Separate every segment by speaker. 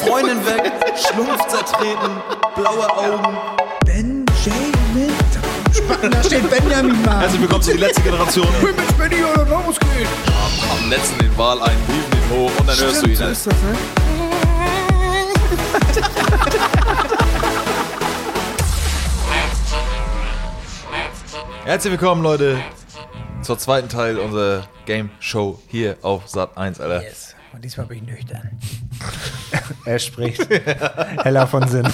Speaker 1: Freundin weg, Schlumpf zertreten, blaue Augen.
Speaker 2: Benjamin. Da steht Benjamin mal.
Speaker 3: Herzlich willkommen zu die letzte Generation.
Speaker 2: Also, bin mit Benny oder losgeht.
Speaker 3: Am letzten den Wahl ein, hieven den hoch und dann hörst du ihn.
Speaker 2: So ist das, ne?
Speaker 3: Herzlich willkommen, Leute, zur zweiten Teil unserer Game Show hier auf Sat 1, Alter.
Speaker 2: Yes. Und diesmal bin ich nüchtern.
Speaker 4: Er spricht. Heller von Sinn.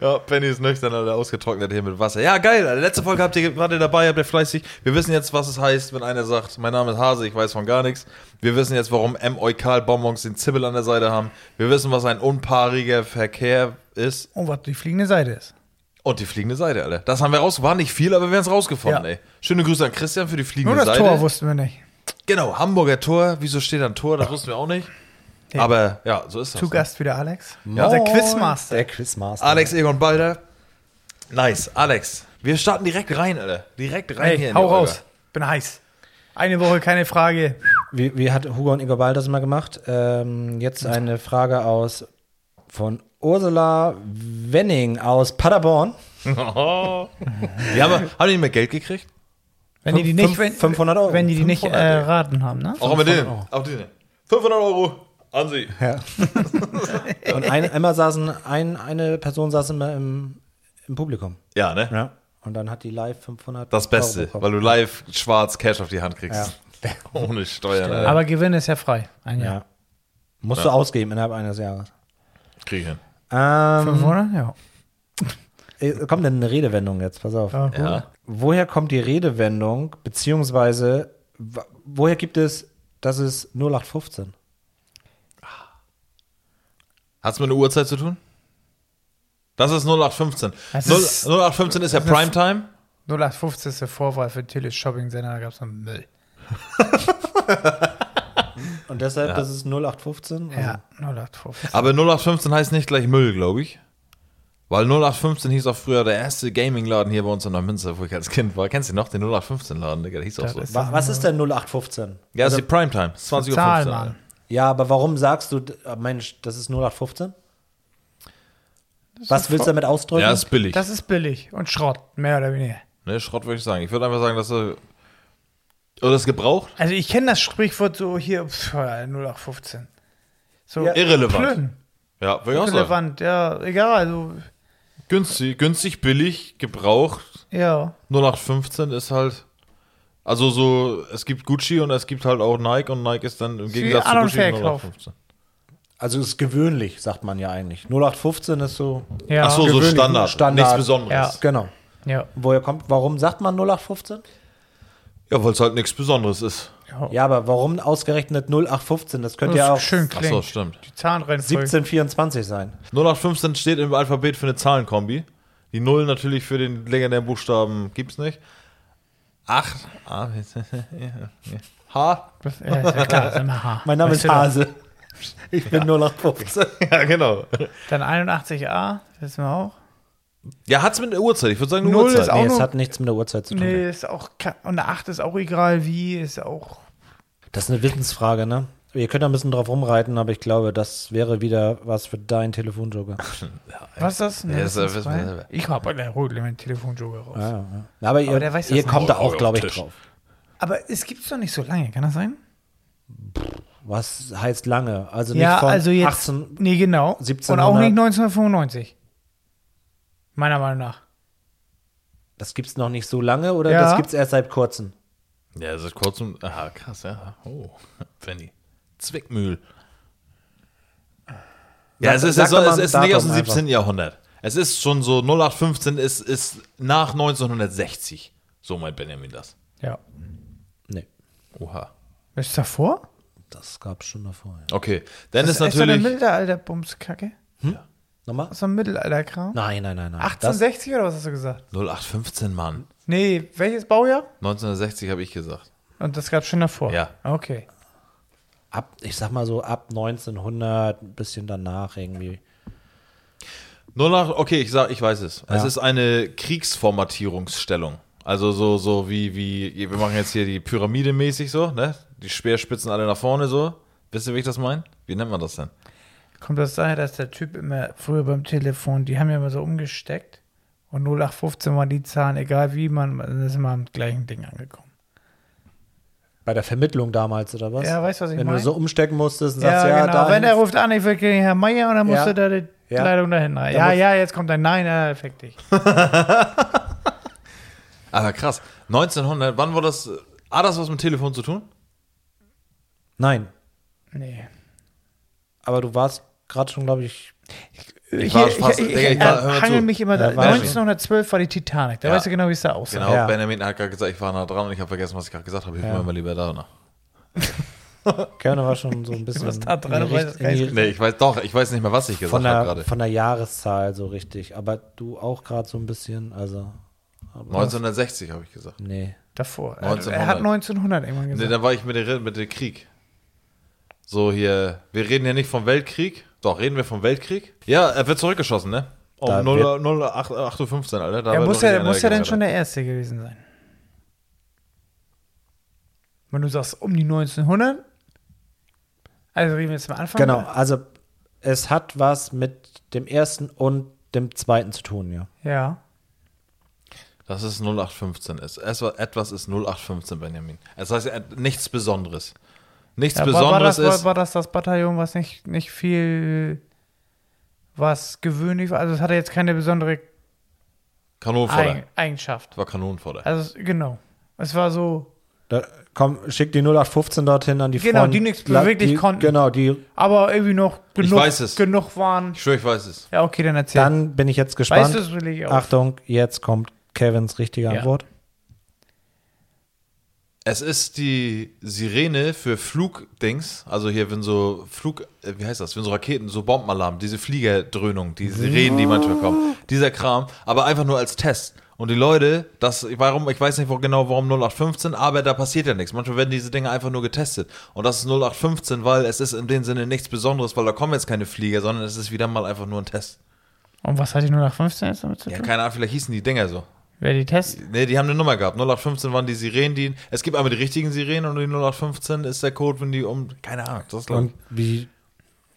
Speaker 3: Ja, Penny ist nüchtern, Alter, ausgetrocknet hier mit Wasser. Ja, geil, Alter. Letzte Folge habt ihr, wart ihr dabei, habt ihr fleißig. Wir wissen jetzt, was es heißt, wenn einer sagt, mein Name ist Hase, ich weiß von gar nichts. Wir wissen jetzt, warum M. Eukal Bonbons den Zibbel an der Seite haben. Wir wissen, was ein unpaariger Verkehr ist.
Speaker 2: Und was Oh, die fliegende Seite ist.
Speaker 3: Und die fliegende Seite, Alter. Das haben wir raus. War nicht viel, aber wir haben es rausgefunden,
Speaker 2: Ja.
Speaker 3: ey. Schöne Grüße an Christian für die
Speaker 2: Nur
Speaker 3: fliegende
Speaker 2: das
Speaker 3: Seite.
Speaker 2: Tor wussten wir nicht.
Speaker 3: Genau, Hamburger Tor. Wieso steht da ein Tor? Das wussten wir auch nicht.
Speaker 2: Ah. Ja.
Speaker 3: Aber ja, so ist das.
Speaker 2: Zu Gast wieder Alex. Unser Quizmaster.
Speaker 4: Der Quizmaster.
Speaker 3: Alex Egon Balder. Nice, Alex. Wir starten direkt rein, Alter. Direkt rein hier
Speaker 2: Hey,
Speaker 3: in
Speaker 2: hau
Speaker 3: die Olga.
Speaker 2: raus. Bin heiß. Eine Woche keine Frage.
Speaker 4: Wie, wie hat Hugo und Igor Ball das immer gemacht? Ähm, jetzt eine Frage aus von Ursula Wenning aus Paderborn.
Speaker 3: Die haben, haben die nicht mehr Geld gekriegt?
Speaker 2: Wenn die die
Speaker 4: Fünf-
Speaker 2: nicht, wenn,
Speaker 4: 500 Euro.
Speaker 2: Wenn die die nicht
Speaker 3: 500 Euro.
Speaker 2: erraten haben, ne?
Speaker 3: Auch mit denen. Auch denen. 500 Euro. An sie.
Speaker 4: Und ein, immer saßen, ein, eine Person saß immer im, im Publikum.
Speaker 3: Ja, ne?
Speaker 4: Ja. Und dann hat die live 500
Speaker 3: Das Beste,
Speaker 4: Euro
Speaker 3: weil
Speaker 4: bekommen.
Speaker 3: du live schwarz Cash auf die Hand kriegst. Ohne Steuern, Alter.
Speaker 2: Aber Gewinn ist ja frei. Ein Jahr.
Speaker 4: Ja. Musst du ausgeben innerhalb eines Jahres.
Speaker 3: Krieg ich hin.
Speaker 4: Ähm,
Speaker 2: Fünf Monate? Ja.
Speaker 4: äh, kommt denn eine Redewendung jetzt? Pass auf.
Speaker 2: Ja, gut.
Speaker 3: Ja.
Speaker 4: Woher kommt die Redewendung, beziehungsweise w- woher gibt es, dass es 0815?
Speaker 3: Hat's mit einer Uhrzeit zu tun? Das ist 0815.
Speaker 2: Das
Speaker 3: Null-
Speaker 2: ist-
Speaker 3: 0815 ist ja Primetime.
Speaker 2: 0815 ist der Vorwahl für Teleshopping-Sender, da gab es einen Müll.
Speaker 4: Und deshalb, dass es 0815? Also,
Speaker 2: Ja, 0815.
Speaker 3: Aber 0815 heißt nicht gleich Müll, glaube ich. Weil 0815 hieß auch früher der erste Gaming-Laden hier bei uns in der Münze, wo ich als Kind war. Kennst du noch den 0815-Laden, Digga? Der hieß auch
Speaker 2: Das
Speaker 3: so.
Speaker 2: ist-
Speaker 4: Wa was ist denn 0815?
Speaker 3: Ja, das ist die Primetime. 20.15
Speaker 2: Zahl,
Speaker 3: Uhr.
Speaker 2: Mann.
Speaker 4: Ja, aber warum sagst du, d- ah, Mensch, das ist 0815? Was willst du damit ausdrücken?
Speaker 3: Ja, ist billig.
Speaker 2: Also Das ist billig und Schrott, mehr oder weniger.
Speaker 3: ne, Schrott würde ich sagen. Ich würde einfach sagen, dass er. Oder ist gebraucht?
Speaker 2: Also ich kenne das Sprichwort so hier, pf, 0815. So
Speaker 4: Ja.
Speaker 3: Irrelevant.
Speaker 2: Plön,
Speaker 3: Ja, würde ich auch sagen.
Speaker 2: relevant, ja, egal, also,
Speaker 3: Günstig, günstig, billig, gebraucht.
Speaker 2: ja.
Speaker 3: 0815 ist halt. Also so, es gibt Gucci und es gibt halt auch Nike und Nike ist dann im
Speaker 2: wie
Speaker 3: Gegensatz zu
Speaker 2: An- und
Speaker 3: Gucci
Speaker 2: Verkauf.
Speaker 3: 0815.
Speaker 4: Also ist gewöhnlich, sagt man ja eigentlich. 0815 ist so.
Speaker 2: ja.
Speaker 3: Ach so, so
Speaker 4: gewöhnlich,
Speaker 3: Standard.
Speaker 4: Standard.
Speaker 3: Nichts Besonderes.
Speaker 2: Ja.
Speaker 4: Genau.
Speaker 2: Ja.
Speaker 4: Woher kommt, warum sagt man 0815?
Speaker 3: Ja, weil es halt nichts Besonderes ist.
Speaker 4: Ja, aber warum ausgerechnet 0815? Das könnte
Speaker 2: Das
Speaker 4: ja auch
Speaker 2: schön
Speaker 3: Ach so,
Speaker 2: klingt.
Speaker 3: stimmt.
Speaker 2: Die Zahnreihenfolge.
Speaker 4: 1724 sein.
Speaker 3: 0815 steht im Alphabet für eine Zahlenkombi. Die 0 natürlich für den legendären Buchstaben gibt's nicht. Ah, 8. A, B, C, D, E, F, G. H.
Speaker 2: Das- Ja, ist ja klar, das ist immer H.
Speaker 4: Mein Name
Speaker 2: Weißt
Speaker 4: ist
Speaker 2: du doch.
Speaker 4: Hase. Ich bin 0815.
Speaker 3: Ja, genau.
Speaker 2: Dann 81a, wissen wir auch.
Speaker 3: Ja, hat's mit der Uhrzeit. Ich würde sagen, eine
Speaker 2: Null
Speaker 3: Uhrzeit.
Speaker 2: ist auch
Speaker 4: Nee, es
Speaker 2: nur,
Speaker 4: hat nichts mit der Uhrzeit zu tun. ne?
Speaker 2: nee, ist auch, ka- und eine 8 ist auch egal wie, ist auch,
Speaker 4: Das ist eine Wissensfrage, ne? Ihr könnt da ein bisschen drauf rumreiten, aber ich glaube, das wäre wieder was für dein Telefonjoker.
Speaker 2: was ist das?
Speaker 3: Ja, das
Speaker 2: das
Speaker 3: ist-
Speaker 2: sind zwei. ich hab, der holt mein Telefonjoker raus.
Speaker 4: Ja, ja. Aber ihr,
Speaker 2: Aber der weiß das
Speaker 4: ihr
Speaker 2: nicht.
Speaker 4: kommt da auch,
Speaker 3: Oh,
Speaker 4: glaube ich,
Speaker 3: Tisch.
Speaker 4: drauf.
Speaker 2: Aber es gibt's doch nicht so lange, kann das sein?
Speaker 4: Was heißt lange? Also nicht
Speaker 2: ja,
Speaker 4: von
Speaker 2: also jetzt.
Speaker 4: 18.
Speaker 2: nee, genau.
Speaker 4: 1700.
Speaker 2: Und auch nicht 1995. Meiner Meinung nach.
Speaker 4: Das gibt's noch nicht so lange oder
Speaker 2: Ja.
Speaker 4: das gibt's erst seit kurzem?
Speaker 3: Ja, seit kurzem. um, Aha, krass, ja. Oh, Penny. Zwickmühl. Ja, es
Speaker 4: Sag-
Speaker 3: ist,
Speaker 4: sag
Speaker 3: es,
Speaker 4: doch mal
Speaker 3: es
Speaker 4: ein
Speaker 3: ist nicht
Speaker 4: Datum
Speaker 3: aus dem 17.
Speaker 4: einfach.
Speaker 3: Jahrhundert. Es ist schon so, 0815 ist, ist nach 1960. So meint Benjamin das.
Speaker 2: Ja.
Speaker 4: Nee,
Speaker 3: Oha.
Speaker 2: Ist davor?
Speaker 4: das gab's schon davor. Ja.
Speaker 3: Okay, dann ist
Speaker 2: Ist doch eine
Speaker 3: natürlich.
Speaker 2: Mittelalter-Bumskacke?
Speaker 4: Nochmal?
Speaker 2: Ist doch ein Mittelalterkram?
Speaker 4: Nein, nein, nein, nein.
Speaker 2: 1860 oder was hast du gesagt?
Speaker 3: 0815, Mann.
Speaker 2: Nee, welches Baujahr?
Speaker 3: 1960 habe ich gesagt.
Speaker 2: Und das gab's schon davor.
Speaker 3: Ja.
Speaker 2: Okay.
Speaker 4: Das, ab, ich sag mal so ab 1900, ein bisschen danach irgendwie.
Speaker 3: 08, okay, ich sag, ich weiß es. Es ist eine Kriegsformatierungsstellung. Also so, so wie, wie, wir machen jetzt hier die Pyramide mäßig so, ne? Die Speerspitzen alle nach vorne so. Wisst ihr, wie ich das meine? Wie nennt man das denn?
Speaker 2: Kommt das daher, dass der Typ immer früher beim Telefon, die haben ja immer so umgesteckt und 0815 waren die Zahlen, egal wie man, man ist immer am gleichen Ding angekommen.
Speaker 4: Bei der Vermittlung damals, oder was?
Speaker 2: Ja, weißt du, was ich
Speaker 4: Wenn
Speaker 2: meine? genau.
Speaker 4: du so umstecken musstest und sagst, ja, da
Speaker 2: Wenn er ruft an, ich will gegen Herrn Meier und dann musst
Speaker 4: Ja.
Speaker 2: du da die
Speaker 4: Ja.
Speaker 2: Leitung dahin. rein. Ja,
Speaker 4: muss-
Speaker 2: ja, jetzt kommt ein Nein, ja, fick dich.
Speaker 3: Aber Ah, krass. 1900, wann war das? Hat das was mit Telefon zu tun?
Speaker 4: Nein,
Speaker 2: Nee.
Speaker 4: aber du warst gerade schon, glaube ich,
Speaker 3: Ich war fast-
Speaker 2: ich, ich,
Speaker 3: Digga, ich war- hör mal
Speaker 2: hangel
Speaker 3: zu.
Speaker 2: mich immer da.
Speaker 4: Ja, war schon.
Speaker 2: 1912 war die Titanic, da
Speaker 3: Ja.
Speaker 2: weißt du genau, wie es da aussah.
Speaker 3: Genau,
Speaker 4: Ja.
Speaker 3: Benjamin hat gerade gesagt, ich war nah dran und ich habe vergessen, was ich gerade gesagt habe. Hilf
Speaker 4: Ja.
Speaker 3: mir mal lieber da. Ne?
Speaker 4: Körner war schon so ein bisschen
Speaker 2: Was da dran
Speaker 4: in die
Speaker 2: war,
Speaker 4: Richt-
Speaker 2: das kann ich
Speaker 4: in die-
Speaker 2: nicht
Speaker 3: Nee, ich weiß doch, ich weiß nicht mehr, was ich gesagt
Speaker 4: von,
Speaker 3: habe
Speaker 4: der,
Speaker 3: gerade.
Speaker 4: von der Jahreszahl so richtig. Aber du auch gerade so ein bisschen, also. aber-
Speaker 3: 1960 habe ich gesagt.
Speaker 4: Nee.
Speaker 2: Davor. Er- Er hat
Speaker 3: 1900.
Speaker 2: 1900 irgendwann gesagt.
Speaker 3: Nee, da war ich mit dem, mit dem Krieg. So hier, wir reden ja nicht vom Weltkrieg. Doch, reden wir vom Weltkrieg? Ja, er wird zurückgeschossen, ne?
Speaker 4: Da
Speaker 3: Um 0 0 8 8.15 Uhr, Alter. Da
Speaker 2: Er
Speaker 3: wird
Speaker 2: muss
Speaker 3: noch
Speaker 2: ja,
Speaker 3: nicht
Speaker 2: er muss ja dann
Speaker 3: anerkannt,
Speaker 2: schon der Erste gewesen sein. Wenn du sagst, um die 1900, also reden wir jetzt mal anfangen.
Speaker 4: Genau, also es hat was mit dem ersten und dem zweiten zu tun, ja.
Speaker 2: Ja.
Speaker 3: Alter. Dass es 0815 ist. Es war, etwas ist 0815, Benjamin. Das heißt, äh, nichts Besonderes. Nichts
Speaker 2: ja war, war,
Speaker 3: Besonderes
Speaker 2: das, war,
Speaker 3: ist.
Speaker 2: war das das Bataillon, was nicht, nicht viel was gewöhnlich war? Also es hatte jetzt keine besondere
Speaker 3: Kanonenfutter.
Speaker 2: Eig Eigenschaft.
Speaker 3: Es war Kanonenfutter.
Speaker 2: Also es- genau. Es war so,
Speaker 4: Da, komm, schick die 0815 dorthin an die
Speaker 2: Genau,
Speaker 4: Front.
Speaker 2: die nichts
Speaker 4: La-
Speaker 2: beweglich konnten.
Speaker 4: Genau, die.
Speaker 2: aber irgendwie noch genug,
Speaker 3: weiß es.
Speaker 2: genug waren.
Speaker 3: Ich schwöre, ich weiß es.
Speaker 2: Ja, okay, dann erzähl.
Speaker 4: Dann bin ich jetzt
Speaker 2: weißt
Speaker 4: gespannt.
Speaker 2: du, das will ich auch.
Speaker 4: Achtung, jetzt kommt Kevins richtige
Speaker 2: Ja.
Speaker 4: Antwort.
Speaker 3: Es ist die Sirene für Flugdings, also hier, wenn so Flug, äh, wie heißt das, wenn so Raketen, so Bombenalarm, diese Fliegerdröhnung, die Sirenen, die manchmal kommen, dieser Kram, aber einfach nur als Test. Und die Leute, das, warum, ich weiß nicht wo, genau, warum 0815, aber da passiert ja nichts. Manchmal werden diese Dinge einfach nur getestet. Und das ist 0815, weil es ist in dem Sinne nichts Besonderes, weil da kommen jetzt keine Flieger, sondern es ist wieder mal einfach nur ein Test.
Speaker 2: Und was hatte ich nur nach 15 jetzt damit zu
Speaker 3: Ja,
Speaker 2: tun?
Speaker 3: keine Ahnung, vielleicht hießen die Dinger so.
Speaker 2: Wer die Tests?
Speaker 3: Nee, die haben eine Nummer gehabt. 0815 waren die Sirenen, die. Es gibt einmal die richtigen Sirenen und die 0815 ist der Code, wenn die um. Keine Ahnung, das glaube ich.
Speaker 4: Und wie.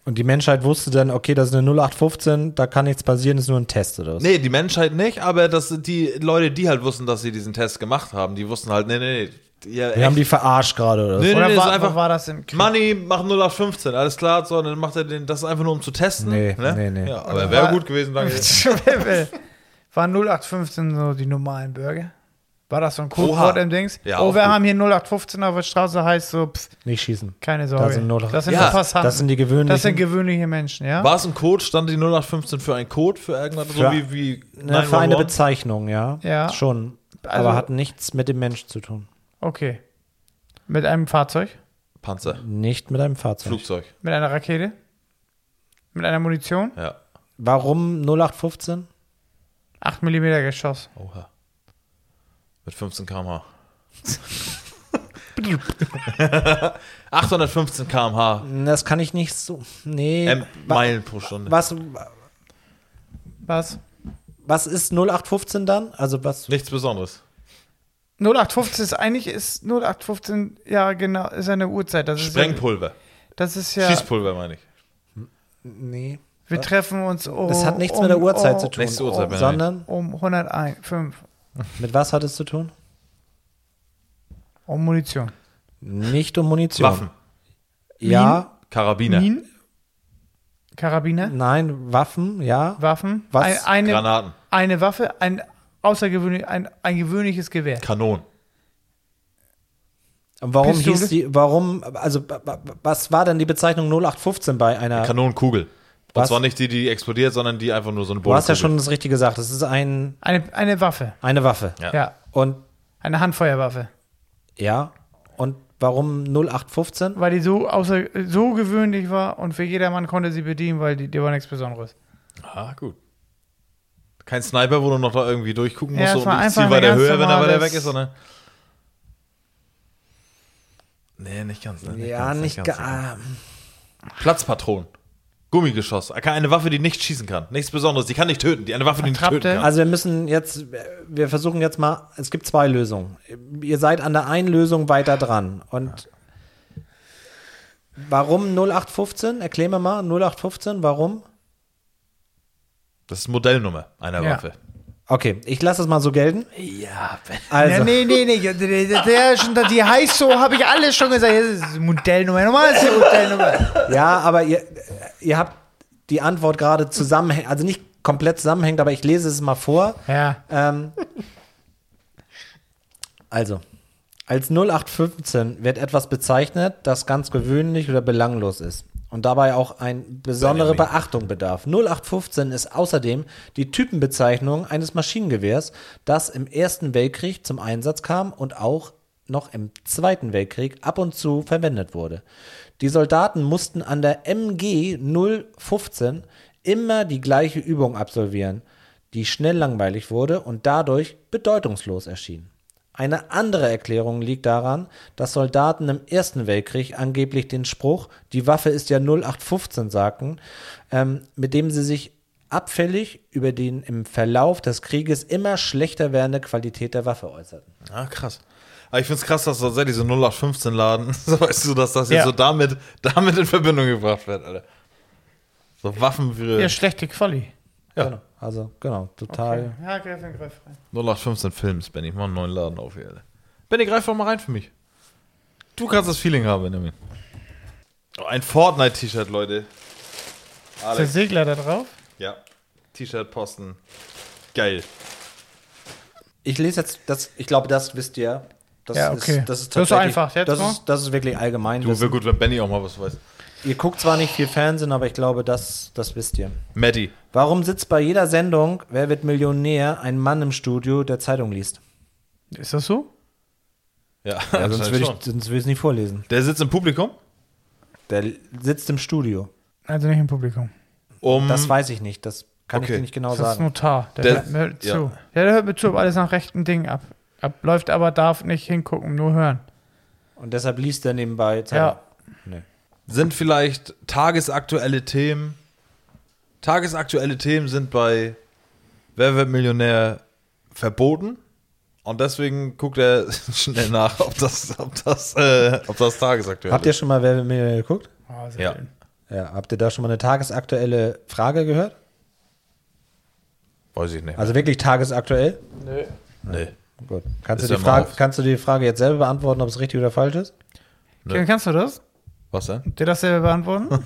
Speaker 4: Und die Menschheit wusste dann, okay, das ist eine 0815, da kann nichts passieren, ist nur ein Test oder was?
Speaker 3: Nee, die Menschheit nicht, aber das sind die Leute, die halt wussten, dass sie diesen Test gemacht haben. Die wussten halt, nee, nee, nee. Ja,
Speaker 4: Wir haben
Speaker 3: echt.
Speaker 4: die verarscht gerade oder was?
Speaker 3: Nee, nee,
Speaker 2: Oder
Speaker 3: nee,
Speaker 2: war,
Speaker 3: ist einfach-
Speaker 2: war das im Krieg?
Speaker 3: Money macht 0815, alles klar, so, und dann macht er den, das ist einfach nur um zu testen.
Speaker 4: Nee,
Speaker 3: ne?
Speaker 4: nee, nee.
Speaker 3: Ja, aber wäre
Speaker 2: War-
Speaker 3: gut gewesen, danke.
Speaker 2: War 0815 so die normalen Bürger? War das so ein Codewort
Speaker 3: Oha.
Speaker 2: im Dings?
Speaker 3: Ja,
Speaker 2: oh,
Speaker 3: auch
Speaker 2: wir
Speaker 3: gut.
Speaker 2: haben hier 0815 auf der Straße, heißt so, pff,
Speaker 4: Nicht schießen.
Speaker 2: keine Sorge.
Speaker 4: sind nur noch-
Speaker 2: das sind
Speaker 3: Ja,
Speaker 2: nur Passanten.
Speaker 4: das sind die gewöhnlichen-
Speaker 2: Das sind gewöhnliche Menschen, ja?
Speaker 3: War es ein Code? Stand die 0815 für einen Code, für irgendwas?
Speaker 4: Für-
Speaker 3: so wie. wie
Speaker 4: Na, ne, für eine
Speaker 3: 911?
Speaker 4: Bezeichnung, ja.
Speaker 2: Ja.
Speaker 4: Schon.
Speaker 2: Also-
Speaker 4: aber hat nichts mit dem Mensch zu tun.
Speaker 2: Okay. Mit einem Fahrzeug?
Speaker 3: Panzer,
Speaker 4: Nicht mit einem Fahrzeug.
Speaker 3: Flugzeug,
Speaker 2: Mit einer Rakete? Mit einer Munition?
Speaker 3: ja.
Speaker 4: Warum 0815?
Speaker 2: 8 mm Geschoss.
Speaker 3: Oha. Mit 15 km/h. 815 km/h.
Speaker 4: Das kann ich nicht so. Nee.
Speaker 3: Ähm,
Speaker 4: Wa-
Speaker 3: Meilen pro Stunde.
Speaker 4: was,
Speaker 2: Was?
Speaker 4: was ist 0815 dann? Also was?
Speaker 3: Nichts Besonderes.
Speaker 2: 0815 ist eigentlich ist 0815, ja genau, ist eine Uhrzeit. Das ist ja,
Speaker 3: Sprengpulver.
Speaker 2: das ist ja
Speaker 3: Schießpulver meine ich.
Speaker 4: Nee.
Speaker 2: wir treffen uns um
Speaker 4: Das hat nichts mit der
Speaker 2: um-
Speaker 4: Uhrzeit
Speaker 2: um-
Speaker 4: zu tun. oh.
Speaker 3: Nächste Uhrzeit, Benjamin.
Speaker 4: sondern
Speaker 2: Um 101, 5.
Speaker 4: mit was hat es zu tun?
Speaker 2: Um Munition.
Speaker 4: Nicht um Munition.
Speaker 3: Waffen.
Speaker 4: Ja.
Speaker 3: Karabiner.
Speaker 2: Minen? Karabiner?
Speaker 4: Nein, Waffen, ja.
Speaker 2: Waffen?
Speaker 4: Was?
Speaker 2: Ein, eine,
Speaker 3: Granaten.
Speaker 2: eine Waffe, ein außergewöhnlich, ein, ein gewöhnliches Gewehr.
Speaker 3: Kanonen.
Speaker 4: Warum
Speaker 2: Pistole?
Speaker 4: hieß die, warum, also wa- wa- was war denn die Bezeichnung 0815 bei einer?
Speaker 3: Kanonenkugel. Und
Speaker 4: Was?
Speaker 3: zwar nicht die, die explodiert, sondern die einfach nur so eine
Speaker 4: du hast ja
Speaker 3: Bodenkugel.
Speaker 4: schon das Richtige gesagt, es ist ein,
Speaker 2: Eine, eine Waffe.
Speaker 4: eine Waffe.
Speaker 3: Ja.
Speaker 2: Ja.
Speaker 4: Und
Speaker 2: Eine Handfeuerwaffe.
Speaker 4: ja, und warum 0815?
Speaker 2: Weil die so, außer, so gewöhnlich war und für jedermann konnte sie bedienen, weil die, die war nichts Besonderes.
Speaker 3: Ah, gut. Kein Sniper, wo du noch da irgendwie durchgucken
Speaker 2: Ja,
Speaker 3: musst,
Speaker 2: es
Speaker 3: um
Speaker 2: war
Speaker 3: das
Speaker 2: einfach
Speaker 3: Ziel
Speaker 2: eine
Speaker 3: weiter
Speaker 2: ganz
Speaker 3: höher, wenn er weiter
Speaker 2: normales-
Speaker 3: weg ist, sondern. Nee, nicht ganz. Ne?
Speaker 4: Ja,
Speaker 3: ganz,
Speaker 4: nicht
Speaker 3: ganz, nicht
Speaker 4: gar.
Speaker 3: ganz. Platzpatronen. Gummigeschoss. Eine Waffe, die nicht schießen kann. Nichts Besonderes. Die kann nicht töten. Die eine Waffe, die nicht
Speaker 2: Attrappe.
Speaker 3: töten kann.
Speaker 4: Also wir müssen jetzt, wir versuchen jetzt mal, es gibt zwei Lösungen. Ihr seid an der einen Lösung weiter dran. Und Warum 0815? Erklär mir mal 0815, warum?
Speaker 3: Das ist Modellnummer einer
Speaker 2: Ja.
Speaker 3: Waffe.
Speaker 4: Okay, ich lasse das mal so gelten.
Speaker 3: Ja, wenn.
Speaker 4: Also,
Speaker 2: Ja, nee, nee, nee. Der, der, der, schon, die heißt so, habe ich alles schon gesagt. Das ist Modellnummer. Normal ist die Modellnummer.
Speaker 4: ja, aber ihr, ihr habt die Antwort gerade zusammenhängend, also nicht komplett zusammenhängend, aber ich lese es mal vor.
Speaker 2: Ja.
Speaker 4: Ähm, also, als 0815 wird etwas bezeichnet, das ganz gewöhnlich oder belanglos ist und dabei auch eine besondere
Speaker 3: Benjamin.
Speaker 4: Beachtung bedarf. 0815 ist außerdem die Typenbezeichnung eines Maschinengewehrs, das im Ersten Weltkrieg zum Einsatz kam und auch noch im Zweiten Weltkrieg ab und zu verwendet wurde. Die Soldaten mussten an der MG 015 immer die gleiche Übung absolvieren die schnell langweilig wurde und dadurch bedeutungslos erschien. Eine andere Erklärung liegt daran, dass Soldaten im Ersten Weltkrieg angeblich den Spruch, die Waffe ist ja 0815 sagten, ähm, mit dem sie sich abfällig über den im Verlauf des Krieges immer schlechter werdende Qualität der Waffe äußerten.
Speaker 3: Ah, krass. Aber ich finde es krass, dass tatsächlich so 0815-Laden, so weißt du, dass das jetzt
Speaker 2: Ja.
Speaker 3: so damit, damit in Verbindung gebracht wird, Alter. So Waffen für
Speaker 2: Ja, schlechte Quali.
Speaker 3: Ja.
Speaker 4: Genau. Also, genau, total.
Speaker 2: Ja, greif in, greif rein.
Speaker 3: 0815 Films, Benny. Mach einen neuen Laden auf hier, Alter. Benny, greif doch mal rein für mich. Du kannst das Feeling haben, Benjamin. Oh, ein Fortnite-T-Shirt, Leute.
Speaker 2: Ist der
Speaker 3: Alex.
Speaker 2: Segler da drauf?
Speaker 3: Ja. T-Shirt posten. Geil.
Speaker 4: Ich lese jetzt, das, ich glaube, das wisst ihr. Das
Speaker 2: Ja, okay.
Speaker 4: ist,
Speaker 2: Das
Speaker 4: das ist
Speaker 2: ist
Speaker 4: tatsächlich,
Speaker 2: einfach, jetzt
Speaker 4: das,
Speaker 2: mal.
Speaker 4: ist, das ist wirklich allgemein.
Speaker 3: Du, wäre gut, wenn Benny auch mal was weiß.
Speaker 4: Ihr guckt zwar nicht viel Fernsehen, aber ich glaube, das, das wisst ihr.
Speaker 3: Maddie.
Speaker 4: Warum sitzt bei jeder Sendung Wer wird Millionär ein Mann im Studio, der Zeitung liest?
Speaker 2: Ist das so?
Speaker 3: Ja,
Speaker 4: Ja, sonst würde
Speaker 3: schon.
Speaker 4: ich sonst würde ich es nicht vorlesen.
Speaker 3: Der sitzt im Publikum,
Speaker 4: Der l- sitzt im Studio.
Speaker 2: Also nicht im Publikum.
Speaker 3: um.
Speaker 4: Das weiß ich nicht, das kann
Speaker 3: Okay.
Speaker 4: ich dir nicht genau
Speaker 2: Das ist
Speaker 4: sagen.
Speaker 2: Notar. Der,
Speaker 3: Der-
Speaker 2: hört mir hört
Speaker 3: ja.
Speaker 2: zu. Ja, der hört mir zu, ob alles nach rechten Dingen ab, abläuft, aber darf nicht hingucken, nur hören.
Speaker 4: Und deshalb liest er nebenbei Zeitung.
Speaker 2: Ja.
Speaker 3: sind vielleicht tagesaktuelle Themen. Tagesaktuelle Themen sind bei Wer wird Millionär verboten. Und deswegen guckt er schnell nach, ob das, ob das, äh, ob das tagesaktuell
Speaker 4: Habt ihr schon mal Wer wird Millionär geguckt?
Speaker 2: Oh, sehr
Speaker 3: Ja.
Speaker 2: schön.
Speaker 4: Ja, habt ihr da schon mal eine tagesaktuelle Frage gehört?
Speaker 3: ist. Weiß ich nicht.
Speaker 4: Also wirklich tagesaktuell?
Speaker 3: nee.
Speaker 4: Gut. Kannst
Speaker 3: Ist
Speaker 4: du, die
Speaker 3: ja mal
Speaker 4: Frage,
Speaker 3: auf.
Speaker 4: kannst du die Frage jetzt selber beantworten, ob es richtig oder falsch ist?
Speaker 3: ne.
Speaker 2: Kevin, kannst du das?
Speaker 3: Was denn?
Speaker 2: Dir das selber beantworten?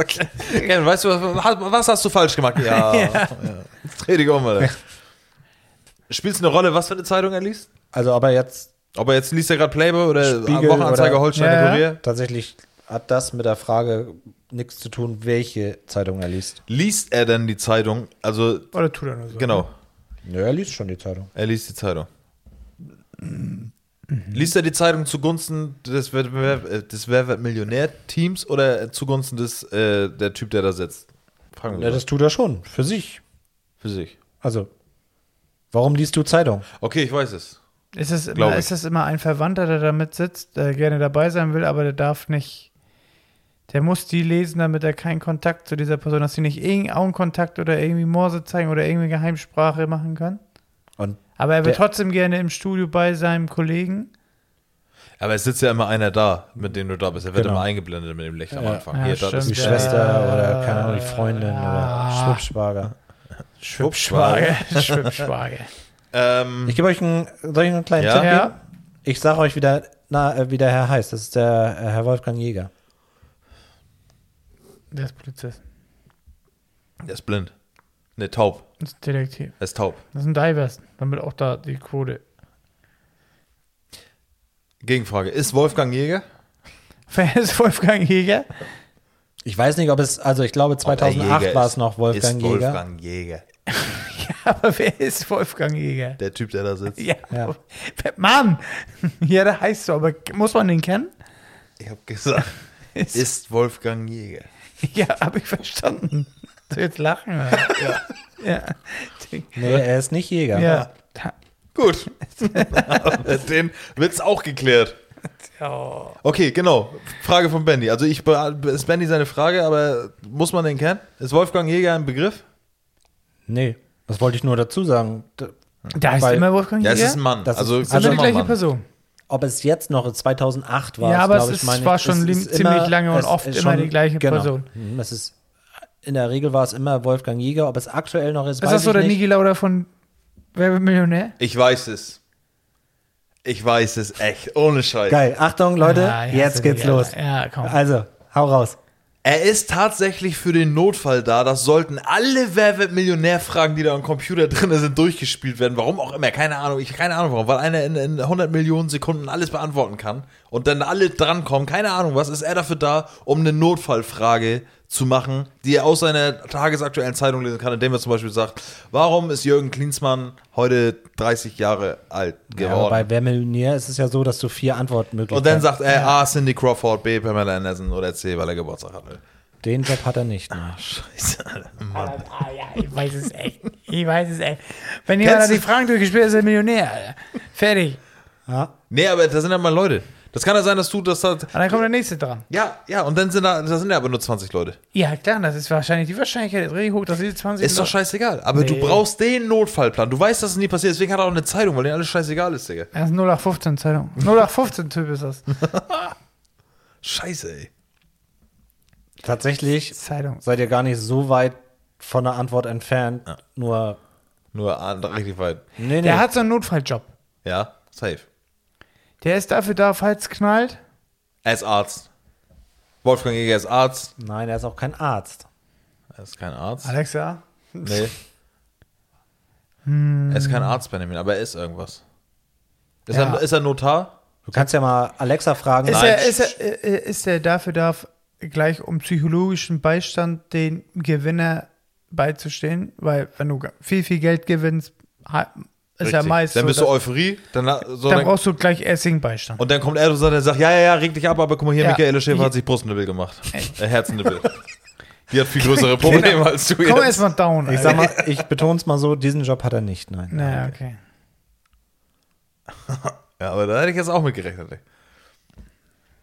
Speaker 3: Okay. Ken, weißt du, was, was hast du falsch gemacht? Ja. ja. Dreh dich um, Alter. Spielst du eine Rolle, was für eine Zeitung er liest?
Speaker 4: Also aber jetzt
Speaker 3: Ob er jetzt liest er gerade Playboy oder
Speaker 4: Spiegel
Speaker 3: Wochenanzeiger
Speaker 4: oder-
Speaker 3: Holstein
Speaker 2: Ja, ja.
Speaker 3: Kurier?
Speaker 4: tatsächlich hat das mit der Frage nichts zu tun, welche Zeitung er liest.
Speaker 3: Liest er denn die Zeitung? Also,
Speaker 2: Oder tut er nur so?
Speaker 3: genau.
Speaker 4: Ja, er liest schon die Zeitung.
Speaker 3: Er liest die Zeitung. Liest er die Zeitung zugunsten des, Wer- Wer- äh, des Wer wird Millionär-Teams oder zugunsten des äh, der Typ, der da sitzt? Fragen
Speaker 4: Ja,
Speaker 3: wir
Speaker 4: das
Speaker 3: das
Speaker 4: tut er schon. Für sich.
Speaker 3: für sich.
Speaker 4: Also, warum liest du Zeitung?
Speaker 3: Okay, ich weiß es.
Speaker 2: Ist es,
Speaker 3: Glaub
Speaker 2: immer,
Speaker 3: ich.
Speaker 2: ist es immer ein Verwandter, der da mit sitzt, der gerne dabei sein will, aber der darf nicht. Der muss die lesen, damit er keinen Kontakt zu dieser Person, dass sie nicht irgendeinen Augenkontakt oder irgendwie Morse zeigen oder irgendwie Geheimsprache machen kann.
Speaker 4: Und
Speaker 2: Aber er will
Speaker 4: Der-
Speaker 2: trotzdem gerne im Studio bei seinem Kollegen.
Speaker 3: Aber es sitzt ja immer einer da, mit dem du da bist. Er wird
Speaker 4: Genau.
Speaker 3: immer eingeblendet mit dem Lächeln
Speaker 4: Ja.
Speaker 3: am Anfang.
Speaker 2: Ja,
Speaker 3: da
Speaker 2: stimmt.
Speaker 4: die
Speaker 3: ist
Speaker 2: Ja.
Speaker 4: Schwester oder keine Ahnung, die Freundin
Speaker 2: Ah.
Speaker 4: oder Schwibschwager.
Speaker 3: Schwuppschwager.
Speaker 2: Schwippschwage.
Speaker 3: Ähm,
Speaker 4: Ich gebe euch einen, soll ich einen kleinen
Speaker 3: Ja?
Speaker 4: Tipp geben?
Speaker 2: Ja.
Speaker 4: Ich sage euch, wie der, na, äh, wie der Herr heißt. Das ist der äh, Herr Wolfgang Jäger.
Speaker 2: Der ist Polizist.
Speaker 3: er ist blind. Ne, taub.
Speaker 2: Das ist ein Detektiv.
Speaker 3: Er ist taub.
Speaker 2: Das ist ein Divers. Damit auch da die Quote.
Speaker 3: Gegenfrage. Ist Wolfgang Jäger?
Speaker 2: Wer ist Wolfgang Jäger?
Speaker 4: Ich weiß nicht, ob es, also ich glaube
Speaker 3: Ob er
Speaker 4: 2008
Speaker 3: Äh, Jäger
Speaker 4: war
Speaker 3: ist?
Speaker 4: es noch Wolfgang
Speaker 3: ist
Speaker 4: Jäger.
Speaker 3: Wolfgang Jäger.
Speaker 2: Aber wer ist Wolfgang Jäger?
Speaker 3: Der Typ, der da sitzt.
Speaker 2: Ja.
Speaker 4: Ja.
Speaker 2: Mann! Ja, der heißt so, aber muss man den kennen?
Speaker 3: Ich habe gesagt, ist Wolfgang Jäger.
Speaker 2: Ja, habe ich verstanden. So, jetzt lachen wir. Ja.
Speaker 4: Nee, er ist nicht Jäger.
Speaker 2: Ja. ja.
Speaker 3: Gut. Den wird's auch geklärt.
Speaker 2: Oh.
Speaker 3: Okay, genau. Frage von Benny. Also ich be- ist Benny seine Frage, aber muss man den kennen? Ist Wolfgang Jäger ein Begriff?
Speaker 4: Nee, das wollte ich nur dazu sagen. D-
Speaker 2: Da heißt
Speaker 4: Weil-
Speaker 2: immer Wolfgang
Speaker 3: Ja,
Speaker 2: Jäger.
Speaker 3: es ist ein Mann.
Speaker 4: Das ist-
Speaker 3: also
Speaker 4: ist
Speaker 2: Also
Speaker 3: schon
Speaker 2: die
Speaker 3: mal
Speaker 2: gleiche
Speaker 3: ein Mann.
Speaker 2: Person.
Speaker 4: ob es jetzt noch 2008 war.
Speaker 2: Ja, aber
Speaker 4: glaub
Speaker 2: es
Speaker 4: ich,
Speaker 2: ist-
Speaker 4: meine ich.
Speaker 2: war schon lim- ziemlich lange und
Speaker 4: es
Speaker 2: oft
Speaker 4: ist
Speaker 2: immer die gleiche Person.
Speaker 4: Mhm, Es ist, in der Regel war es immer Wolfgang Jäger. Ob es aktuell noch ist,
Speaker 2: Ist das so der Niki Lauda von Wer wird Millionär?
Speaker 3: Ich weiß es. Ich weiß es echt, ohne Scheiß.
Speaker 4: Geil, Achtung Leute,
Speaker 2: Ah, ja,
Speaker 4: jetzt
Speaker 2: so
Speaker 4: geht's
Speaker 2: die-
Speaker 4: los.
Speaker 2: Ja, komm.
Speaker 4: Also, hau raus.
Speaker 3: Er ist tatsächlich für den Notfall da. Das sollten alle Wer wird Millionär-Fragen, die da am Computer drin sind, durchgespielt werden. Warum auch immer, keine Ahnung. Ich keine Ahnung warum, weil einer in, in 100 Millionen Sekunden alles beantworten kann und dann alle drankommen. Keine Ahnung, was ist er dafür da, um eine Notfallfrage zu machen, die er aus seiner tagesaktuellen Zeitung lesen kann, indem er zum Beispiel sagt, warum ist Jürgen Klinsmann heute 30 Jahre alt
Speaker 4: Ja, aber
Speaker 3: geworden?
Speaker 4: bei Wer Millionär ist es ja so, dass du vier Antworten möglich
Speaker 3: und dann sagt er A, Cindy Crawford, B, Pamela Anderson oder C, weil er Geburtstag hatte.
Speaker 4: Den Job hat er nicht. Ne?
Speaker 3: Scheiße, Alter.
Speaker 2: Ah, ja, ich weiß es echt. Ich weiß es echt. Wenn jemand da
Speaker 3: Kennst
Speaker 2: die
Speaker 3: du-
Speaker 2: Fragen durchgespielt hat, ist er Millionär. Alter. Fertig.
Speaker 3: Nee, aber da sind ja mal Leute. Das kann ja sein, dass du das halt.
Speaker 2: Und dann kommt der nächste dran.
Speaker 3: Ja, ja, und dann sind da, da sind ja aber nur 20 Leute.
Speaker 2: Ja, klar, das ist wahrscheinlich, die Wahrscheinlichkeit ist richtig hoch, dass diese 20
Speaker 3: Ist doch scheißegal. Aber du brauchst den Notfallplan. Du weißt, dass es nie passiert. Deswegen hat er auch eine Zeitung, weil denen alles scheißegal ist, Digga.
Speaker 2: Das ist 0815 Zeitung. 0815 Typ ist das.
Speaker 3: Scheiße, ey.
Speaker 4: Tatsächlich
Speaker 2: Zeitung.
Speaker 4: seid ihr gar nicht so weit von der Antwort entfernt. Nur,
Speaker 3: Nur an- richtig weit.
Speaker 4: nee, nee.
Speaker 2: Der hat so einen Notfalljob.
Speaker 3: Ja, safe.
Speaker 2: Der ist dafür da, falls knallt.
Speaker 3: Er ist Arzt. Wolfgang Jäger ist Arzt.
Speaker 4: Nein, er ist auch kein Arzt.
Speaker 3: Er ist kein Arzt.
Speaker 2: Alexa.
Speaker 3: Nee. Er ist kein Arzt, Benjamin, aber er ist irgendwas. Ist,
Speaker 2: Ja.
Speaker 3: er, ist er Notar?
Speaker 4: Du kannst ja mal Alexa fragen.
Speaker 2: Ist
Speaker 3: Nein.
Speaker 2: er, ist, er, äh, äh, ist er dafür da, f- gleich um psychologischen Beistand den Gewinner beizustehen? Weil, wenn du viel, viel Geld gewinnst, ha- ist ja
Speaker 3: Richtig.
Speaker 2: meist.
Speaker 3: Dann bist
Speaker 2: so,
Speaker 3: du Euphorie. Dann, la- so,
Speaker 2: dass, dann brauchst du gleich Essing-Beistand.
Speaker 3: Und dann kommt er und sagt, ja, ja, ja, reg dich ab, aber guck mal hier,
Speaker 2: Ja.
Speaker 3: Michaela Schäfer hat sich Brustnippel gemacht. Äh, Herznippel. Die hat viel größere Probleme als du
Speaker 2: Genau. Komm
Speaker 3: jetzt.
Speaker 2: erstmal down.
Speaker 4: Ich
Speaker 2: Alter.
Speaker 4: sag mal, ich betone es mal so, diesen Job hat er nicht, nein.
Speaker 2: Naja, okay.
Speaker 3: Ja, aber da hätte ich jetzt auch mit gerechnet. ey.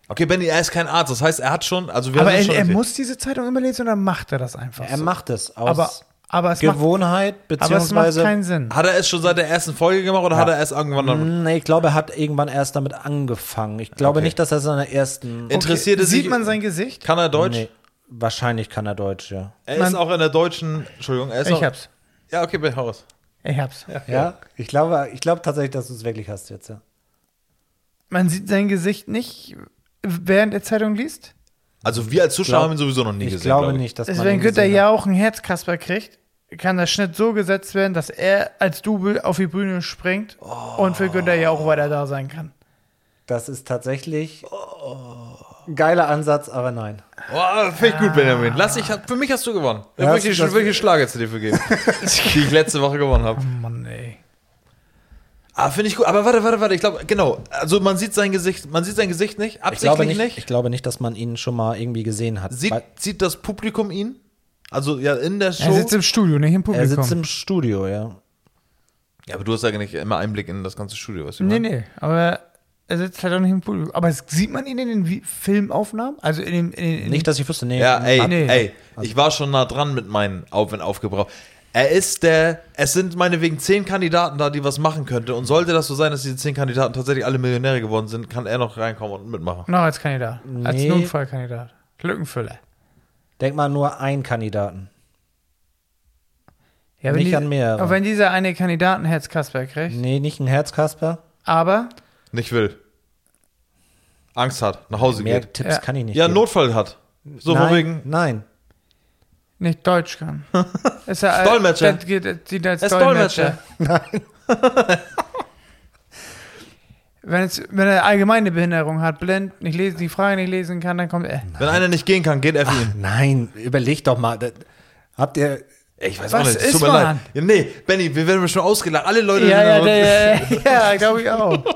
Speaker 3: Okay, Benny, er ist kein Arzt. Das heißt, er hat schon, also wir
Speaker 2: Aber
Speaker 3: haben
Speaker 2: er,
Speaker 3: schon
Speaker 2: er
Speaker 3: erzählt.
Speaker 2: muss diese Zeitung immer lesen oder macht er das einfach?
Speaker 4: Er
Speaker 2: so?
Speaker 4: macht es aus
Speaker 2: aber, aber, es macht,
Speaker 4: Gewohnheit,
Speaker 2: aber es macht
Speaker 4: beziehungsweise.
Speaker 2: keinen Sinn.
Speaker 3: Hat er es schon seit der ersten Folge gemacht oder hat er es irgendwann
Speaker 2: Mm,
Speaker 3: dann...
Speaker 4: Hm, nee, ich glaube, er hat irgendwann erst damit angefangen. Ich glaube
Speaker 3: Okay.
Speaker 4: nicht, dass er seine ersten. Oh,
Speaker 3: Interessiert
Speaker 2: Okay,
Speaker 3: es
Speaker 2: Sieht
Speaker 3: sich-
Speaker 2: man sein Gesicht?
Speaker 3: Kann er Deutsch?
Speaker 4: Nee, wahrscheinlich kann er Deutsch, ja.
Speaker 3: Er
Speaker 2: Man-
Speaker 3: ist auch in der deutschen... Entschuldigung, er ist auch...
Speaker 2: Ich hab's.
Speaker 3: Ja, okay, Benny, hau raus.
Speaker 2: Ich hab's.
Speaker 4: Ja, ich glaube, ich glaube tatsächlich, dass du es wirklich hast jetzt, ja.
Speaker 2: Man sieht sein Gesicht nicht, während er Zeitung liest?
Speaker 3: Also wir als Zuschauer
Speaker 4: Glaub-
Speaker 3: haben ihn sowieso noch nie
Speaker 4: Ich
Speaker 3: gesehen.
Speaker 4: glaube
Speaker 3: glaub
Speaker 4: nicht, dass
Speaker 2: Ist,
Speaker 4: man
Speaker 2: wenn
Speaker 4: ihn gesehen
Speaker 2: Günther
Speaker 4: hat.
Speaker 2: ja auch einen Herzkasper kriegt, kann der Schnitt so gesetzt werden, dass er als Double auf die Bühne springt und für Günther ja auch weiter da sein kann.
Speaker 4: Das ist tatsächlich ein geiler Ansatz, aber nein.
Speaker 3: Oh, finde ich gut, Benjamin. Lass ich, für mich hast du gewonnen. Ich
Speaker 4: Ja,
Speaker 3: möchte dir
Speaker 4: das-
Speaker 3: schon
Speaker 4: das-
Speaker 3: welche Schlager zu dir vergeben, die ich letzte Woche gewonnen habe.
Speaker 2: Mann, ey.
Speaker 3: Ah, finde ich gut. Aber warte, warte, warte. Ich glaube, genau. Also man sieht sein Gesicht, man sieht sein Gesicht nicht,
Speaker 4: Ich
Speaker 3: absichtlich
Speaker 4: glaube nicht,
Speaker 3: nicht.
Speaker 4: ich glaube nicht, dass man ihn schon mal irgendwie gesehen hat.
Speaker 3: Sieht,
Speaker 4: Weil
Speaker 3: sieht das Publikum ihn? Also ja, in der Show.
Speaker 2: Er sitzt im Studio, nicht im
Speaker 4: er sitzt
Speaker 2: Publikum.
Speaker 4: im Studio, ja.
Speaker 3: Mhm. ja, aber du hast ja nicht immer Einblick in das ganze Studio, weißt du?
Speaker 4: Ne?
Speaker 2: nee, nee, aber er sitzt halt auch nicht im Publikum. Aber es- sieht man ihn in den Vi- Filmaufnahmen? Also in den. In, den- in,
Speaker 4: Nicht, dass ich wüsste, nee.
Speaker 3: Ja, ey,
Speaker 2: Nee.
Speaker 3: ey. Ich war schon nah dran mit meinen Auf- und Aufgebraucht. Er ist der, es sind meinetwegen zehn Kandidaten da, die was machen könnte. Und sollte das so sein, dass diese zehn Kandidaten tatsächlich alle Millionäre geworden sind, kann er noch reinkommen und mitmachen.
Speaker 2: Noch als Kandidat. Als
Speaker 4: Nee.
Speaker 2: Notfallkandidat. Lückenfüller.
Speaker 4: Denk mal nur einen Kandidaten.
Speaker 2: Ja,
Speaker 4: Nicht an Hm. mehrere.
Speaker 2: Aber wenn dieser eine Kandidatenherz Kasper kriegt,
Speaker 4: Nee, nicht ein Herzkasper.
Speaker 2: aber
Speaker 3: Nicht will. Angst hat, nach Hause
Speaker 4: Mehr
Speaker 3: geht.
Speaker 4: Tipps
Speaker 2: Ja.
Speaker 4: kann ich nicht.
Speaker 3: Ja,
Speaker 4: geben.
Speaker 3: Notfall hat. So
Speaker 4: nein,
Speaker 3: von wegen,
Speaker 4: Nein.
Speaker 2: nicht Deutsch kann. Ist er,
Speaker 3: Dolmetscher.
Speaker 2: Das geht, das dient als
Speaker 3: Er ist
Speaker 2: Dolmetscher. Wenn, es, wenn er allgemeine Behinderung hat, blind, nicht lesen, die Frage nicht lesen kann, dann kommt er.
Speaker 3: Wenn einer nicht gehen kann, geht er für ihn.
Speaker 4: Nein, überleg doch mal. Das, habt ihr.
Speaker 3: Ich weiß
Speaker 2: Was
Speaker 3: auch nicht,
Speaker 2: ist
Speaker 3: tut mir
Speaker 2: man?
Speaker 3: leid. Ja, nee, Benny, wir werden schon ausgelacht. Alle Leute
Speaker 2: Ja,
Speaker 3: sind
Speaker 2: ja,
Speaker 4: Genau.
Speaker 3: da-
Speaker 2: ja, ja, ja glaube ich auch.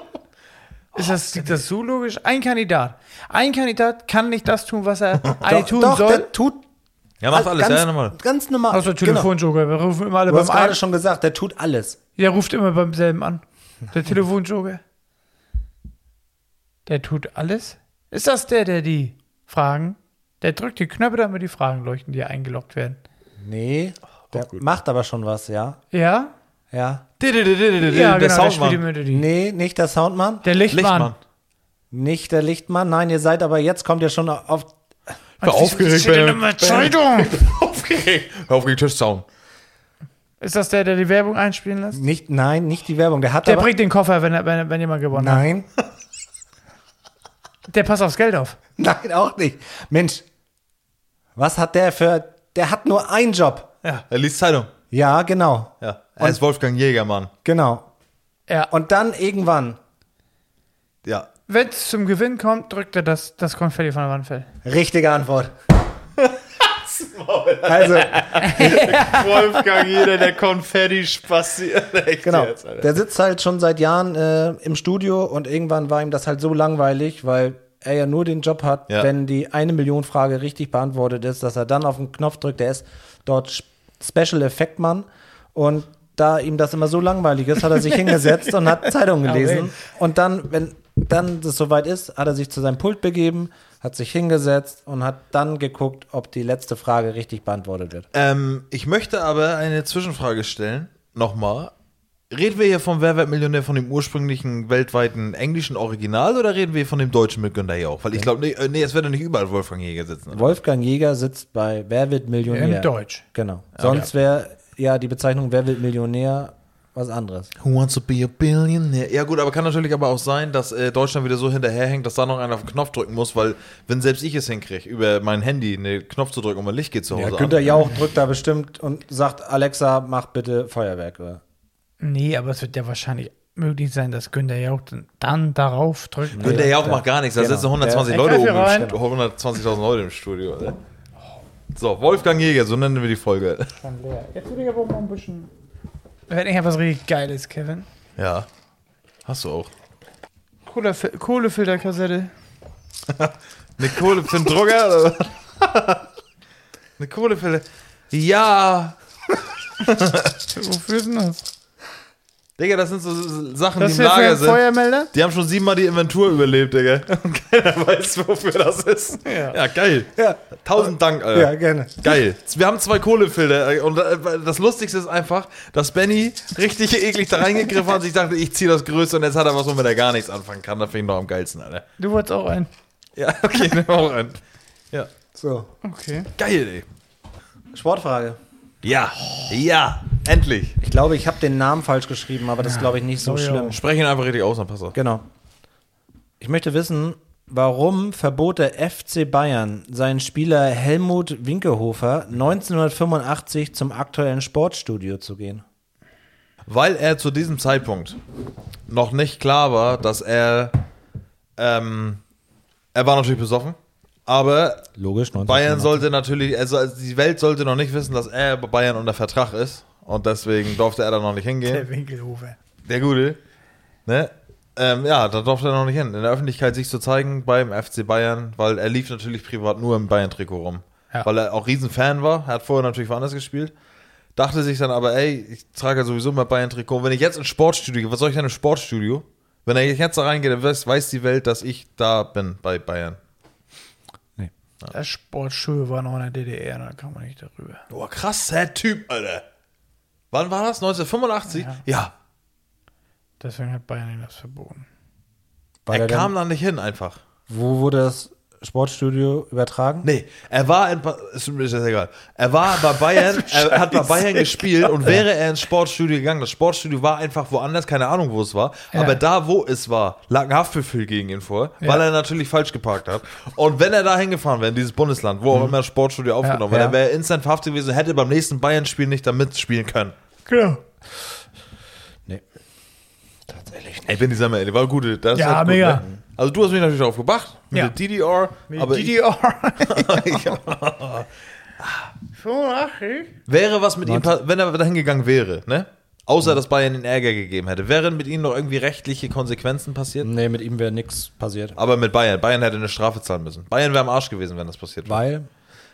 Speaker 2: Ist das, liegt das so logisch? Ein Kandidat. Ein Kandidat kann nicht das tun, was er eigentlich tun
Speaker 4: doch,
Speaker 2: soll.
Speaker 4: der tut.
Speaker 3: Ja, macht alles,
Speaker 4: ganz,
Speaker 3: ja, nochmal.
Speaker 4: Ganz normal.
Speaker 2: Außer Telefonjoker. Wir rufen immer alle
Speaker 4: Genau. Du
Speaker 2: beim
Speaker 4: hast gerade
Speaker 2: einen.
Speaker 4: schon gesagt, der tut alles.
Speaker 2: Der ruft immer beim selben an. Der Telefonjoker. Der tut alles. Ist das der, der die Fragen? Der drückt die Knöpfe, damit die Fragen leuchten, die eingeloggt werden.
Speaker 4: Nee, der macht aber schon was, ja.
Speaker 2: Ja? Ja,
Speaker 4: Ja.
Speaker 3: Ja,
Speaker 2: genau, der spielt die Melodie.
Speaker 4: Nee, nicht der Soundmann,
Speaker 2: Der Lichtmann.
Speaker 3: Lichtmann.
Speaker 4: nicht der Lichtmann. Nein, ihr seid aber jetzt, kommt ihr schon auf.
Speaker 3: Ich war aufgeregt.
Speaker 2: Steht in
Speaker 3: Wenn,
Speaker 2: der Zeitung.
Speaker 3: aufgeregt. Hör auf gegen Tischzaun.
Speaker 2: Ist das der, der die Werbung einspielen lässt?
Speaker 4: Nicht, nein, nicht die Werbung. Der hat
Speaker 2: Der
Speaker 4: aber.
Speaker 2: bringt den Koffer, wenn, er- wenn, wenn jemand gewonnen hat.
Speaker 4: Nein,
Speaker 2: Der passt aufs Geld auf.
Speaker 4: nein, auch nicht. Mensch, was hat der für. Der hat nur einen Job.
Speaker 3: Ja. Er liest Zeitung.
Speaker 4: Ja, genau,
Speaker 3: Ja. Er ist Wolfgang Jägermann.
Speaker 4: genau.
Speaker 2: Ja. Und
Speaker 4: Und dann irgendwann,
Speaker 3: Ja.
Speaker 2: wenn es zum Gewinn kommt, drückt er das, das Konfetti von der Wand fällt.
Speaker 4: richtige Antwort. also,
Speaker 3: Wolfgang, jeder der Konfetti spaziert.
Speaker 4: genau. Der sitzt halt schon seit Jahren äh, im Studio und irgendwann war ihm das halt so langweilig, weil er ja nur den Job hat,
Speaker 3: Ja.
Speaker 4: wenn die eine Million Frage richtig beantwortet ist, dass er dann auf den Knopf drückt. Der ist dort Sp- Special Effect Mann und da ihm das immer so langweilig ist, hat er sich hingesetzt und hat Zeitung gelesen. Und dann, wenn dann es soweit ist, hat er sich zu seinem Pult begeben, hat sich hingesetzt und hat dann geguckt, ob die letzte Frage richtig beantwortet wird.
Speaker 3: Ähm, ich möchte aber eine Zwischenfrage stellen. Nochmal. Reden wir hier vom Werwert Millionär von dem ursprünglichen weltweiten englischen Original oder reden wir von dem deutschen mit Günther Jauch? Weil ich glaube, nee, äh, nee, es wird doch nicht überall Wolfgang Jäger sitzen. oder?
Speaker 4: Wolfgang Jäger sitzt bei Wer wird Millionär?
Speaker 2: In Deutsch.
Speaker 4: Genau. Sonst wäre ja die Bezeichnung Wer wird Millionär was anderes.
Speaker 3: Who wants to be a billionaire? Ja gut, aber kann natürlich aber auch sein, dass äh, Deutschland wieder so hinterherhängt, dass da noch einer auf den Knopf drücken muss, weil wenn selbst ich es hinkriege, über mein Handy einen Knopf zu drücken und mein Licht geht zu
Speaker 4: Ja,
Speaker 3: Hause
Speaker 4: Günter
Speaker 3: an.
Speaker 4: Jauch drückt da bestimmt und sagt, Alexa, mach bitte Feuerwerk. Oder?
Speaker 2: Nee, aber es wird ja wahrscheinlich möglich sein, dass Günther Jauch dann- dann darauf drückt.
Speaker 3: Günter
Speaker 4: Ja,
Speaker 3: Jauch
Speaker 4: klar.
Speaker 3: macht gar nichts, da
Speaker 4: Genau.
Speaker 3: sitzen 120
Speaker 2: Ja.
Speaker 3: Leute
Speaker 2: Ein
Speaker 3: oben im
Speaker 2: Kaffee
Speaker 3: Stu- 120.000 Leute im Studio. Alter. So, Wolfgang Jäger, so nennen wir die Folge.
Speaker 2: Jetzt würde ich aber mal ein bisschen. Wenn ich was richtig Geiles, Kevin.
Speaker 3: Ja. Hast du auch.
Speaker 2: Cola- Kohlefilterkassette.
Speaker 3: Eine Kohle für den Drucker? Oder? was? Eine Kohle für... Ja.
Speaker 2: Wofür ist denn das?
Speaker 3: Digga, das sind so Sachen,
Speaker 2: Das
Speaker 3: die
Speaker 2: hier
Speaker 3: im
Speaker 2: für
Speaker 3: Lager
Speaker 2: ein
Speaker 3: sind.
Speaker 2: Feuermelder?
Speaker 3: Die haben schon siebenmal die Inventur überlebt, Digga. Und keiner weiß, wofür das ist. Ja, geil.
Speaker 4: Ja.
Speaker 3: Tausend Dank, Alter.
Speaker 4: ja, gerne.
Speaker 3: Geil. Wir haben zwei Kohlefilter. äh, Und äh, das Lustigste ist einfach, dass Benny richtig eklig da reingegriffen hat und sich dachte, ich ziehe das Größte und jetzt hat er was, womit er gar nichts anfangen kann. Da finde ich noch am geilsten, Alter.
Speaker 2: Du wolltest auch einen.
Speaker 3: Ja, okay, nehmen wir auch einen. Ja.
Speaker 4: So.
Speaker 2: Okay.
Speaker 3: Geil, ey.
Speaker 4: Sportfrage.
Speaker 3: Ja. Ja. Endlich.
Speaker 4: Ich glaube, ich habe den Namen falsch geschrieben, aber das ist, glaube ich, nicht so
Speaker 2: Oh ja.
Speaker 4: schlimm.
Speaker 3: Sprechen ihn einfach richtig aus, dann passt das.
Speaker 4: Genau. Ich möchte wissen, warum verbot der FC Bayern seinen Spieler Helmut Winkehofer 1985 zum aktuellen Sportstudio zu gehen?
Speaker 3: Weil er zu diesem Zeitpunkt noch nicht klar war, dass er. Ähm, er war natürlich besoffen, aber
Speaker 4: Logisch,
Speaker 3: Bayern sollte natürlich, also also die Welt sollte noch nicht wissen, dass er bei Bayern unter Vertrag ist und deswegen durfte er da noch nicht hingehen.
Speaker 2: Der Winkelhofer.
Speaker 3: Der Gute. Ne? Ähm, ja, da durfte er noch nicht hin. In der Öffentlichkeit sich zu zeigen beim FC Bayern, weil er lief natürlich privat nur im Bayern-Trikot rum.
Speaker 2: Ja.
Speaker 3: Weil er auch Riesenfan war. Er hat vorher natürlich woanders gespielt. Dachte sich dann aber, ey, ich trage ja sowieso mal Bayern-Trikot. Wenn ich jetzt ins Sportstudio gehe, was soll ich denn im Sportstudio? Wenn er jetzt da reingeht, dann weiß, weiß die Welt, dass ich da bin bei Bayern.
Speaker 2: Das Sportschuhe waren noch in der DDR, da kann man nicht darüber.
Speaker 3: Boah, krasser Typ, Alter. Wann war das? 1985? Ja.
Speaker 2: Deswegen hat Bayern ihm das verboten.
Speaker 4: Weil
Speaker 3: er
Speaker 4: er
Speaker 3: kam da nicht hin einfach.
Speaker 4: Wo wurde das Sportstudio übertragen?
Speaker 3: Nee, er war in ba ist mir das egal. Er war bei Bayern, er hat bei Bayern gespielt und wäre er ins Sportstudio gegangen. Das Sportstudio war einfach woanders, keine Ahnung, wo es war.
Speaker 2: Ja.
Speaker 3: Aber da, wo es war, lag ein Haftbefehl gegen ihn vor, weil
Speaker 2: Ja.
Speaker 3: er natürlich falsch geparkt hat. Und wenn er da hingefahren wäre, in dieses Bundesland, wo auch immer das Sportstudio aufgenommen wäre,
Speaker 4: ja.
Speaker 3: dann wäre er instant verhaftet gewesen und hätte beim nächsten Bayern-Spiel nicht da mitspielen können.
Speaker 2: Genau.
Speaker 4: Tatsächlich nicht.
Speaker 3: Ey, bin dieser Mail, die war gut. Das
Speaker 2: Ja,
Speaker 3: hat gut,
Speaker 2: mega.
Speaker 3: Ne? Also du hast mich natürlich darauf gebracht, mit
Speaker 2: Ja.
Speaker 3: der DDR. aber ich-
Speaker 2: DDR.
Speaker 3: ich,
Speaker 2: 85?
Speaker 3: wäre was mit ihm, pa- wenn er dahin gegangen wäre, ne? Außer, dass Bayern den Ärger gegeben hätte. Wären mit ihm noch irgendwie rechtliche Konsequenzen passiert?
Speaker 4: Nee, mit ihm wäre nichts passiert.
Speaker 3: Aber mit Bayern. Bayern hätte eine Strafe zahlen müssen. Bayern wäre am Arsch gewesen, wenn das passiert wäre.
Speaker 4: Weil,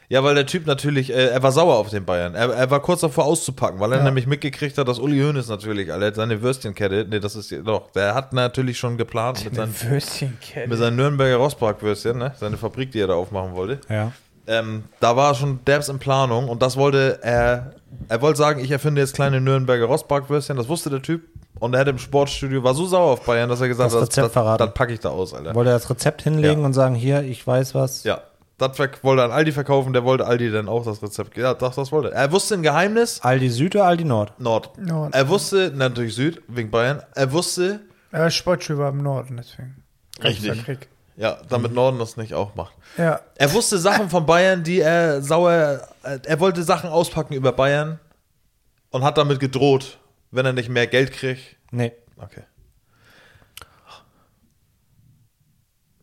Speaker 3: Ja, weil der Typ natürlich, äh, er war sauer auf den Bayern. Er, er war kurz davor auszupacken, weil er nämlich mitgekriegt hat, dass Uli Hoeneß natürlich, Alter, seine Würstchenkette, ne, das ist, doch, der hat natürlich schon geplant mit seinen,
Speaker 2: Würstchenkette.
Speaker 3: mit seinen Nürnberger Rostbackwürstchen, ne? Seine Fabrik, die er da aufmachen wollte.
Speaker 4: ja.
Speaker 3: ähm, da war schon Derbs in Planung und das wollte er, er wollte sagen, ich erfinde jetzt kleine Nürnberger Rostbackwürstchen, das wusste der Typ und er hat im Sportstudio, war so sauer auf Bayern, dass er gesagt
Speaker 4: Das
Speaker 3: hat, das,
Speaker 4: Rezept
Speaker 3: das,
Speaker 4: verraten.
Speaker 3: das packe ich da aus, Alter.
Speaker 4: Wollte er das Rezept hinlegen
Speaker 3: Ja.
Speaker 4: und sagen, hier, ich weiß was.
Speaker 3: Ja, das verk- wollte er an Aldi verkaufen, der wollte Aldi dann auch das Rezept, ja, das, das wollte er. Er wusste ein Geheimnis,
Speaker 4: Aldi Süd oder Aldi Nord?
Speaker 3: Nord.
Speaker 2: Nord.
Speaker 3: Er wusste, natürlich Süd, wegen Bayern, er wusste,
Speaker 2: Ja, Sportschuhe war im Norden, deswegen. Großer Krieg.
Speaker 3: ja,
Speaker 4: Mhm.
Speaker 3: damit Norden das nicht auch macht.
Speaker 2: Ja.
Speaker 3: Er wusste Sachen von Bayern, die er sauer. Er wollte Sachen auspacken über Bayern und hat damit gedroht, wenn er nicht mehr Geld kriegt.
Speaker 4: Nee.
Speaker 3: Okay.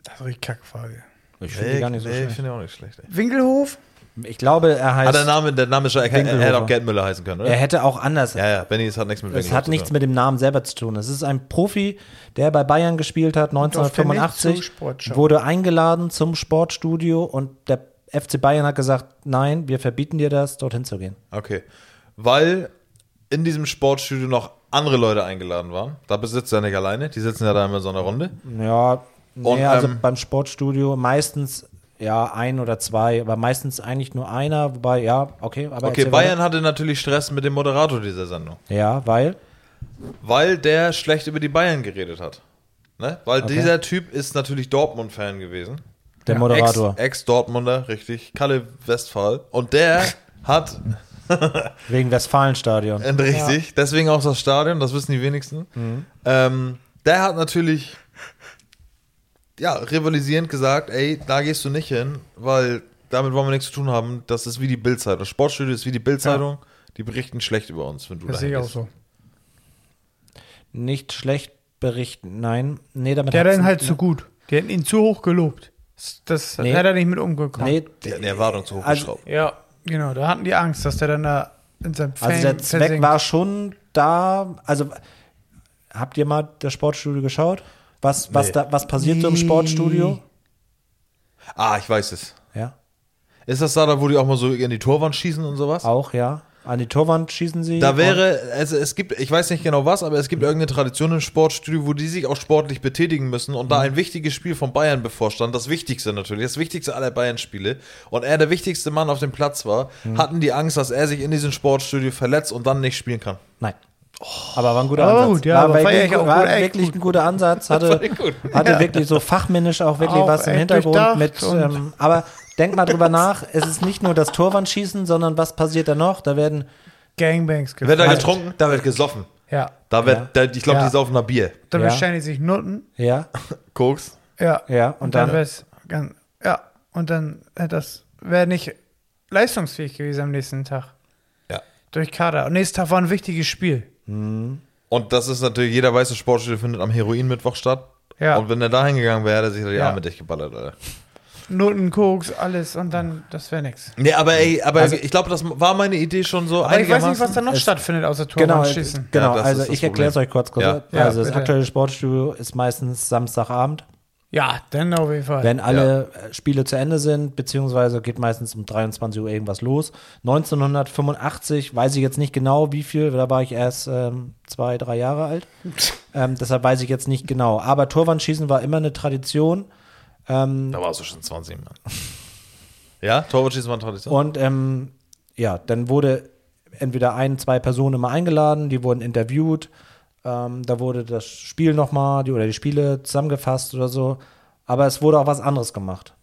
Speaker 2: Das war die Kackfrage.
Speaker 4: Ich finde die gar nicht so
Speaker 3: nee, ich
Speaker 4: schlecht.
Speaker 3: finde auch nicht schlecht. Ey.
Speaker 2: Winkelhof?
Speaker 4: Ich glaube, er heißt.
Speaker 3: Hat der Name, der Name schon, er, kann- er hätte
Speaker 4: Winkelhofer.
Speaker 3: auch Geldmüller heißen können,
Speaker 4: er
Speaker 3: oder?
Speaker 4: hätte auch anders.
Speaker 3: Ja, ja, Benny, es hat nichts mit
Speaker 4: es hat
Speaker 3: zu
Speaker 4: nichts
Speaker 3: tun.
Speaker 4: mit dem Namen selber zu tun. Es ist ein Profi, der bei Bayern gespielt hat,
Speaker 2: auf der Nicht
Speaker 4: 1985,
Speaker 2: zu Sportschau.
Speaker 4: wurde eingeladen zum Sportstudio und der FC Bayern hat gesagt, nein, wir verbieten dir das, dorthin zu gehen.
Speaker 3: Okay. Weil in diesem Sportstudio noch andere Leute eingeladen waren. Da besitzt er nicht alleine. Die sitzen ja da immer in so einer Runde.
Speaker 4: Ja, nee,
Speaker 3: Und,
Speaker 4: also
Speaker 3: ähm,
Speaker 4: beim Sportstudio meistens ja ein oder zwei, aber meistens eigentlich nur einer, wobei ja, okay, aber
Speaker 3: Okay,
Speaker 4: erzähl
Speaker 3: Bayern
Speaker 4: weiter.
Speaker 3: hatte natürlich Stress mit dem Moderator dieser Sendung.
Speaker 4: Ja, weil
Speaker 3: Weil der schlecht über die Bayern geredet hat. Ne? Weil
Speaker 4: Okay.
Speaker 3: dieser Typ ist natürlich Dortmund-Fan gewesen.
Speaker 4: der Moderator
Speaker 3: Ex- Ex-Dortmunder, richtig. Kalle Westphal. Und der hat, äh,
Speaker 4: wegen Westfalenstadion.
Speaker 3: und richtig, deswegen auch das Stadion, das wissen die wenigsten.
Speaker 2: Mhm.
Speaker 3: Ähm, der hat natürlich, ja, rivalisierend gesagt, ey, da gehst du nicht hin, weil damit wollen wir nichts zu tun haben. Das ist wie die Bildzeitung. Das Sportstudio ist wie die Bildzeitung. Die berichten schlecht über uns, wenn du
Speaker 2: Das
Speaker 3: dahin
Speaker 2: sehe ich auch
Speaker 3: gehst.
Speaker 2: so.
Speaker 4: Nicht schlecht berichten, nein, nee, damit
Speaker 2: Der
Speaker 4: hat's
Speaker 2: dann halt
Speaker 4: nicht-
Speaker 2: zu gut. Die hätten ihn zu hoch gelobt. Das- Das
Speaker 4: Nee.
Speaker 2: hat er nicht mit umgekommen.
Speaker 4: Nee,
Speaker 3: Die hatten die Erwartung zu
Speaker 4: Also-
Speaker 3: hochgeschraubt.
Speaker 2: Ja, genau. Da hatten die Angst, dass der dann da in seinem Fame
Speaker 4: also der Zweck
Speaker 2: versinkt.
Speaker 4: war schon da, also habt ihr mal das Sportstudio geschaut? Was was
Speaker 3: Nee.
Speaker 4: da was passiert so im Sportstudio?
Speaker 3: ah, ich weiß es.
Speaker 4: Ja,
Speaker 3: Ist das da, da, wo die auch mal so in die Torwand schießen und sowas?
Speaker 4: auch ja. An die Torwand schießen sie.
Speaker 3: Da wäre, also es gibt, ich weiß nicht genau was, aber es gibt irgendeine Tradition im Sportstudio, wo die sich auch sportlich betätigen müssen und
Speaker 2: Mhm.
Speaker 3: da ein wichtiges Spiel von Bayern bevorstand, das wichtigste natürlich, das wichtigste aller Bayern-Spiele und er der wichtigste Mann auf dem Platz war,
Speaker 2: Mhm.
Speaker 3: hatten die Angst, dass er sich in diesem Sportstudio verletzt und dann nicht spielen kann.
Speaker 4: Nein. aber war ein guter
Speaker 2: Aber
Speaker 4: Ansatz.
Speaker 2: gut, ja, aber
Speaker 4: war
Speaker 2: feier ich
Speaker 4: wirklich,
Speaker 2: auch
Speaker 4: war
Speaker 2: gut, echt
Speaker 4: wirklich
Speaker 2: gut.
Speaker 4: ein guter Ansatz. Hatte, hatte wirklich so fachmännisch auch wirklich
Speaker 2: Auch
Speaker 4: was im
Speaker 2: echt
Speaker 4: Hintergrund mit.
Speaker 2: durchdacht und-
Speaker 4: Ähm, aber denk mal drüber nach. Es ist nicht nur das Torwandschießen, sondern was passiert da noch? Da werden
Speaker 2: Gangbangs
Speaker 3: Wird er
Speaker 2: gefeiert.
Speaker 3: getrunken? Da wird gesoffen.
Speaker 2: Halt. Ja.
Speaker 3: Da wird, da, ich glaube,
Speaker 2: Ja.
Speaker 3: die saufen nach Bier.
Speaker 2: Dann
Speaker 4: Ja.
Speaker 2: bestellen die sich Nutten.
Speaker 4: ja,
Speaker 3: Koks.
Speaker 2: Ja.
Speaker 4: ja und
Speaker 2: dann
Speaker 4: dann
Speaker 2: wär's ganz, ja. Und dann hätte das wäre nicht leistungsfähig gewesen am nächsten Tag.
Speaker 3: Ja.
Speaker 2: Durch Kader. Und nächsten Tag war ein wichtiges Spiel.
Speaker 3: Und das ist natürlich, jeder weiß, das Sportstudio findet am Heroin-Mittwoch statt.
Speaker 2: Ja.
Speaker 3: Und wenn er da hingegangen wäre, hätte er sich die
Speaker 2: Ja.
Speaker 3: Arme dicht geballert, Alter.
Speaker 2: Nutten, Koks, alles und dann, das wäre nichts.
Speaker 3: Nee, aber ey, aber ich glaube, das war meine Idee schon so.
Speaker 2: Also, Aber ich weiß nicht, was da
Speaker 3: dann.
Speaker 2: noch
Speaker 4: es-
Speaker 2: stattfindet, außer
Speaker 4: Genau,
Speaker 2: Toren schießen.
Speaker 4: genau.
Speaker 3: Ja, das
Speaker 4: also
Speaker 3: ist das
Speaker 4: ich erkläre es euch
Speaker 3: Problem.
Speaker 4: kurz. kurz.
Speaker 3: Ja.
Speaker 2: Ja,
Speaker 4: also das
Speaker 2: bitte.
Speaker 4: aktuelle Sportstudio ist meistens Samstagabend,
Speaker 2: Ja, dann auf jeden Fall.
Speaker 4: wenn alle äh, Spiele zu Ende sind, beziehungsweise geht meistens um 23 Uhr irgendwas los. 1985 weiß ich jetzt nicht genau, wie viel, da war ich erst ähm, zwei, drei Jahre alt. ähm, deshalb weiß ich jetzt nicht genau. Aber Torwandschießen war immer eine Tradition.
Speaker 3: Da warst du schon 20, Mann. Ja, Torwartschießen war Tradition.
Speaker 4: Und ähm, ja, dann wurde entweder ein, zwei Personen immer eingeladen, die wurden interviewt, ähm, da wurde das Spiel nochmal die, oder die Spiele zusammengefasst oder so. Aber es wurde auch was anderes gemacht.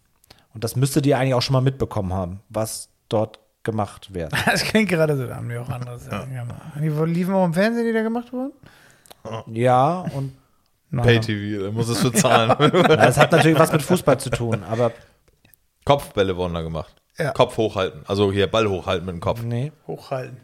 Speaker 4: Und das müsstet ihr eigentlich auch schon mal mitbekommen haben, was dort gemacht wird.
Speaker 2: Das klingt gerade so, da haben die auch andere Sachen gemacht. Die wo- liefen auch im Fernsehen, die da gemacht wurden?
Speaker 4: ja, und
Speaker 2: Nein.
Speaker 3: Pay-TV, da musst du es bezahlen.
Speaker 4: na, es hat natürlich was mit Fußball zu tun, aber
Speaker 3: Kopfbälle wurden da gemacht.
Speaker 2: Ja. Mhm.
Speaker 3: Kopf hochhalten. Also hier, Ball hochhalten mit dem Kopf.
Speaker 4: nee.
Speaker 2: Hochhalten.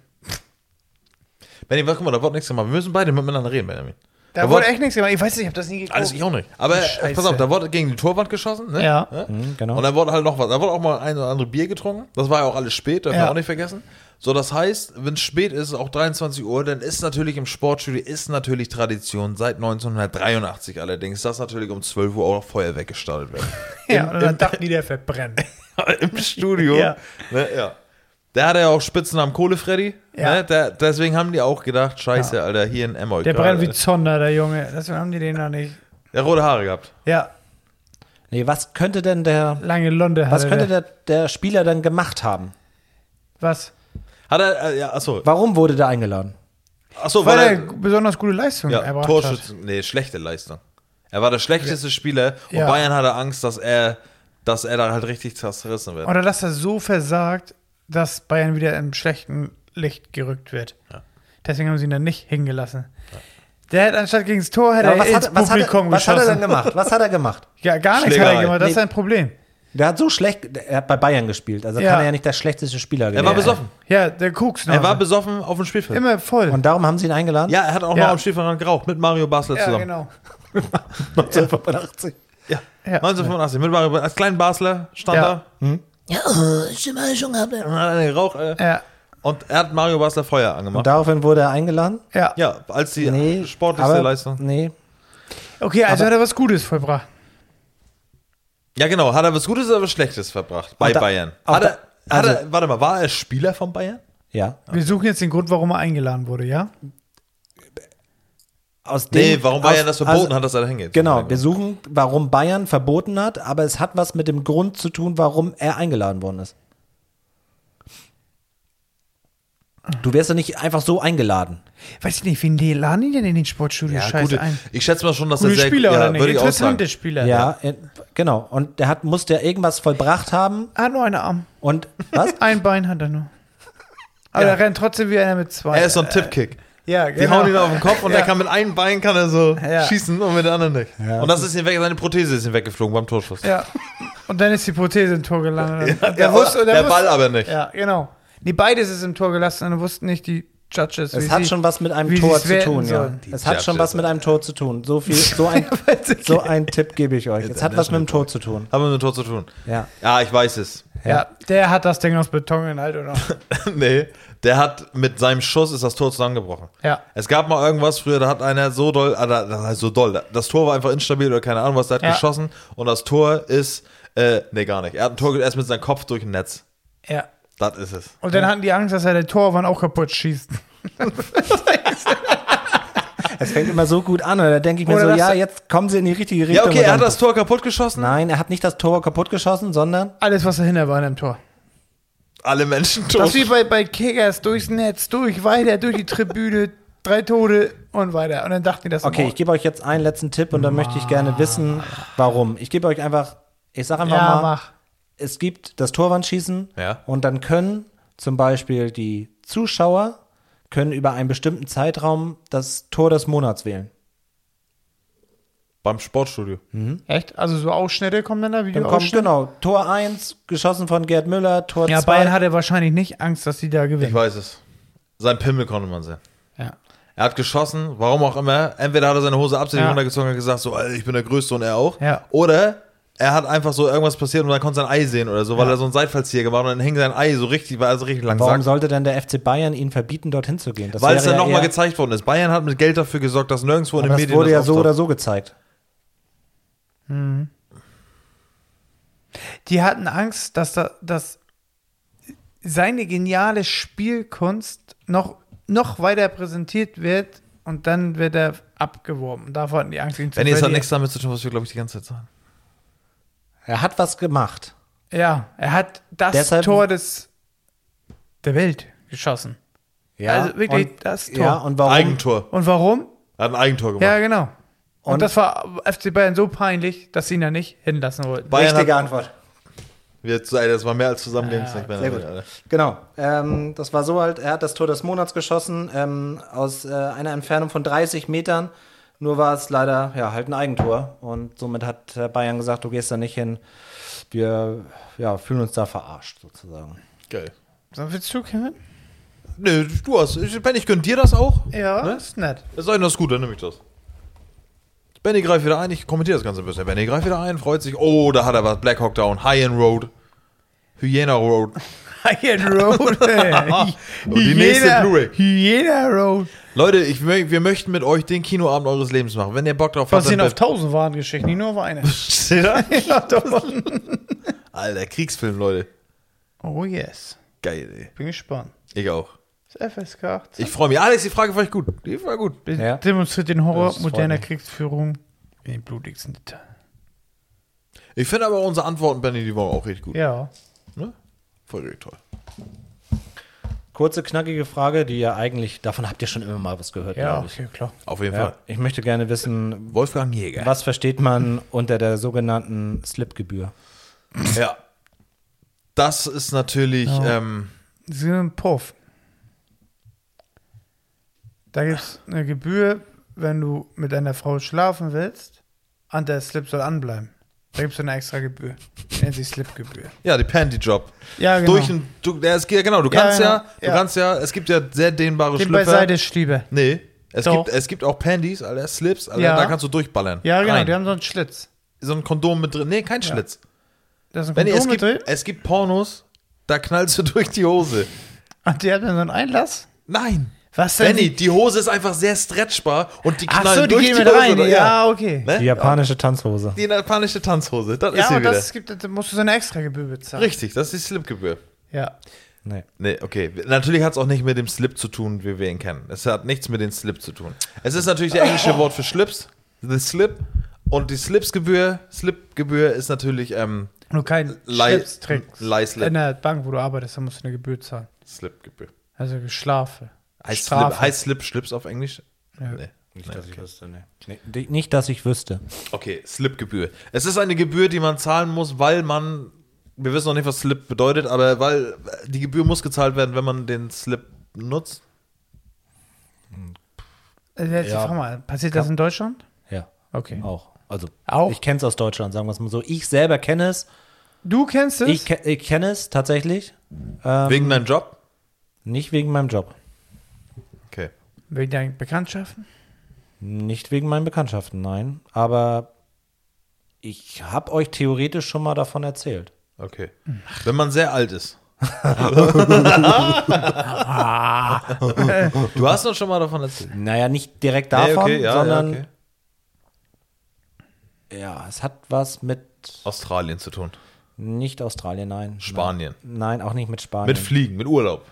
Speaker 3: Benny, warte, guck mal, da wird nichts gemacht. Wir müssen beide miteinander reden, Benjamin.
Speaker 2: Da wurde echt nichts gemacht. Ich weiß nicht, ich habe das nie geguckt.
Speaker 3: Alles, ich auch nicht. Oh. Aber äh, pass
Speaker 2: Scheiße.
Speaker 3: auf, da wurde gegen die Torwand geschossen. Ne?
Speaker 2: Ja.
Speaker 4: Mhm, genau.
Speaker 3: Und da wurde halt noch was. Da wurde auch mal ein oder andere Bier getrunken. Das war ja auch alles spät, dürfen wir
Speaker 2: Ja.
Speaker 3: auch nicht vergessen. So, das heißt, wenn es spät ist, auch 23 Uhr, dann ist natürlich im Sportstudio, ist natürlich Tradition, seit 1983 allerdings, dass natürlich um 12 Uhr auch noch Feuerwerk gestartet wird.
Speaker 2: Ja, und dann dachten die, der verbrennt.
Speaker 3: Im Studio.
Speaker 2: Ja.
Speaker 3: Ne, ja. Der hatte ja auch Spitznamen Kohle-Freddy.
Speaker 2: Ja.
Speaker 3: Ne? Der, deswegen haben die auch gedacht, scheiße, Alter, hier in Emmold.
Speaker 2: Der
Speaker 3: gerade.
Speaker 2: brennt wie Zonder, der Junge. Deswegen haben die den noch nicht.
Speaker 3: Der hat rote Haare gehabt.
Speaker 2: Ja.
Speaker 4: Nee, was könnte denn der,
Speaker 2: Lange Lunde
Speaker 4: was
Speaker 2: hatte
Speaker 4: könnte der, der Spieler dann gemacht haben?
Speaker 2: Was?
Speaker 3: Hat er, äh, ja, achso,
Speaker 4: Warum wurde der eingeladen?
Speaker 3: achso,
Speaker 2: Weil
Speaker 3: weil
Speaker 2: er
Speaker 3: er,
Speaker 2: besonders gute Leistung
Speaker 3: ja,
Speaker 2: erbracht hat.
Speaker 3: Torschützen, nee, schlechte Leistung. Er war der schlechteste Spieler und
Speaker 2: Ja.
Speaker 3: Bayern hatte Angst, dass er, dass er da halt richtig zerrissen wird.
Speaker 2: Oder dass er so versagt, dass Bayern wieder im schlechten Licht gerückt wird. Deswegen haben sie ihn dann nicht hingelassen. Der hätte anstatt gegen das Tor hätte
Speaker 4: Aber
Speaker 2: er Äh, ins
Speaker 4: hat, was, hat,
Speaker 2: Publikum
Speaker 4: er- was hat er
Speaker 2: geschossen.
Speaker 4: denn gemacht? Was hat er gemacht?
Speaker 2: ja, gar nichts hat er
Speaker 3: Schlägerei.
Speaker 2: gemacht. Das ist
Speaker 4: Nee.
Speaker 2: ein Problem.
Speaker 4: Der hat so schlecht, er hat bei Bayern gespielt, also
Speaker 2: Ja.
Speaker 4: kann er ja nicht der schlechteste Spieler
Speaker 3: er war besoffen.
Speaker 2: Ja, der Kucks
Speaker 3: Er war besoffen auf dem Spielfeld.
Speaker 2: genau. immer voll.
Speaker 4: Und darum haben sie ihn eingeladen?
Speaker 3: ja, er hat auch
Speaker 2: Ja.
Speaker 3: noch am Spielfeldrand geraucht mit Mario Basler
Speaker 2: ja,
Speaker 3: zusammen.
Speaker 2: genau.
Speaker 4: 1985.
Speaker 3: Ja.
Speaker 2: Ja.
Speaker 3: 1985 mit Mario als kleinen Basler stand
Speaker 2: Ja.
Speaker 3: da. Ja, ich hab alles schon gehabt. ey. Und hat einen geraucht. äh.
Speaker 2: Ja,
Speaker 3: Und er hat Mario Basler Feuer
Speaker 4: Und
Speaker 3: angemacht.
Speaker 4: daraufhin wurde er eingeladen?
Speaker 2: ja.
Speaker 3: Ja, als die sportlichste
Speaker 4: aber,
Speaker 3: Leistung.
Speaker 4: Nee,
Speaker 2: Okay, also
Speaker 4: Aber-
Speaker 2: hat er was Gutes vollbracht.
Speaker 3: Ja, genau. Hat er was Gutes oder was Schlechtes verbracht bei
Speaker 4: Und da-
Speaker 3: Bayern?
Speaker 4: auch
Speaker 3: Hat er,
Speaker 4: da-
Speaker 3: hat
Speaker 4: also-
Speaker 3: er, warte mal, war er Spieler von Bayern?
Speaker 4: ja.
Speaker 2: Wir suchen jetzt den Grund, warum er eingeladen wurde, ja?
Speaker 4: Aus
Speaker 3: Nee,
Speaker 4: dem-
Speaker 3: warum
Speaker 4: aus-
Speaker 3: Bayern das verboten
Speaker 4: also-
Speaker 3: hat, dass er da hingeht.
Speaker 4: Genau, wir suchen, warum Bayern verboten hat, aber es hat was mit dem Grund zu tun, warum er eingeladen worden ist. Du wärst ja nicht einfach so eingeladen.
Speaker 2: Weiß ich nicht, wen die laden ihn denn in den Sportstudio
Speaker 3: Ja,
Speaker 2: scheiße
Speaker 3: gute,
Speaker 2: ein?
Speaker 3: ich schätze mal schon, dass
Speaker 2: Gute
Speaker 3: er sehr
Speaker 2: Spieler
Speaker 3: ja,
Speaker 2: oder nicht?
Speaker 3: würde ich auch sagen.
Speaker 2: Interessante Spieler.
Speaker 4: Ja, äh, genau. Und der hat, musste ja irgendwas vollbracht haben
Speaker 2: Er hat nur einen Arm.
Speaker 4: und was?
Speaker 2: Ein Bein hat er nur. Aber er rennt trotzdem wie einer mit zwei.
Speaker 3: Er ist so ein Tippkick.
Speaker 2: ja,
Speaker 3: Die
Speaker 4: genau.
Speaker 3: hauen ihn auf den Kopf und er kann mit einem Bein kann er so
Speaker 2: Genau. Ja.
Speaker 3: schießen und mit dem anderen nicht. Und das ist ihm weg, seine Prothese ist ihm weggeflogen beim Torschuss.
Speaker 2: Ja. Und dann ist die Prothese im Tor gelandet. Und
Speaker 3: Der,
Speaker 2: wusste- und
Speaker 3: der
Speaker 2: wusste-
Speaker 3: Ball aber nicht.
Speaker 2: Ja, genau. Nee, beides ist im Tor gelassen und wussten nicht die Judges.
Speaker 4: Es
Speaker 2: wie
Speaker 4: hat
Speaker 2: sie-
Speaker 4: schon was mit einem
Speaker 2: wie
Speaker 4: Tor
Speaker 2: sie's
Speaker 4: zu
Speaker 2: werten
Speaker 4: tun, ja.
Speaker 2: sollen.
Speaker 4: Es hat schon was mit einem Tor zu tun. So viel, so ein, so ein Tipp gebe ich euch. Es hat was mit dem Tor zu tun.
Speaker 3: Haben wir mit dem Tor zu tun.
Speaker 4: Ja.
Speaker 3: Ja, ich weiß es.
Speaker 2: Ja, der hat das Ding aus Beton inhalt, oder?
Speaker 3: nee, der hat mit seinem Schuss ist das Tor zusammengebrochen.
Speaker 2: Ja.
Speaker 3: Es gab mal irgendwas früher, da hat einer so doll, ah, da- da- so doll, das Tor war einfach instabil oder keine Ahnung was, der hat
Speaker 2: Ja.
Speaker 3: geschossen und das Tor ist, äh, nee, gar nicht. Er hat ein Tor, ge- er ist mit seinem Kopf durch ein Netz.
Speaker 2: Ja.
Speaker 3: Das ist es.
Speaker 2: Und dann hatten die Angst, dass er den Torwand auch kaputt schießt.
Speaker 4: Es fängt immer so gut an, oder da denke ich mir
Speaker 2: Oder
Speaker 4: so,
Speaker 2: dass
Speaker 4: ja,
Speaker 2: der-
Speaker 4: jetzt kommen sie in die richtige
Speaker 3: Ja,
Speaker 4: Richtung.
Speaker 3: okay,
Speaker 4: und
Speaker 3: er
Speaker 4: dann-
Speaker 3: hat das Tor kaputt geschossen.
Speaker 4: Nein, er hat nicht das Tor kaputt geschossen, sondern
Speaker 2: Alles, was dahinter war in dem Tor.
Speaker 3: Alle Menschen
Speaker 2: Das
Speaker 3: tot.
Speaker 2: ist wie bei, bei Kickers, durchs Netz, durch, weiter, durch die Tribüne, drei Tode und weiter. Und dann dachten die das
Speaker 4: Okay,
Speaker 2: auch.
Speaker 4: ich gebe euch jetzt einen letzten Tipp und dann möchte ich gerne wissen, warum. Ich gebe euch einfach, ich sage einfach
Speaker 2: ja,
Speaker 4: mal,
Speaker 2: mach.
Speaker 4: es gibt das Torwandschießen
Speaker 3: Ja.
Speaker 4: und dann können zum Beispiel die Zuschauer können über einen bestimmten Zeitraum das Tor des Monats wählen.
Speaker 3: Beim Sportstudio.
Speaker 2: Echt? Also so Ausschnitte kommen dann da,
Speaker 4: Dann kommt,
Speaker 2: Videoausschnitte?
Speaker 4: genau, Tor 1, geschossen von Gerd Müller, Tor
Speaker 2: Ja,
Speaker 4: 2.
Speaker 2: Bayern hatte wahrscheinlich nicht Angst, dass sie da
Speaker 3: Ich
Speaker 2: gewinnen.
Speaker 3: weiß es. Sein Pimmel konnte man sehen.
Speaker 2: Ja.
Speaker 3: Er hat geschossen, warum auch immer. Entweder hat er seine Hose absichtlich
Speaker 2: Ja.
Speaker 3: runtergezogen und gesagt, so, Alter, ich bin der Größte und er auch.
Speaker 2: Ja.
Speaker 3: Oder er hat einfach so irgendwas passiert und dann konnte sein Ei sehen oder so, weil er so einen Seitfallzieher gemacht hat und dann hing sein Ei so richtig, war also richtig lang.
Speaker 4: Warum
Speaker 3: Sack.
Speaker 4: sollte denn der FC Bayern ihn verbieten, dorthin zu gehen? Das
Speaker 3: Weil es
Speaker 4: wäre
Speaker 3: dann
Speaker 4: ja
Speaker 3: nochmal
Speaker 4: eher-
Speaker 3: gezeigt worden ist. Bayern hat mit Geld dafür gesorgt, dass nirgendwo in
Speaker 4: Aber
Speaker 3: den
Speaker 4: Das
Speaker 3: Medien
Speaker 4: wurde ja so
Speaker 3: auftaucht.
Speaker 4: oder so gezeigt.
Speaker 2: Die hatten Angst, dass, da, dass seine geniale Spielkunst noch, noch weiter präsentiert wird und dann wird er abgeworben. Davor hatten die Angst, ihn zu
Speaker 3: Wenn ihr es hat
Speaker 2: verlieren.
Speaker 3: nichts damit zu tun, was wir, glaube ich, die ganze Zeit sagen.
Speaker 4: Er hat was gemacht.
Speaker 2: Ja, er hat das
Speaker 4: Deshalb-
Speaker 2: Tor des, der Welt geschossen.
Speaker 4: Ja,
Speaker 2: Also wirklich das Tor.
Speaker 4: Ja, und warum?
Speaker 3: Eigentor.
Speaker 2: Und warum?
Speaker 3: Er hat ein Eigentor gemacht.
Speaker 2: Ja, genau. Und,
Speaker 4: Und-
Speaker 2: das war FC Bayern so peinlich, dass sie ihn da nicht hinlassen wollten.
Speaker 3: Bayern
Speaker 4: Richtige
Speaker 3: hat,
Speaker 4: Antwort.
Speaker 3: wir, ey, das war mehr als zusammenleben. ist nicht mehr
Speaker 4: Sehr
Speaker 3: dabei,
Speaker 4: gut.
Speaker 3: Alter.
Speaker 4: Genau. Ähm, das war so halt, er hat das Tor des Monats geschossen, ähm, aus äh, einer Entfernung von 30 Metern. Nur war es leider ja, halt ein Eigentor. Und somit hat äh, Bayern gesagt, du gehst da nicht hin. Wir ja, fühlen uns da verarscht, sozusagen.
Speaker 3: Geil.
Speaker 2: Sollen wir zu, Kevin?
Speaker 3: Nö, du hast, ich, Benny, ich gönn dir das auch.
Speaker 2: Ja,
Speaker 3: Ne?
Speaker 2: ist nett.
Speaker 3: Es sei denn, das ist gut, dann nehme ich das. Benny greift wieder ein, ich kommentiere das Ganze ein bisschen. Benny greift wieder ein, freut sich. Oh, da hat er was. Black Hawk Down, High End Road, Hyena Road.
Speaker 2: Iron Road. ey.
Speaker 3: Und die nächste
Speaker 2: Hyena-
Speaker 3: Blu-ray.
Speaker 2: Hyena Road.
Speaker 3: Leute, ich, mö- wir möchten mit euch den Kinoabend eures Lebens machen. Wenn ihr Bock drauf habt,
Speaker 2: Basieren auf
Speaker 3: dann
Speaker 2: 1000 Warengeschichten, nicht nur auf eine.
Speaker 3: steht da.
Speaker 2: Ja, doch.
Speaker 3: Alter, Kriegsfilm, Leute.
Speaker 2: oh yes.
Speaker 3: Geil, ey.
Speaker 2: Bin gespannt.
Speaker 3: Ich auch.
Speaker 2: Das FSK 18.
Speaker 3: Ich freue mich. Alex, die Frage war echt gut. Die war gut.
Speaker 2: Wir
Speaker 4: Ja.
Speaker 2: demonstriert den Horror
Speaker 4: Das freut
Speaker 2: moderner
Speaker 4: mich.
Speaker 2: Kriegsführung in den blutigsten Detail.
Speaker 3: Ich finde aber unsere Antworten, Benny, die waren auch richtig gut.
Speaker 2: Ja.
Speaker 3: Ne? Voll richtig toll.
Speaker 4: Kurze, knackige Frage, die ja eigentlich, davon habt ihr schon immer mal was gehört,
Speaker 2: Ja,
Speaker 4: glaub ich.
Speaker 2: okay, klar.
Speaker 3: Auf jeden
Speaker 4: Ja,
Speaker 3: Fall.
Speaker 4: ich möchte gerne wissen,
Speaker 3: Wolfgang Jäger.
Speaker 4: was versteht man unter der sogenannten Slipgebühr?
Speaker 3: Ja. Das ist natürlich, ähm,
Speaker 2: Sie sind ein Puff. Da gibt es eine Gebühr, wenn du mit einer Frau schlafen willst und der Slip soll anbleiben. Da gibt es eine extra Gebühr. Die Nennt sich Slipgebühr.
Speaker 3: ja, die Panty-Job.
Speaker 2: Ja, genau.
Speaker 3: Durch ein, du, ja, es, geht- ja, genau, du
Speaker 2: Ja,
Speaker 3: kannst ja,
Speaker 2: genau,
Speaker 3: du
Speaker 2: ja.
Speaker 3: kannst ja, es gibt ja sehr dehnbare
Speaker 2: Den
Speaker 3: Schlüpfer.
Speaker 2: beiseite schiebe.
Speaker 3: Nee, es
Speaker 2: Doch.
Speaker 3: gibt, es gibt auch Pandys, Alter, Slips, Alter,
Speaker 2: Ja.
Speaker 3: da kannst du durchballern.
Speaker 2: Ja, genau,
Speaker 3: Rein.
Speaker 2: die haben so einen Schlitz.
Speaker 3: so ein Kondom mit drin. Nee, kein Schlitz.
Speaker 2: Da ist ein
Speaker 3: Wenn ihr, es,
Speaker 2: Kondom mit
Speaker 3: gibt,
Speaker 2: drin
Speaker 3: es gibt Pornos, da knallst du durch die Hose.
Speaker 2: und die hat dann so einen Einlass.
Speaker 3: Nein.
Speaker 2: Was denn?
Speaker 3: Benny, die Hose ist einfach sehr stretchbar und die
Speaker 2: Ach
Speaker 3: knallen
Speaker 2: so, die
Speaker 3: durch
Speaker 2: gehen
Speaker 3: die
Speaker 2: mit
Speaker 3: Hose.
Speaker 2: rein.
Speaker 3: da-
Speaker 2: Ja, okay.
Speaker 3: Ne?
Speaker 4: Die japanische Tanzhose.
Speaker 3: Die japanische Tanzhose, das
Speaker 2: Ja,
Speaker 3: ist
Speaker 2: aber
Speaker 3: sie wieder.
Speaker 2: das gibt, da musst du so eine extra Gebühr bezahlen.
Speaker 3: Richtig, das ist die Slipgebühr.
Speaker 2: Ja.
Speaker 4: Nee.
Speaker 3: Nee, okay. Natürlich hat es auch nicht mit dem Slip zu tun, wie wir ihn kennen. Es hat nichts mit dem Slip zu tun. Es ist natürlich der englische Wort für Schlips, the Slip. Und die Slipsgebühr, Slipgebühr ist natürlich ähm,
Speaker 2: Nur kein
Speaker 3: Lei-
Speaker 2: Schlips trägst.
Speaker 3: Leislip.
Speaker 2: In der Bank, wo du arbeitest, da musst du eine Gebühr zahlen.
Speaker 3: Slipgebühr.
Speaker 2: Also Geschlafe.
Speaker 3: Heißt Slip,
Speaker 2: Strafe.
Speaker 3: heißt Slip Schlips auf Englisch? Nee.
Speaker 4: Nicht, dass ich wüsste, nee. die- Nicht, dass ich wüsste.
Speaker 3: Okay, Slipgebühr. Es ist eine Gebühr, die man zahlen muss, weil man, wir wissen noch nicht, was Slip bedeutet, aber weil äh, die Gebühr muss gezahlt werden, wenn man den Slip nutzt.
Speaker 2: Also jetzt
Speaker 4: Ja.
Speaker 2: frag mal, passiert das in Deutschland?
Speaker 4: Ja,
Speaker 2: Okay.
Speaker 4: auch. Also,
Speaker 2: Auch?
Speaker 4: ich kenne es aus Deutschland, sagen wir es mal so. Ich selber kenne es.
Speaker 2: Du kennst es?
Speaker 4: Ich, ke- ich kenne es tatsächlich. Ähm,
Speaker 3: Wegen deinem Job?
Speaker 4: nicht wegen meinem Job.
Speaker 3: Okay.
Speaker 2: Wegen deinen Bekanntschaften?
Speaker 4: Nicht wegen meinen Bekanntschaften, nein. Aber ich habe euch theoretisch schon mal davon erzählt.
Speaker 3: Okay. Wenn man sehr alt ist. du hast uns schon mal davon erzählt.
Speaker 4: Naja, nicht direkt davon, sondern
Speaker 3: okay.
Speaker 4: ja, es hat was mit
Speaker 3: Australien zu tun.
Speaker 4: nicht Australien, nein.
Speaker 3: Spanien.
Speaker 4: Nein, auch nicht mit Spanien.
Speaker 3: Mit Fliegen, mit Urlaub.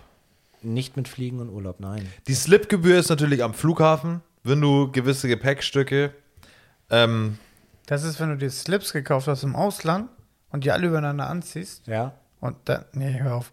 Speaker 4: nicht mit Fliegen und Urlaub, nein.
Speaker 3: Die Slipgebühr ist natürlich am Flughafen, wenn du gewisse Gepäckstücke ähm,
Speaker 2: Das ist, wenn du dir Slips gekauft hast im Ausland und die alle übereinander anziehst
Speaker 4: Ja.
Speaker 2: und dann. Nee, hör auf.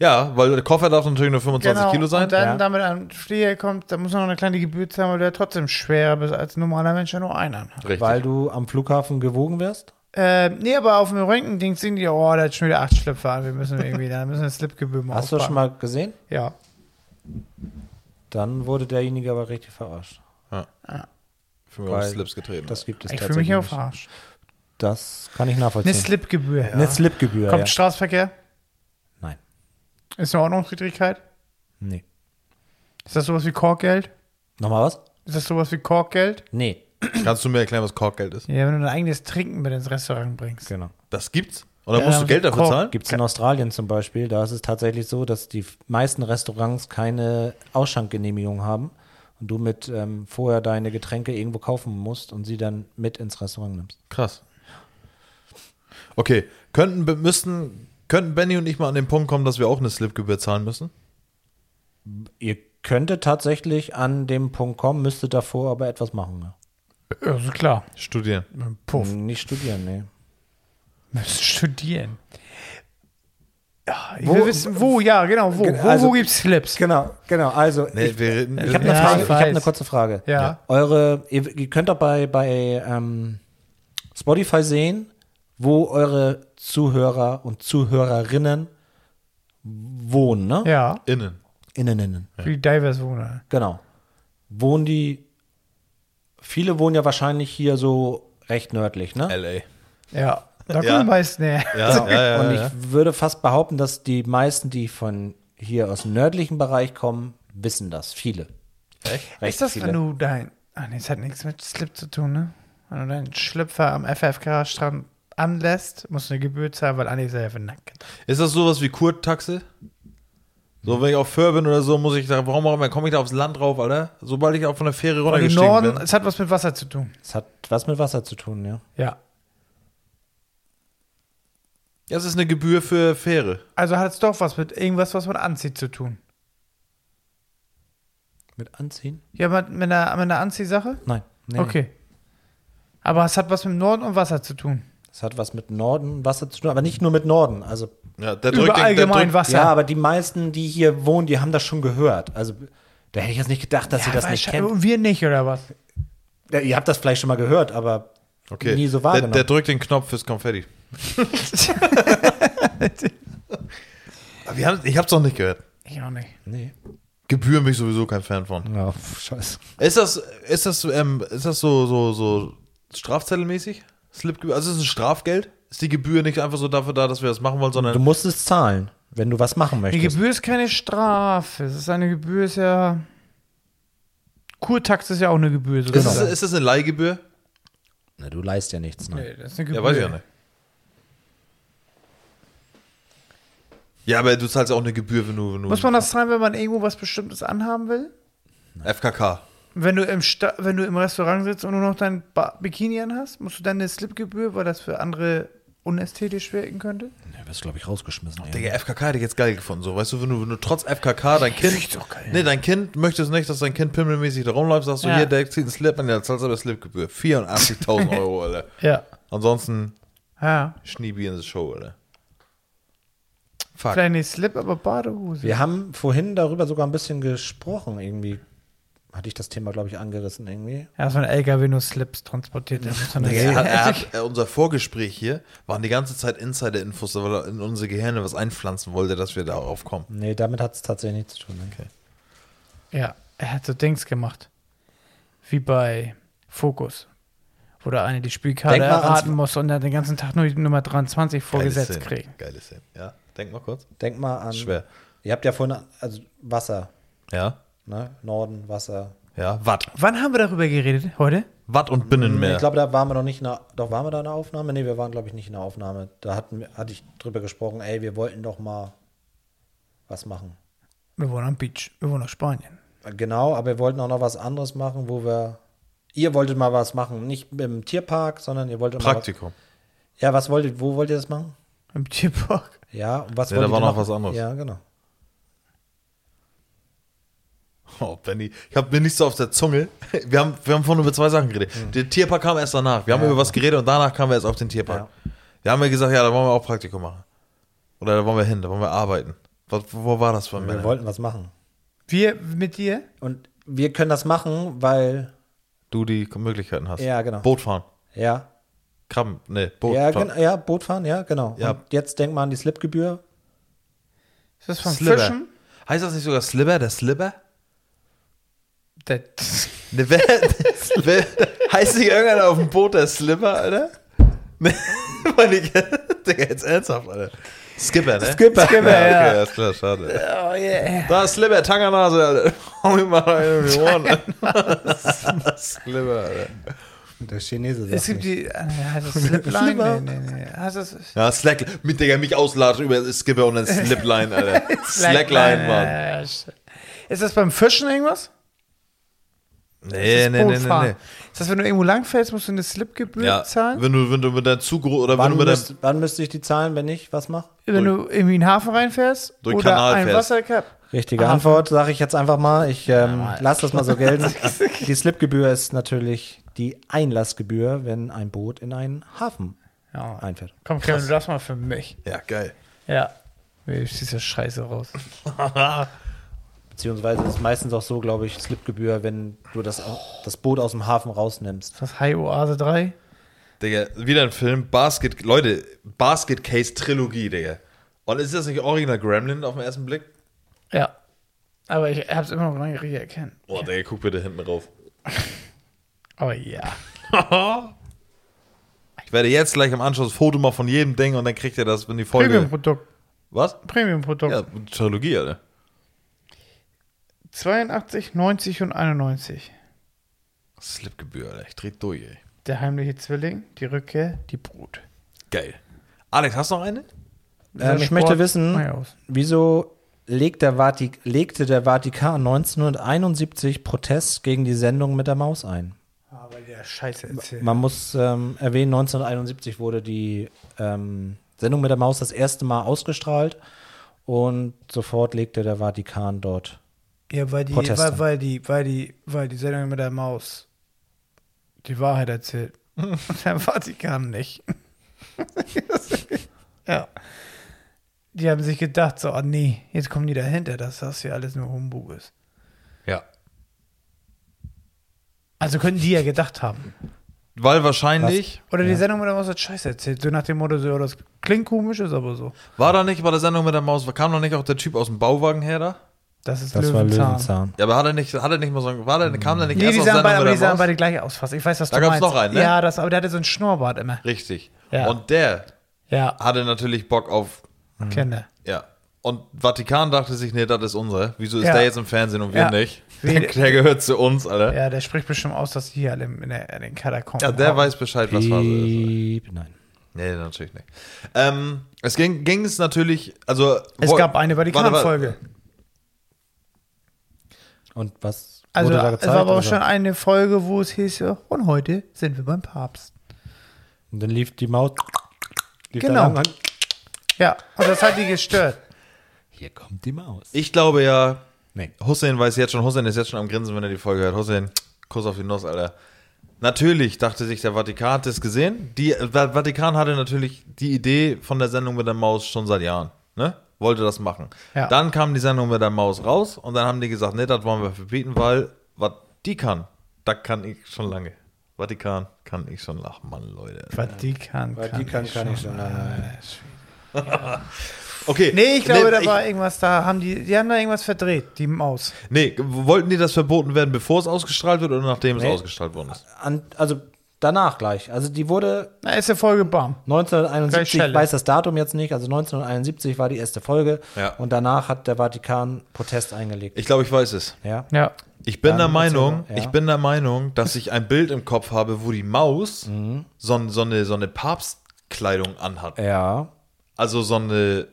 Speaker 3: Ja, weil der Koffer darf natürlich nur 25
Speaker 4: Genau,
Speaker 3: Kilo sein.
Speaker 2: Genau. Und dann
Speaker 4: Ja.
Speaker 2: damit an Flieger kommt, da muss noch eine kleine Gebühr zahlen, weil du ja trotzdem schwerer bist als ein normaler Mensch, der nur einen anhat.
Speaker 3: Richtig.
Speaker 4: Weil du am Flughafen gewogen wirst?
Speaker 2: Ähm, nee, aber auf dem Röntgending sehen die, oh, da hat schon wieder acht Schlüpfer an, wir müssen irgendwie, da müssen wir Slipgebühr mal
Speaker 4: Hast du das schon
Speaker 2: aufpacken.
Speaker 4: mal gesehen?
Speaker 2: Ja.
Speaker 4: Dann wurde derjenige aber richtig verarscht.
Speaker 3: für mich auf
Speaker 4: weil
Speaker 3: Slips getreten.
Speaker 4: Das gibt es
Speaker 2: Ich fühle
Speaker 4: tatsächlich
Speaker 2: mich hier auf
Speaker 4: nicht.
Speaker 2: Arsch.
Speaker 4: Das kann ich
Speaker 2: Eine
Speaker 4: nachvollziehen.
Speaker 2: Slipgebühr. Ja.
Speaker 4: Eine Slipgebühr.
Speaker 2: Kommt
Speaker 4: ja.
Speaker 2: Straßenverkehr?
Speaker 4: Nein.
Speaker 2: Ist eine Ordnungswidrigkeit?
Speaker 4: Nee.
Speaker 2: Ist das sowas wie Korkgeld?
Speaker 4: Nochmal was?
Speaker 2: Ist das sowas wie Korkgeld?
Speaker 4: Nee.
Speaker 3: Kannst du mir erklären, was Korkgeld ist?
Speaker 2: Ja, wenn du dein eigenes Trinken mit ins Restaurant bringst.
Speaker 4: Genau.
Speaker 3: Das gibt's? Oder
Speaker 2: Ja,
Speaker 3: musst du
Speaker 2: mit
Speaker 3: Geld dafür
Speaker 2: Kork
Speaker 3: zahlen?
Speaker 4: Gibt es in Australien zum Beispiel, da ist es tatsächlich so, dass die f- meisten Restaurants keine Ausschankgenehmigung haben und du mit ähm, vorher deine Getränke irgendwo kaufen musst und sie dann mit ins Restaurant nimmst.
Speaker 3: Krass. Okay, könnten be- müssten könnten Benny und ich mal an den Punkt kommen, dass wir auch eine Slipgebühr zahlen müssen?
Speaker 4: Ihr könntet tatsächlich an dem Punkt kommen, müsstet davor aber etwas machen. Ne?
Speaker 2: Ja, so klar.
Speaker 3: Studieren.
Speaker 2: Puff.
Speaker 4: Nicht studieren, nee.
Speaker 2: Müssen studieren. Ja, ich
Speaker 4: Wo-
Speaker 2: will wissen, wo, ja, genau, wo.
Speaker 4: Genau,
Speaker 2: wo,
Speaker 4: also-
Speaker 2: wo gibt's Slips?
Speaker 4: Genau, genau. Also,
Speaker 3: Nee, wir reden.
Speaker 4: ich habe
Speaker 2: Ja,
Speaker 4: eine, Frage,
Speaker 2: ich
Speaker 4: ich hab eine
Speaker 2: weiß.
Speaker 4: kurze Frage.
Speaker 2: Ja.
Speaker 4: Eure, ihr, ihr könnt doch bei, bei ähm, Spotify sehen, wo eure Zuhörer und Zuhörerinnen wohnen, ne?
Speaker 2: Ja,
Speaker 3: Innen.
Speaker 4: Innen, innen.
Speaker 2: wie diverse Wohner.
Speaker 4: Genau. Wohnen die, viele wohnen ja wahrscheinlich hier so recht nördlich, ne?
Speaker 3: LA.
Speaker 2: Ja, da kommen
Speaker 3: Ja.
Speaker 2: die meisten her.
Speaker 3: Ja, ja, ja,
Speaker 4: und
Speaker 3: ja,
Speaker 4: ich
Speaker 3: ja.
Speaker 4: würde fast behaupten, dass die meisten, die von hier aus dem nördlichen Bereich kommen, wissen das. Viele. Echt?
Speaker 2: Ist das, wenn du dein. Ach nee, es hat nichts mit Slip zu tun, ne? Wenn du deinen Schlüpfer am FFK-Strand anlässt, musst du eine Gebühr zahlen, weil Anni selber nackt.
Speaker 3: Ist das sowas wie Kurtaxe? So, wenn ich auf Föhr bin oder so, muss ich da, warum auch immer, komme ich da aufs Land drauf, Alter? Sobald ich auch von der Fähre
Speaker 2: Und im
Speaker 3: runtergestiegen
Speaker 4: Also
Speaker 2: Norden,
Speaker 3: bin.
Speaker 2: es hat was mit Wasser zu tun.
Speaker 4: Es hat was mit Wasser zu tun, ja.
Speaker 2: Ja.
Speaker 3: Ja, es ist eine Gebühr für Fähre.
Speaker 2: Also hat es doch was mit irgendwas, was man anzieht, zu tun.
Speaker 4: Mit Anziehen?
Speaker 2: Ja, mit, mit, einer, mit einer Anziehsache?
Speaker 4: Nein. nee,
Speaker 2: Okay. Aber es hat was mit dem Norden und Wasser zu tun.
Speaker 4: Das hat was mit Norden, Wasser zu tun, aber nicht nur mit Norden. Also
Speaker 3: Ja, der
Speaker 2: Über
Speaker 3: drückt den, der
Speaker 2: allgemein
Speaker 3: drückt,
Speaker 2: Wasser.
Speaker 4: ja, aber die meisten, die hier wohnen, die haben das schon gehört. Also da hätte ich jetzt nicht gedacht, dass ihr das
Speaker 2: aber
Speaker 4: nicht
Speaker 2: scha-
Speaker 4: kennt.
Speaker 2: Und wir nicht, oder was?
Speaker 4: Ja, ihr habt das vielleicht schon mal gehört, aber
Speaker 3: okay.
Speaker 4: nie so
Speaker 3: der,
Speaker 4: wahrgenommen.
Speaker 3: der drückt den Knopf fürs Konfetti. Aber wir haben, ich hab's noch nicht gehört.
Speaker 2: Ich auch nicht.
Speaker 4: nee.
Speaker 3: Gebühren bin ich sowieso kein Fan von.
Speaker 4: Ja, pf, scheiße.
Speaker 3: Ist das, ist das, ähm, ist das so, so, so strafzettelmäßig? Slipgebühr? Also ist es ein Strafgeld? Ist die Gebühr nicht einfach so dafür da, dass wir das machen wollen, sondern.
Speaker 4: Du musst es zahlen, wenn du was machen
Speaker 2: Die
Speaker 4: möchtest.
Speaker 2: Gebühr ist keine Strafe. Es ist eine Gebühr, ist ja. Kurtax ist ja auch eine Gebühr.
Speaker 3: ist,
Speaker 2: sozusagen.
Speaker 3: es, ist das eine Leihgebühr?
Speaker 4: Na, du leist ja nichts. Ne?
Speaker 2: Nee, das ist eine Gebühr.
Speaker 3: Ja, weiß ich ja nicht. Ja, aber du zahlst ja auch eine Gebühr, wenn du. Wenn du
Speaker 2: Muss man das zahlen, wenn man irgendwo was Bestimmtes anhaben will?
Speaker 3: FKK.
Speaker 2: Wenn du im, Sta wenn du im Restaurant sitzt und nur noch dein ba Bikini anhast, musst du dann eine Slipgebühr, weil das für andere unästhetisch wirken könnte?
Speaker 4: Du wirst, glaube ich, rausgeschmissen. ey.
Speaker 3: Digga, FKK hätte ich jetzt geil gefunden. So, weißt du, wenn du, wenn du trotz FKK dein Kind.
Speaker 2: doch geil.
Speaker 3: Nee, dein Kind möchtest nicht, dass dein Kind pimmelmäßig da rumläuft, sagst du,
Speaker 2: Ja.
Speaker 3: hier, der zieht einen Slip, und der zahlst aber Slipgebühr. 84.000 Euro, Alter.
Speaker 2: Ja.
Speaker 3: Ansonsten
Speaker 2: Ja.
Speaker 3: Schniebi in the Show, Alter. Fuck.
Speaker 2: Vielleicht nicht Slip, aber Badehose.
Speaker 4: Wir haben vorhin darüber sogar ein bisschen gesprochen, irgendwie. Hatte ich das Thema, glaube ich, angerissen, irgendwie.
Speaker 2: Ja, so ein LKW nur Slips transportiert. Der muss dann
Speaker 3: Er hat, er hat, er, unser Vorgespräch hier waren die ganze Zeit Insider-Infos, weil er in unsere Gehirne was einpflanzen wollte, dass wir darauf kommen.
Speaker 4: Nee, damit hat es tatsächlich nichts zu tun. Ne?
Speaker 2: Ja, er hat so Dings gemacht. Wie bei Fokus. Wo da eine die Spielkarte
Speaker 4: Denk mal ans-
Speaker 2: erraten muss und dann den ganzen Tag nur die Nummer 23
Speaker 3: Geile
Speaker 2: vorgesetzt
Speaker 3: Szene.
Speaker 2: kriegen.
Speaker 3: Geile Szene. Ja, denk mal kurz.
Speaker 4: Denk mal an.
Speaker 3: Schwer.
Speaker 4: Ihr habt ja vorhin, also Wasser,
Speaker 3: Ja,
Speaker 4: ne? Norden, Wasser.
Speaker 3: ja, Watt.
Speaker 2: Wann haben wir darüber geredet? Heute?
Speaker 3: Watt
Speaker 2: Hm,
Speaker 3: und Binnenmeer.
Speaker 4: Ich glaube, da waren wir noch nicht in der, doch waren wir da in der Aufnahme? Nee, wir waren, glaube ich, nicht in der Aufnahme. Da hatten, wir- hatte ich drüber gesprochen, ey, wir wollten doch mal was machen.
Speaker 2: Wir wohnen am Beach. Wir wohnen auf Spanien.
Speaker 4: Genau, aber wir wollten auch noch was anderes machen, wo wir, ihr wolltet mal was machen, nicht im Tierpark, sondern ihr wolltet
Speaker 3: Praktikum.
Speaker 4: mal was, Ja, was wolltet, wo wollt ihr das machen?
Speaker 2: Im Tierpark.
Speaker 4: Ja, und was
Speaker 3: Nee, da
Speaker 4: wolltet
Speaker 3: war
Speaker 4: ihr
Speaker 3: noch
Speaker 4: machen?
Speaker 3: was anderes.
Speaker 4: Ja, genau.
Speaker 3: Oh, Benny, ich habe mir nichts so auf der Zunge. Wir haben, wir haben vorhin über zwei Sachen geredet.
Speaker 4: Hm.
Speaker 3: Der Tierpark kam erst danach. Wir haben über was geredet und danach kamen wir erst auf den Tierpark. Wir haben ja gesagt, ja, da wollen wir auch Praktikum machen. Oder da wollen wir hin, da wollen wir arbeiten. Was, wo war das von
Speaker 4: Wir
Speaker 3: mir?
Speaker 4: wollten was machen.
Speaker 2: Wir mit dir?
Speaker 4: Und wir können das machen, weil,
Speaker 3: Du die Möglichkeiten hast.
Speaker 4: Ja, genau.
Speaker 3: Boot fahren.
Speaker 4: ja,
Speaker 3: Krabben, nee, Boot
Speaker 4: ja,
Speaker 3: fahren.
Speaker 4: gen- ja, Boot fahren, ja, genau.
Speaker 3: Ja.
Speaker 4: Und jetzt denk mal an die Slipgebühr.
Speaker 2: Ist das von
Speaker 3: Sliver.
Speaker 2: Fischen?
Speaker 3: Heißt das nicht sogar Sliver, der Sliver?
Speaker 2: Das,
Speaker 3: Ne, wer, wer, heißt nicht irgendeiner auf dem Boot der Sliver, Alter? Ne, meine ich, Digga, jetzt ernsthaft, Alter. Skipper, ne? ja.
Speaker 4: Skipper.
Speaker 3: Okay,
Speaker 2: Genau, ja.
Speaker 3: alles klar, schade.
Speaker 2: oh yeah.
Speaker 3: Da ist Sliver, Tangernase, Alter. Hau mir mal einen in die Ohren. Alter. Sliver, Alter.
Speaker 4: Der Chinese sagt
Speaker 2: Es gibt die. äh, Heißt das Slipline?
Speaker 4: Sliver.
Speaker 2: Nee, nee, nee. Heißt das.
Speaker 3: Ja, Slack, mit, Digga, mich ausladen über Skipper und dann Slipline, Alter. Slackline, Mann.
Speaker 2: Äh, shit. Ist das beim Fischen irgendwas?
Speaker 3: Nee,
Speaker 2: Das
Speaker 3: nee, nee, nee,
Speaker 2: Bootfahren.
Speaker 3: nee.
Speaker 2: Ist das, wenn du irgendwo langfällst, musst du eine Slipgebühr
Speaker 3: Ja,
Speaker 2: zahlen?
Speaker 3: wenn du, wenn du mit deinem Zugro oder wenn
Speaker 4: wann,
Speaker 3: du mit deinem
Speaker 4: müsst, wann müsste ich die zahlen, wenn ich was mache?
Speaker 2: Wenn du irgendwie in den Hafen reinfährst
Speaker 3: Durch
Speaker 2: oder
Speaker 3: Kanal
Speaker 2: ein
Speaker 3: fährst.
Speaker 2: Wasserkap.
Speaker 4: Richtige
Speaker 2: Ah.
Speaker 4: Antwort sage ich jetzt einfach mal. Ich ähm,
Speaker 2: Mann.
Speaker 4: lasse das mal so gelten. die Slipgebühr ist natürlich die Einlassgebühr, wenn ein Boot in einen Hafen
Speaker 2: Ja.
Speaker 4: einfährt.
Speaker 2: Komm, Kevin, du das mal für mich.
Speaker 3: Ja, geil.
Speaker 2: Ja. Mir schießt das Scheiße raus.
Speaker 4: Beziehungsweise ist es meistens auch so, glaube ich, Slipgebühr, wenn du das, au- das Boot aus dem Hafen rausnimmst.
Speaker 2: Ist das High Oase 3?
Speaker 3: Digga, wieder ein Film. Basket, Leute, Basket Case Trilogie, Digga. Und ist das nicht original Gremlin auf den ersten Blick?
Speaker 2: Ja. Aber ich hab's immer noch lange richtig erkennen.
Speaker 3: Boah, Digga, guck bitte hinten rauf.
Speaker 2: Aber ja.
Speaker 3: Ich werde jetzt gleich im Anschluss Foto mal von jedem Ding und dann kriegt ihr das in die Folge.
Speaker 2: Premium-Produkt.
Speaker 3: Was?
Speaker 2: Premium-Produkt.
Speaker 3: Ja, Trilogie, Alter.
Speaker 2: 82, 90 und 91.
Speaker 3: Slipgebühr, Alter. Ich dreh durch, ey.
Speaker 2: Der heimliche Zwilling, die Rückkehr, die Brut.
Speaker 3: Geil. Alex, hast du noch eine?
Speaker 2: Dieser
Speaker 4: Ähm, ich
Speaker 2: Sport-
Speaker 4: möchte wissen,
Speaker 2: Mach ich aus.
Speaker 4: wieso legt der Vati- legte der Vatikan 1971 Protest gegen die Sendung mit der Maus ein?
Speaker 2: Aber Ah, der Scheiße erzählt.
Speaker 4: Man muss ähm, erwähnen, 1971 wurde die ähm, Sendung mit der Maus das erste Mal ausgestrahlt und sofort legte der Vatikan dort.
Speaker 2: Ja, weil die,
Speaker 4: Proteste.
Speaker 2: weil, weil die, weil die, weil die Sendung mit der Maus die Wahrheit erzählt. Und der Vatikan nicht. Ja. Die haben sich gedacht, so, oh nee, jetzt kommen die dahinter, dass das hier alles nur Humbug ist.
Speaker 3: Ja.
Speaker 2: Also könnten die ja gedacht haben.
Speaker 3: Weil wahrscheinlich,
Speaker 2: Oder die Sendung mit der Maus hat Scheiße erzählt. So nach dem Motto, so, ja, das klingt komisch, ist aber so.
Speaker 3: war da nicht bei der Sendung mit der Maus, kam da nicht auch der Typ aus dem Bauwagen her da?
Speaker 2: Das ist
Speaker 4: Das war
Speaker 2: Löwenzahn.
Speaker 4: Löwenzahn.
Speaker 3: Ja, aber hat er nicht, hat er nicht mal so, ein- war der, kam der nicht
Speaker 2: Nee,
Speaker 3: erst
Speaker 2: die
Speaker 3: aus
Speaker 2: sahen,
Speaker 3: Sendung
Speaker 2: beide, aber die
Speaker 3: mit der
Speaker 2: sahen
Speaker 3: Maus?
Speaker 2: beide gleich aus. fast. Ich weiß, was
Speaker 3: Da
Speaker 2: du
Speaker 3: gab's
Speaker 2: meinst.
Speaker 3: noch einen, ne?
Speaker 2: Ja, das, aber der hatte so einen Schnurrbart immer.
Speaker 3: Richtig.
Speaker 2: Ja.
Speaker 3: Und der
Speaker 2: Ja,
Speaker 3: hatte natürlich Bock auf,
Speaker 4: Mhm.
Speaker 2: kenne.
Speaker 3: ja. Und Vatikan dachte sich, nee, das ist unsere. Wieso ist
Speaker 2: Ja.
Speaker 3: der jetzt im Fernsehen und wir
Speaker 2: Ja.
Speaker 3: nicht?
Speaker 2: Wie-
Speaker 3: Der, der gehört zu uns, Alter. Ja,
Speaker 2: Ja, der spricht bestimmt aus, dass die hier alle in, der, in den Katakomben
Speaker 3: der
Speaker 2: hocken.
Speaker 3: weiß Bescheid, was Phase ist.
Speaker 4: Piep, nein.
Speaker 3: Nee, natürlich nicht. Ähm, es ging, ging es natürlich, also.
Speaker 2: Es
Speaker 3: wo-
Speaker 2: gab eine
Speaker 3: warte, warte.
Speaker 2: Vatikan-Folge.
Speaker 4: Und was
Speaker 2: Also,
Speaker 4: wurde da
Speaker 2: es
Speaker 4: gezeigt?
Speaker 2: war aber auch
Speaker 4: oder?
Speaker 2: schon eine Folge, wo es hieß, ja, und heute sind wir beim Papst.
Speaker 4: Und dann lief die Maut. Lief
Speaker 2: Genau.
Speaker 4: da lang-
Speaker 2: Ja, und das hat die gestört.
Speaker 4: Hier kommt die Maus.
Speaker 3: Ich glaube ja,
Speaker 4: Nee.
Speaker 3: Hussein weiß jetzt schon, Hussein ist jetzt schon am Grinsen, wenn er die Folge hört. Hussein, Kuss auf die Nuss, Alter. Natürlich dachte sich der Vatikan, hat es gesehen. Die, äh, Va- Vatikan hatte natürlich die Idee von der Sendung mit der Maus schon seit Jahren. Ne? Wollte das machen.
Speaker 2: Ja.
Speaker 3: Dann kam die Sendung mit der Maus raus und dann haben die gesagt, nee, das wollen wir verbieten, weil was die kann, da kann ich schon lange. Vatikan kann ich schon lachen, Mann, Leute.
Speaker 2: Vatikan.
Speaker 4: Vatikan kann ich schon lange.
Speaker 3: Okay.
Speaker 2: Äh, Nee, ich glaube, da
Speaker 3: ich-
Speaker 2: war irgendwas, da haben die, die haben da irgendwas verdreht, die Maus.
Speaker 3: Nee, wollten die das verboten werden, bevor es ausgestrahlt wird oder nachdem
Speaker 4: Nee.
Speaker 3: es ausgestrahlt worden ist?
Speaker 4: An, also danach gleich. Also die wurde
Speaker 2: Na, ist eine Folge, bam. Gleich
Speaker 4: 1971,
Speaker 2: Schelle.
Speaker 4: ich weiß das Datum jetzt nicht, also 1971 war die erste Folge
Speaker 3: Ja.
Speaker 4: und danach hat der Vatikan Protest eingelegt.
Speaker 3: Ich glaube, ich weiß es.
Speaker 4: ja.
Speaker 2: Ja.
Speaker 3: Ich bin
Speaker 4: Dann
Speaker 3: der
Speaker 4: erzähl
Speaker 3: Meinung,
Speaker 4: mal, ja.
Speaker 3: ich bin der Meinung, dass ich ein Bild im Kopf habe, wo die Maus
Speaker 4: Mhm.
Speaker 3: so, so eine, so eine Papstkleidung anhat.
Speaker 4: Ja.
Speaker 3: Also so eine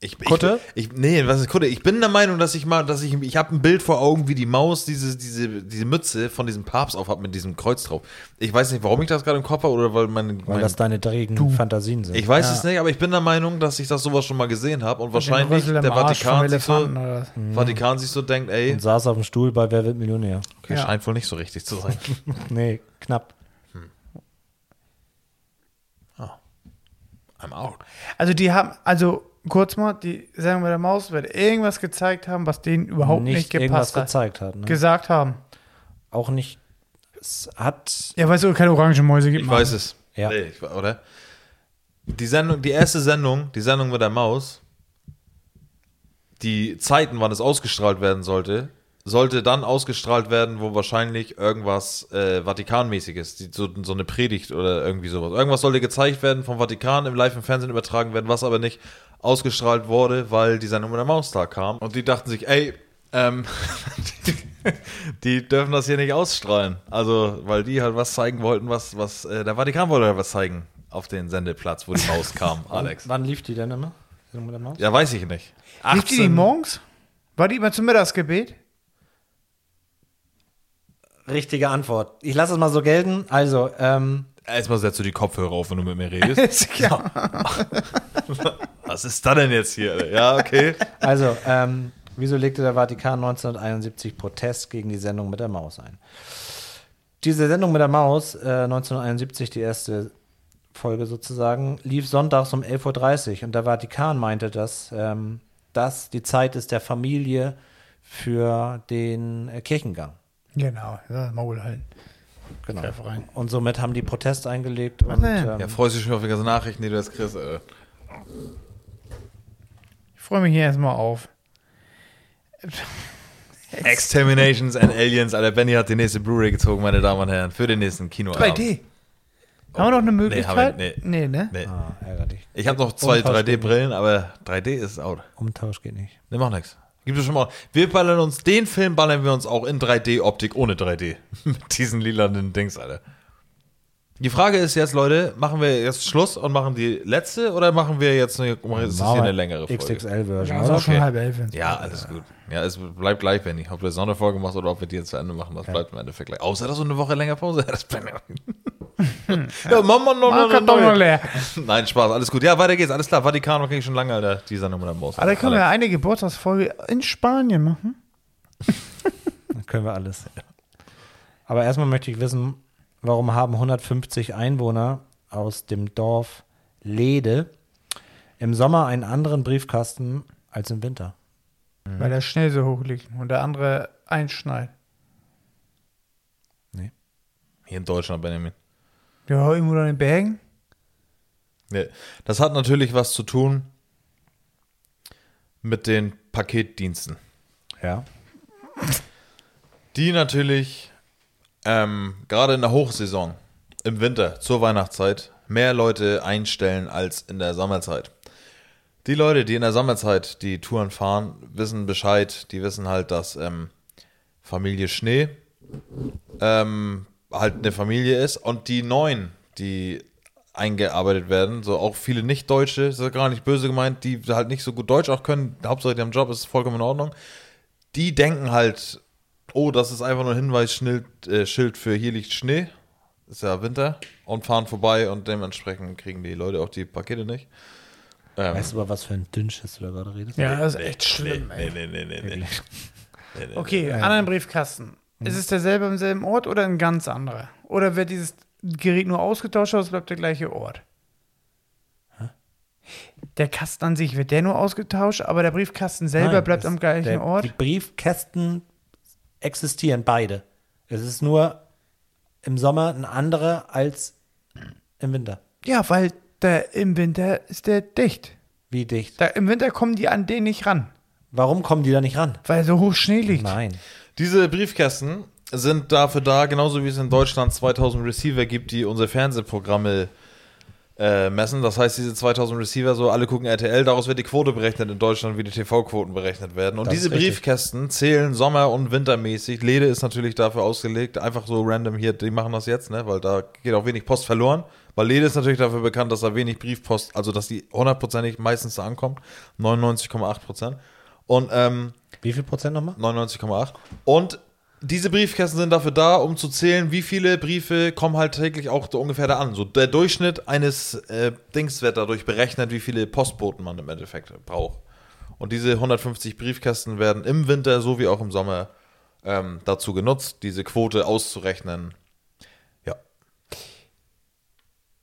Speaker 3: ich,
Speaker 4: Äh. Kutte?
Speaker 3: Ich, ich, nee, was ist Kutte? Ich bin der Meinung, dass ich mal, dass ich, ich habe ein Bild vor Augen, wie die Maus diese, diese, diese Mütze von diesem Papst auf hat mit diesem Kreuz drauf. Ich weiß nicht, warum ich das gerade im Kopf habe oder weil mein,
Speaker 4: Weil
Speaker 3: mein
Speaker 4: das deine dreckigen Fantasien sind.
Speaker 3: Ich weiß es nicht, aber ich bin der Meinung, dass ich das sowas schon mal gesehen habe und wahrscheinlich
Speaker 2: Rüssel im
Speaker 3: der
Speaker 2: Arsch vom
Speaker 3: Vatikan sich, so, Mhm.
Speaker 2: Elefanten oder was.
Speaker 3: Vatikan sich so denkt, ey,
Speaker 4: und saß auf dem Stuhl bei Wer wird Millionär?
Speaker 3: okay,
Speaker 2: Ja.
Speaker 3: scheint wohl nicht so richtig zu sein.
Speaker 4: nee, knapp.
Speaker 3: I'm out.
Speaker 2: Also die haben, also kurz mal, die Sendung mit der Maus wird irgendwas gezeigt haben, was denen überhaupt nicht,
Speaker 4: nicht irgendwas
Speaker 2: gepasst hat.
Speaker 4: gezeigt hat. Ne?
Speaker 2: Gesagt haben.
Speaker 4: Auch nicht. Es hat.
Speaker 2: Ja, weißt du, keine Orangenmäuse gibt
Speaker 3: Ich
Speaker 2: Mann.
Speaker 3: weiß es.
Speaker 4: Ja.
Speaker 3: Nee, ich, oder? Die Sendung, die erste Sendung, die Sendung mit der Maus, die Zeiten, wann es ausgestrahlt werden sollte, sollte dann ausgestrahlt werden, wo wahrscheinlich irgendwas äh, Vatikanmäßiges, die, so, so eine Predigt oder irgendwie sowas. Irgendwas sollte gezeigt werden vom Vatikan, im Live im Fernsehen übertragen werden, was aber nicht ausgestrahlt wurde, weil die Sendung mit der Maus da kam. Und die dachten sich, ey, ähm, die dürfen das hier nicht ausstrahlen. Also, weil die halt was zeigen wollten, was, was, äh, der Vatikan wollte halt was zeigen auf den Sendeplatz, wo die Maus kam, Alex.
Speaker 4: Wann lief die denn immer? Mit der Maus?
Speaker 3: Ja, weiß ich nicht.
Speaker 2: Lief die die morgens? War die immer zum Mittagsgebet?
Speaker 4: Richtige Antwort. Ich lasse es mal so gelten. Also, ähm,
Speaker 3: Erstmal setzt du die Kopfhörer auf, wenn du mit mir redest.
Speaker 2: Ist ja.
Speaker 3: was ist da denn jetzt hier? Alter? Ja, okay.
Speaker 4: also ähm, wieso legte der Vatikan 1971 Protest gegen die Sendung mit der Maus ein? Diese Sendung mit der Maus, äh, 1971, die erste Folge sozusagen, lief sonntags um 11.30 Uhr und der Vatikan meinte, dass ähm, das die Zeit ist der Familie für den äh, Kirchengang.
Speaker 2: Genau, ja, Maul halten.
Speaker 4: Genau.
Speaker 2: Greif rein.
Speaker 4: Und somit haben die Protest eingelegt und
Speaker 2: nee.
Speaker 4: ähm,
Speaker 3: Ja, freust du dich schon auf die ganzen Nachrichten, die du jetzt kriegst, Alter.
Speaker 2: Ich freue mich hier erstmal auf.
Speaker 3: Exterminations and Aliens, Alter. Benny hat die nächste Blu-ray gezogen, meine Damen und Herren, für den nächsten Kino.
Speaker 2: 3D. Haben wir noch eine Möglichkeit?
Speaker 3: Nee, hab ich-
Speaker 2: ne?
Speaker 3: Nee.
Speaker 4: ah, ärgerlich.
Speaker 3: Ich habe noch zwei
Speaker 4: Unfassbar.
Speaker 3: 3D-Brillen, aber 3D ist out.
Speaker 4: Umtausch geht nicht.
Speaker 3: Ne, macht nix. Gibt es schon mal. Wir ballern uns, den Film ballern wir uns auch in 3D-Optik ohne 3D. Mit diesen lilanen Dings, Alter. Die Frage ist jetzt, Leute, machen wir jetzt Schluss und machen die letzte oder machen wir jetzt eine, ist das hier eine längere Folge?
Speaker 4: XXL-Version.
Speaker 2: Ja, ist auch
Speaker 4: oder?
Speaker 2: schon halb elf. wenn's-
Speaker 3: Ja, alles gut. Ja, es bleibt gleich, Benny. Ob du jetzt noch eine Folge machst oder ob wir die jetzt zu Ende machen, das bleibt im Endeffekt gleich. Außer, dass du eine Woche länger Pause hattest, Benny. ja, machen wir noch
Speaker 2: Marker
Speaker 3: eine
Speaker 2: doch noch
Speaker 3: neue.
Speaker 2: leer.
Speaker 3: Nein, Spaß, alles gut. Ja, weiter geht's, alles klar. Vatikan, krieg ich schon lange, Alter. Die Sendung mit der Maus.
Speaker 2: Aber da können wir ja eine Geburtstagsfolge in Spanien machen.
Speaker 4: Dann können wir alles. Aber erstmal möchte ich wissen, warum haben 150 Einwohner aus dem Dorf Lede im Sommer einen anderen Briefkasten als im Winter.
Speaker 3: Mhm.
Speaker 2: weil der schnell so hoch liegt und der andere einschneit.
Speaker 3: Hier in Deutschland, Benjamin.
Speaker 2: Ja, irgendwo in den Bergen?
Speaker 3: Nee. Das hat natürlich was zu tun mit den Paketdiensten.
Speaker 4: Ja.
Speaker 3: Die natürlich ähm, gerade in der Hochsaison im Winter zur Weihnachtszeit mehr Leute einstellen als in der Sommerzeit. Die Leute, die in der Sommerzeit die Touren fahren, wissen Bescheid. Die wissen halt, dass ähm, Familie Schnee ähm, halt eine Familie ist. Und die neuen, die eingearbeitet werden, so auch viele Nicht-Deutsche, ist ja gar nicht böse gemeint, die halt nicht so gut Deutsch auch können, Hauptsache die haben einen Job, ist vollkommen in Ordnung. Die denken halt, oh, das ist einfach nur ein Hinweisschild äh, Schild für hier liegt Schnee, ist ja Winter, und fahren vorbei und dementsprechend kriegen die Leute auch die Pakete nicht. Ähm,
Speaker 4: Weißt du aber, was für ein Dünnschiss du da gerade redest?
Speaker 2: Ja, das ist echt schlimm,
Speaker 3: nee, nee, nee, nee, nee.
Speaker 2: Okay, anderen Briefkasten.
Speaker 4: Mhm.
Speaker 2: Ist es derselbe am selben Ort oder ein ganz anderer? Oder wird dieses Gerät nur ausgetauscht oder es bleibt der gleiche Ort? Der Kasten an sich wird der nur ausgetauscht, aber der Briefkasten selber
Speaker 4: Nein,
Speaker 2: bleibt
Speaker 4: das-
Speaker 2: am gleichen
Speaker 4: der, Die
Speaker 2: Ort.
Speaker 4: Briefkästen existieren beide. Es ist nur im Sommer ein anderer als im Winter.
Speaker 2: Ja, weil der, im Winter ist der dicht.
Speaker 4: Wie dicht?
Speaker 2: Da, Im Winter kommen die an den nicht ran,
Speaker 4: Warum kommen die da nicht ran?
Speaker 2: weil so hoch Schnee liegt.
Speaker 4: Nein.
Speaker 3: Diese Briefkästen sind dafür da, genauso wie es in Deutschland 2000 Receiver gibt, die unsere Fernsehprogramme äh, messen. Das heißt, diese 2000 Receiver, so alle gucken RTL, daraus wird die Quote berechnet in Deutschland, wie die TV-Quoten berechnet werden. Und
Speaker 4: Das ist
Speaker 3: diese
Speaker 4: richtig.
Speaker 3: Briefkästen zählen Sommer- und Wintermäßig. Lede ist natürlich dafür ausgelegt, einfach so random hier, die machen das jetzt, ne? weil da geht auch wenig Post verloren. Weil Lede ist natürlich dafür bekannt, dass da wenig Briefpost, also dass die hundertprozentig meistens da ankommt, 99,8 Prozent. Und ähm,
Speaker 4: Wie viel Prozent nochmal?
Speaker 3: 99,8. Und diese Briefkästen sind dafür da, um zu zählen, wie viele Briefe kommen halt täglich auch so ungefähr da an. So der Durchschnitt eines äh, Dings wird dadurch berechnet, wie viele Postboten man im Endeffekt braucht. Und diese 150 Briefkästen werden im Winter sowie auch im Sommer ähm, dazu genutzt, diese Quote auszurechnen. Ja.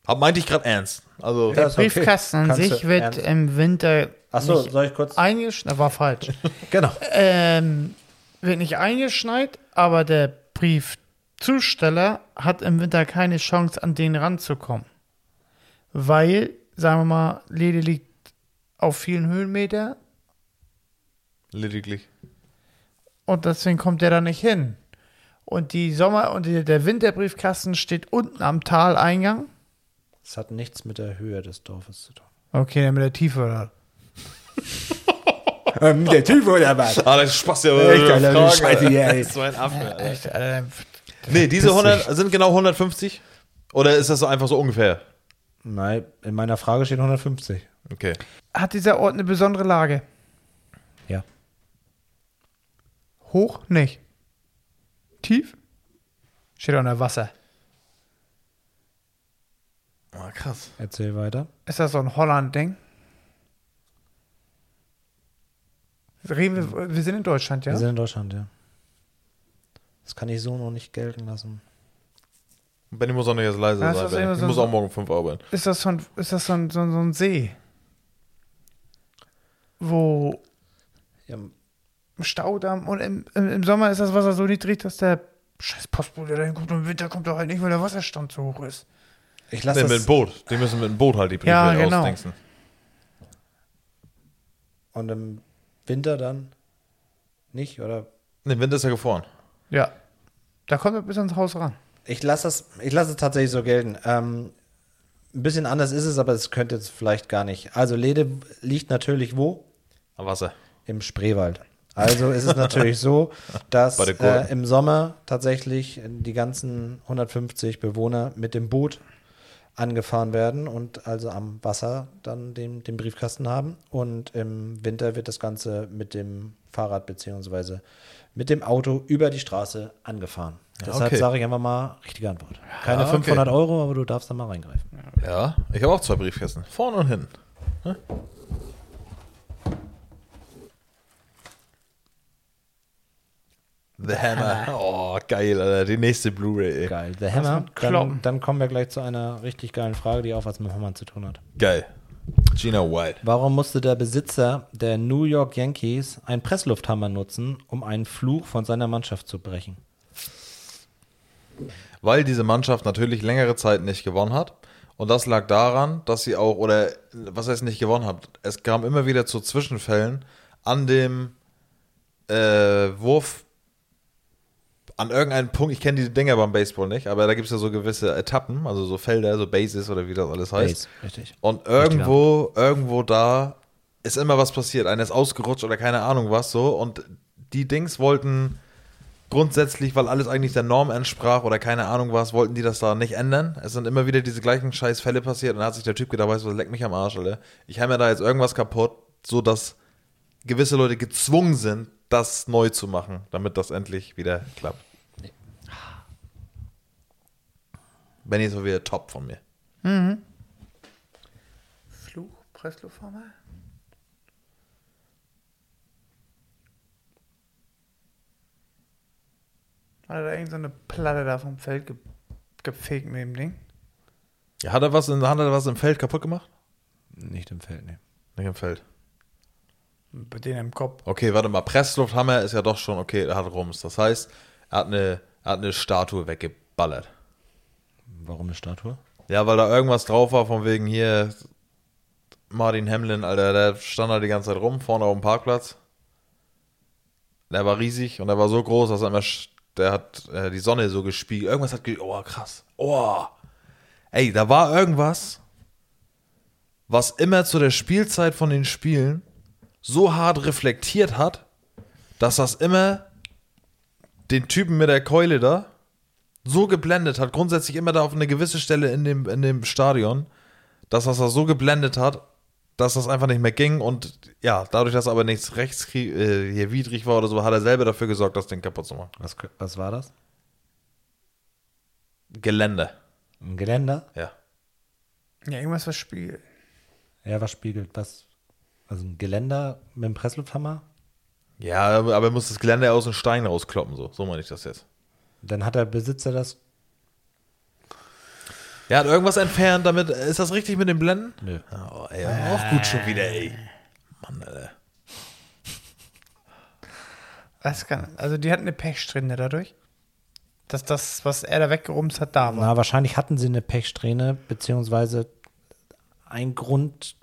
Speaker 3: Hab, meinte ich gerade ernst. Also,
Speaker 4: Ja, ist okay.
Speaker 2: Briefkasten an
Speaker 4: Kannst du
Speaker 2: sich wird
Speaker 4: ernst-
Speaker 2: im Winter
Speaker 4: Ach so,
Speaker 2: nicht
Speaker 4: soll ich kurz-
Speaker 2: eingeschneit. War falsch.
Speaker 4: Genau.
Speaker 2: ähm, wird nicht eingeschneit, aber der Briefzusteller hat im Winter keine Chance, an den ranzukommen. Weil, sagen wir mal, Lede liegt auf vielen Höhenmeter
Speaker 3: lediglich.
Speaker 2: und deswegen kommt der da nicht hin. Und die Sommer- und die, der Winterbriefkasten steht unten am Taleingang.
Speaker 4: Es hat nichts mit der Höhe des Dorfes zu tun.
Speaker 2: Okay, dann mit der Tiefe oder?
Speaker 4: Ähm, der Typ oder was?
Speaker 3: Ah, das Spaß ja.
Speaker 4: Echt, Alter, du
Speaker 3: Fragen,
Speaker 4: Scheiße,
Speaker 3: Alter.
Speaker 4: ja, ey.
Speaker 3: Das ist so ein Affe, Alter.
Speaker 2: Echt, Alter,
Speaker 3: Nee, diese 100, sind genau 150? Oder ist das so einfach so ungefähr?
Speaker 4: Nein, in meiner Frage steht 150.
Speaker 3: Okay.
Speaker 2: Hat dieser Ort eine besondere Lage?
Speaker 4: Ja.
Speaker 2: Hoch nicht. Tief? Steht unter Wasser.
Speaker 3: Ah, krass.
Speaker 4: Erzähl weiter.
Speaker 2: Ist das so ein Holland-Ding? Reden wir, wir sind in Deutschland, ja?
Speaker 4: Wir sind in Deutschland, ja. Das kann ich so noch nicht gelten lassen.
Speaker 3: Benny muss auch nicht jetzt leise
Speaker 2: Ja, ist
Speaker 3: sein.
Speaker 2: das
Speaker 3: Benny.
Speaker 2: immer
Speaker 3: Ich
Speaker 2: so-
Speaker 3: muss auch morgen um 5 arbeiten.
Speaker 2: Ist das so ein, ist das so ein, so ein, so ein See? Wo
Speaker 4: Ja,
Speaker 2: im Staudamm und im, im, im Sommer ist das Wasser so niedrig, dass der scheiß Postbote dahin kommt und im Winter kommt er halt nicht, weil der Wasserstand so hoch ist.
Speaker 4: ich lasse
Speaker 3: Nee, mit dem
Speaker 4: das.
Speaker 3: Boot. Die müssen mit dem Boot halt die Briefe
Speaker 2: Ja, genau.
Speaker 3: ausdenken.
Speaker 4: Und im Winter dann nicht, oder?
Speaker 3: Nee, Winter ist ja gefroren.
Speaker 2: Ja. Da kommt er bis ans Haus ran.
Speaker 4: Ich lasse das, ich lasse es tatsächlich so gelten. Ähm, ein bisschen anders ist es, aber es könnte jetzt vielleicht gar nicht. Also Lede liegt natürlich wo?
Speaker 3: Am Wasser.
Speaker 4: Im Spreewald. Also ist es natürlich so, dass
Speaker 3: Bei der Gurke.
Speaker 4: äh, im Sommer tatsächlich die ganzen 150 Bewohner mit dem Boot angefahren werden und also am Wasser dann den, den Briefkasten haben. Und im Winter wird das Ganze mit dem Fahrrad beziehungsweise mit dem Auto über die Straße angefahren. Deshalb
Speaker 3: okay.
Speaker 4: sage ich einfach mal richtige Antwort. Keine
Speaker 3: okay.
Speaker 4: 500 Euro, aber du darfst da mal reingreifen.
Speaker 3: Ja, ich habe auch zwei Briefkästen. Vorne und hinten. Hä? The Hammer. Oh, geil, Alter. Die nächste Blu-ray, ey.
Speaker 4: Geil. The Hammer.
Speaker 2: mit Kloppen.
Speaker 4: Dann, dann kommen wir gleich zu einer richtig geilen Frage, die auch was mit Hammer zu tun hat.
Speaker 3: Geil. Gina Wild.
Speaker 4: Warum musste der Besitzer der New York Yankees einen Presslufthammer nutzen, um einen Fluch von seiner Mannschaft zu brechen?
Speaker 3: Weil diese Mannschaft natürlich längere Zeit nicht gewonnen hat. Und das lag daran, dass sie auch, oder was heißt nicht gewonnen hat, es kam immer wieder zu Zwischenfällen an dem äh, Wurf an irgendeinem Punkt, ich kenne die Dinger beim Baseball nicht, aber da gibt es ja so gewisse Etappen, also so Felder, so Bases oder wie das alles heißt.
Speaker 4: Base, richtig.
Speaker 3: Und irgendwo, irgendwo da ist immer was passiert. Einer ist ausgerutscht oder keine Ahnung was so. Und die Dings wollten grundsätzlich, weil alles eigentlich der Norm entsprach oder keine Ahnung was, wollten die das da nicht ändern. Es sind immer wieder diese gleichen scheiß Fälle passiert und dann hat sich der Typ gedacht, weißt du was, leck mich am Arsch, Alter. Ich habe mir da jetzt irgendwas kaputt, sodass gewisse Leute gezwungen sind, das neu zu machen, damit das endlich wieder klappt. Benny ist auch wieder top von mir.
Speaker 2: Fluch, Presslufthammer? Hat er da irgend so eine Platte da vom Feld ge gefegt mit dem Ding?
Speaker 3: Ja, hat er was, in, hat er was im Feld kaputt gemacht?
Speaker 4: Nicht im Feld, ne.
Speaker 3: Nicht im Feld.
Speaker 2: Bei denen im Kopf.
Speaker 3: Okay, warte mal. Presslufthammer ist ja doch schon, okay, er hat Rums. Das heißt, er hat eine, er hat eine Statue weggeballert.
Speaker 4: Warum eine Statue?
Speaker 3: Ja, weil da irgendwas drauf war, von wegen hier Martin Hamlin, Alter, der stand da die ganze Zeit rum, vorne auf dem Parkplatz. Der war riesig und der war so groß, dass er immer, sch- der hat äh, die Sonne so gespiegelt. Irgendwas hat, ge oh krass, oh. Ey, da war irgendwas, was immer zu der Spielzeit von den Spielen so hart reflektiert hat, dass das immer den Typen mit der Keule da, so geblendet hat, grundsätzlich immer da auf eine gewisse Stelle in dem, in dem Stadion, dass das da so geblendet hat, dass das einfach nicht mehr ging und ja, dadurch, dass aber nichts rechts äh, hier widrig war oder so, hat er selber dafür gesorgt, das Ding kaputt zu machen.
Speaker 4: Was, was war das?
Speaker 3: Gelände,
Speaker 4: Ein Geländer?
Speaker 3: ja.
Speaker 2: Ja, irgendwas was Spiel.
Speaker 4: Ja, was spiegelt was? Also ein Geländer mit einem Presslufthammer?
Speaker 3: Ja, aber er muss das Gelände aus dem Stein rauskloppen, so, so meine ich das jetzt.
Speaker 4: Dann hat der Besitzer das.
Speaker 3: Er hat irgendwas entfernt, damit, ist das richtig mit dem Blenden?
Speaker 4: Nö.
Speaker 3: Oh, ey, auch gut schon wieder, ey. Mann, Alter.
Speaker 2: Das kann, also die hatten eine Pechsträhne dadurch, dass das, was er da weggerumst hat, da war.
Speaker 4: Na, wahrscheinlich hatten sie eine Pechsträhne, beziehungsweise ein Grund.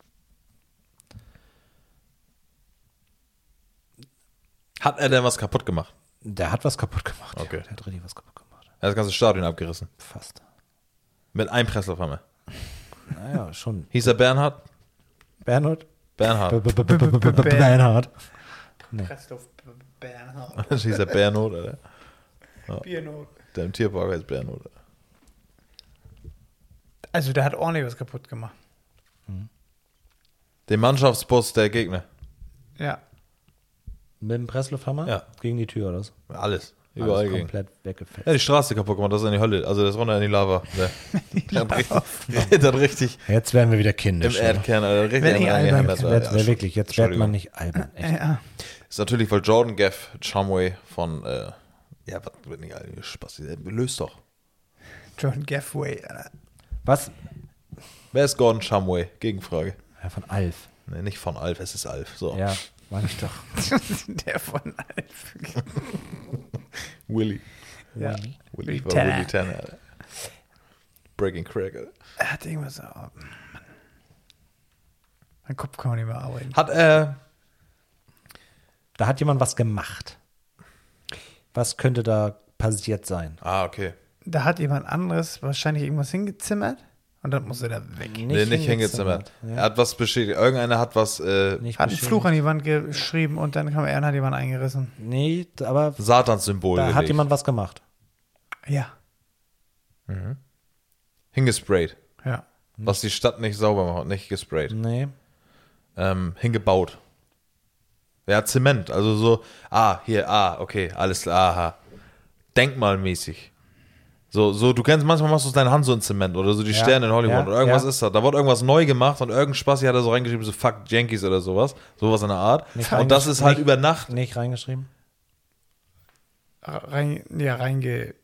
Speaker 3: Hat er denn was kaputt gemacht?
Speaker 4: Der hat was kaputt gemacht.
Speaker 3: Okay.
Speaker 4: Ja, der hat richtig was kaputt gemacht.
Speaker 3: Er hat das ganze Stadion abgerissen.
Speaker 4: Fast.
Speaker 3: Mit einem Presslufthammer.
Speaker 4: Naja, schon.
Speaker 3: Hieß er Bernhard?
Speaker 4: Bernhard? B-
Speaker 3: Bernhard.
Speaker 4: b- b- b- b- b-
Speaker 2: Bern-
Speaker 4: Bernhard.
Speaker 2: Pressluft, Bernhard,
Speaker 3: Das hieß er Bernhard, oder?
Speaker 2: Biernot.
Speaker 3: Der im Tierpark heißt Bernhard. oder?
Speaker 2: Also der hat ordentlich was kaputt gemacht.
Speaker 3: Den Mannschaftsbus der Gegner.
Speaker 2: Ja.
Speaker 4: Mit dem Presslufthammer?
Speaker 3: Ja.
Speaker 4: Gegen die Tür, oder was?
Speaker 3: Alles.
Speaker 4: Alles
Speaker 3: Überall gegen.
Speaker 4: komplett weggefällt.
Speaker 3: Ja, die Straße kaputt gemacht, das ist in die Hölle. Also das ist runter in die Lava. Der, der, hat, richtig, der hat richtig
Speaker 4: Jetzt werden wir wieder
Speaker 3: im
Speaker 4: kindisch. oder?
Speaker 3: Erdkern, Alter. Richtig
Speaker 2: Wenn ich
Speaker 3: einen
Speaker 2: albern
Speaker 3: reingehämmert,
Speaker 4: Jetzt,
Speaker 3: Alter. Ja,
Speaker 4: wirklich, jetzt wird man nicht albern. Echt.
Speaker 2: ja.
Speaker 3: Ist natürlich, weil Jordan Gaff Chumway von, äh, ja, was wird nicht, Alter, Spaß, der löst doch.
Speaker 2: John Gaffway. Alter.
Speaker 4: Was?
Speaker 3: Wer ist Gordon Chumway? Gegenfrage.
Speaker 4: Ja, von Alf.
Speaker 3: Nee, nicht von Alf, es ist Alf. So.
Speaker 4: Ja, meine ich doch.
Speaker 2: der von Alf.
Speaker 3: Willy.
Speaker 2: ja.
Speaker 3: Willy,
Speaker 2: Willy
Speaker 3: war
Speaker 2: Tanner.
Speaker 3: Willy Tanner, Alter. Breaking Crack, Alter.
Speaker 2: Er hat irgendwas. Oh, Mann. Mein Kopf kann man nicht mehr arbeiten.
Speaker 3: Hat äh, er.
Speaker 4: Da hat jemand was gemacht. Was könnte da passiert sein?
Speaker 3: Ah, okay.
Speaker 2: Da hat jemand anderes wahrscheinlich irgendwas hingezimmert und dann muss er da weg.
Speaker 3: Nicht nee, nicht hingezimmert. Er hat was beschädigt. Irgendeiner hat was. Äh,
Speaker 4: Nicht
Speaker 2: Hat einen
Speaker 4: beschädigt.
Speaker 2: Fluch an die Wand geschrieben und dann kam er und hat jemand eingerissen.
Speaker 4: Nee, aber
Speaker 3: Satans-Symbol.
Speaker 4: da hat
Speaker 3: gelegt.
Speaker 4: jemand was gemacht.
Speaker 2: Ja.
Speaker 3: Hingesprayt.
Speaker 2: Ja.
Speaker 3: Was die Stadt nicht sauber macht. Nicht gesprayt.
Speaker 4: Nee.
Speaker 3: Ähm, hingebaut. Ja, Zement. Also so. Ah, hier. Ah, okay. Alles klar. Aha. Denkmalmäßig. So, so, du kennst, manchmal machst du deine Hand so in Zement oder so die
Speaker 4: Ja,
Speaker 3: Sterne in Hollywood
Speaker 4: ja,
Speaker 3: oder irgendwas
Speaker 4: ja.
Speaker 3: ist da. Da wurde irgendwas neu gemacht und irgendein Spassi hat da so reingeschrieben, so fuck Yankees oder sowas. Sowas in der Art.
Speaker 4: Nicht
Speaker 3: und das
Speaker 4: reingesch-
Speaker 3: ist halt
Speaker 4: nicht-
Speaker 3: über Nacht
Speaker 4: Nicht reingeschrieben.
Speaker 2: rein, ja, reingepresst.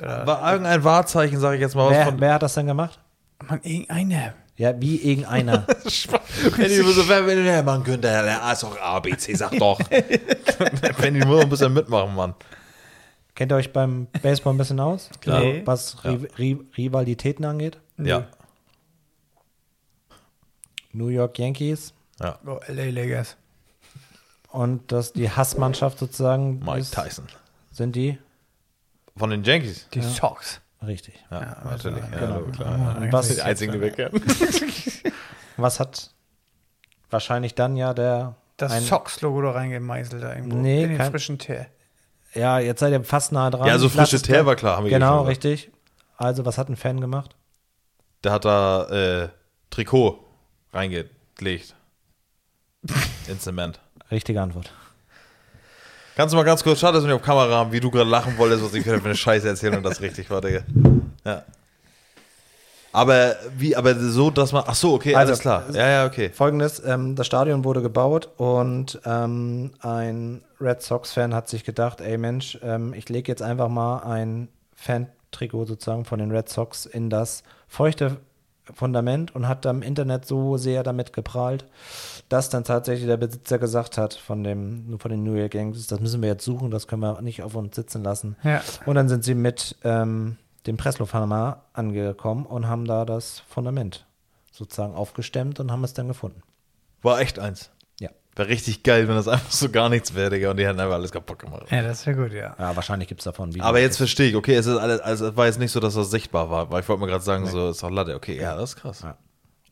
Speaker 2: Oder,
Speaker 3: War irgendein Wahrzeichen, sage ich jetzt mal, was
Speaker 4: Wer,
Speaker 3: von
Speaker 4: wer hat das denn gemacht?
Speaker 2: man, irgendeine.
Speaker 4: Ja, wie irgendeiner.
Speaker 3: Benny muss,
Speaker 4: wenn der machen könnte, der ist auch ABC, sag doch.
Speaker 3: Benny muss ein bisschen mitmachen, Mann.
Speaker 4: Kennt ihr euch beim Baseball ein bisschen aus?
Speaker 2: Klar.
Speaker 4: Also, Was Ri Ri Rivalitäten angeht?
Speaker 3: Ja.
Speaker 4: New York Yankees
Speaker 2: Oh, LA Lakers.
Speaker 4: und dass die Hassmannschaft sozusagen
Speaker 3: Mike
Speaker 4: ist,
Speaker 3: Tyson.
Speaker 4: sind die
Speaker 3: Von den Yankees.
Speaker 2: Die Sox.
Speaker 4: richtig.
Speaker 3: Ja, natürlich. Ja,
Speaker 4: genau.
Speaker 3: klar, ja.
Speaker 4: Was,
Speaker 3: Die einzigen, die weg
Speaker 4: was hat wahrscheinlich dann ja der
Speaker 2: Das
Speaker 4: ein-
Speaker 2: Sox-Logo da reingemeißelt da irgendwo.
Speaker 4: Nee,
Speaker 2: in den
Speaker 4: kein-
Speaker 2: frischen Tee.
Speaker 4: ja jetzt seid ihr fast nah dran.
Speaker 3: Ja, so
Speaker 4: Lass
Speaker 3: frische
Speaker 4: es
Speaker 3: Teer
Speaker 4: bleiben.
Speaker 3: war klar, haben wir
Speaker 4: genau,
Speaker 3: gesagt.
Speaker 4: richtig. Also was hat ein Fan gemacht?
Speaker 3: Der hat da äh, Trikot reingelegt. Ins Zement.
Speaker 4: Richtige Antwort.
Speaker 3: Kannst du mal ganz kurz, schade, dass wir nicht auf Kamera haben, wie du gerade lachen wolltest, was ich wieder für eine Scheiße erzählen und das richtig war, Digga. Ja. Aber wie, aber so, dass man. Ach so, okay,
Speaker 4: Also,
Speaker 3: alles klar. Ja, ja, okay.
Speaker 4: Folgendes, ähm, das Stadion wurde gebaut und ähm, ein Red Sox-Fan hat sich gedacht, ey Mensch, ähm, ich lege jetzt einfach mal ein Fan-Trikot sozusagen von den Red Sox in das feuchte Fundament und hat da im Internet so sehr damit geprahlt, dass dann tatsächlich der Besitzer gesagt hat von dem von den New York Yankees, das müssen wir jetzt suchen, das können wir nicht auf uns sitzen lassen.
Speaker 2: Ja.
Speaker 4: Und dann sind sie mit ähm, dem Presslufthammer angekommen und haben da das Fundament sozusagen aufgestemmt und haben es dann gefunden.
Speaker 3: War echt eins.
Speaker 4: Ja.
Speaker 3: Wäre richtig geil, wenn das einfach so gar nichts wäre, Digga, und die hätten einfach alles kaputt gemacht.
Speaker 2: Ja, das wäre gut, ja.
Speaker 4: Ja, wahrscheinlich gibt es davon ein Video.
Speaker 3: Aber jetzt verstehe ich, okay, es ist alles, also es war jetzt nicht so, dass das sichtbar war, weil ich wollte mal gerade sagen, so ist doch Latte, okay, ja, das ist krass.
Speaker 4: Ja.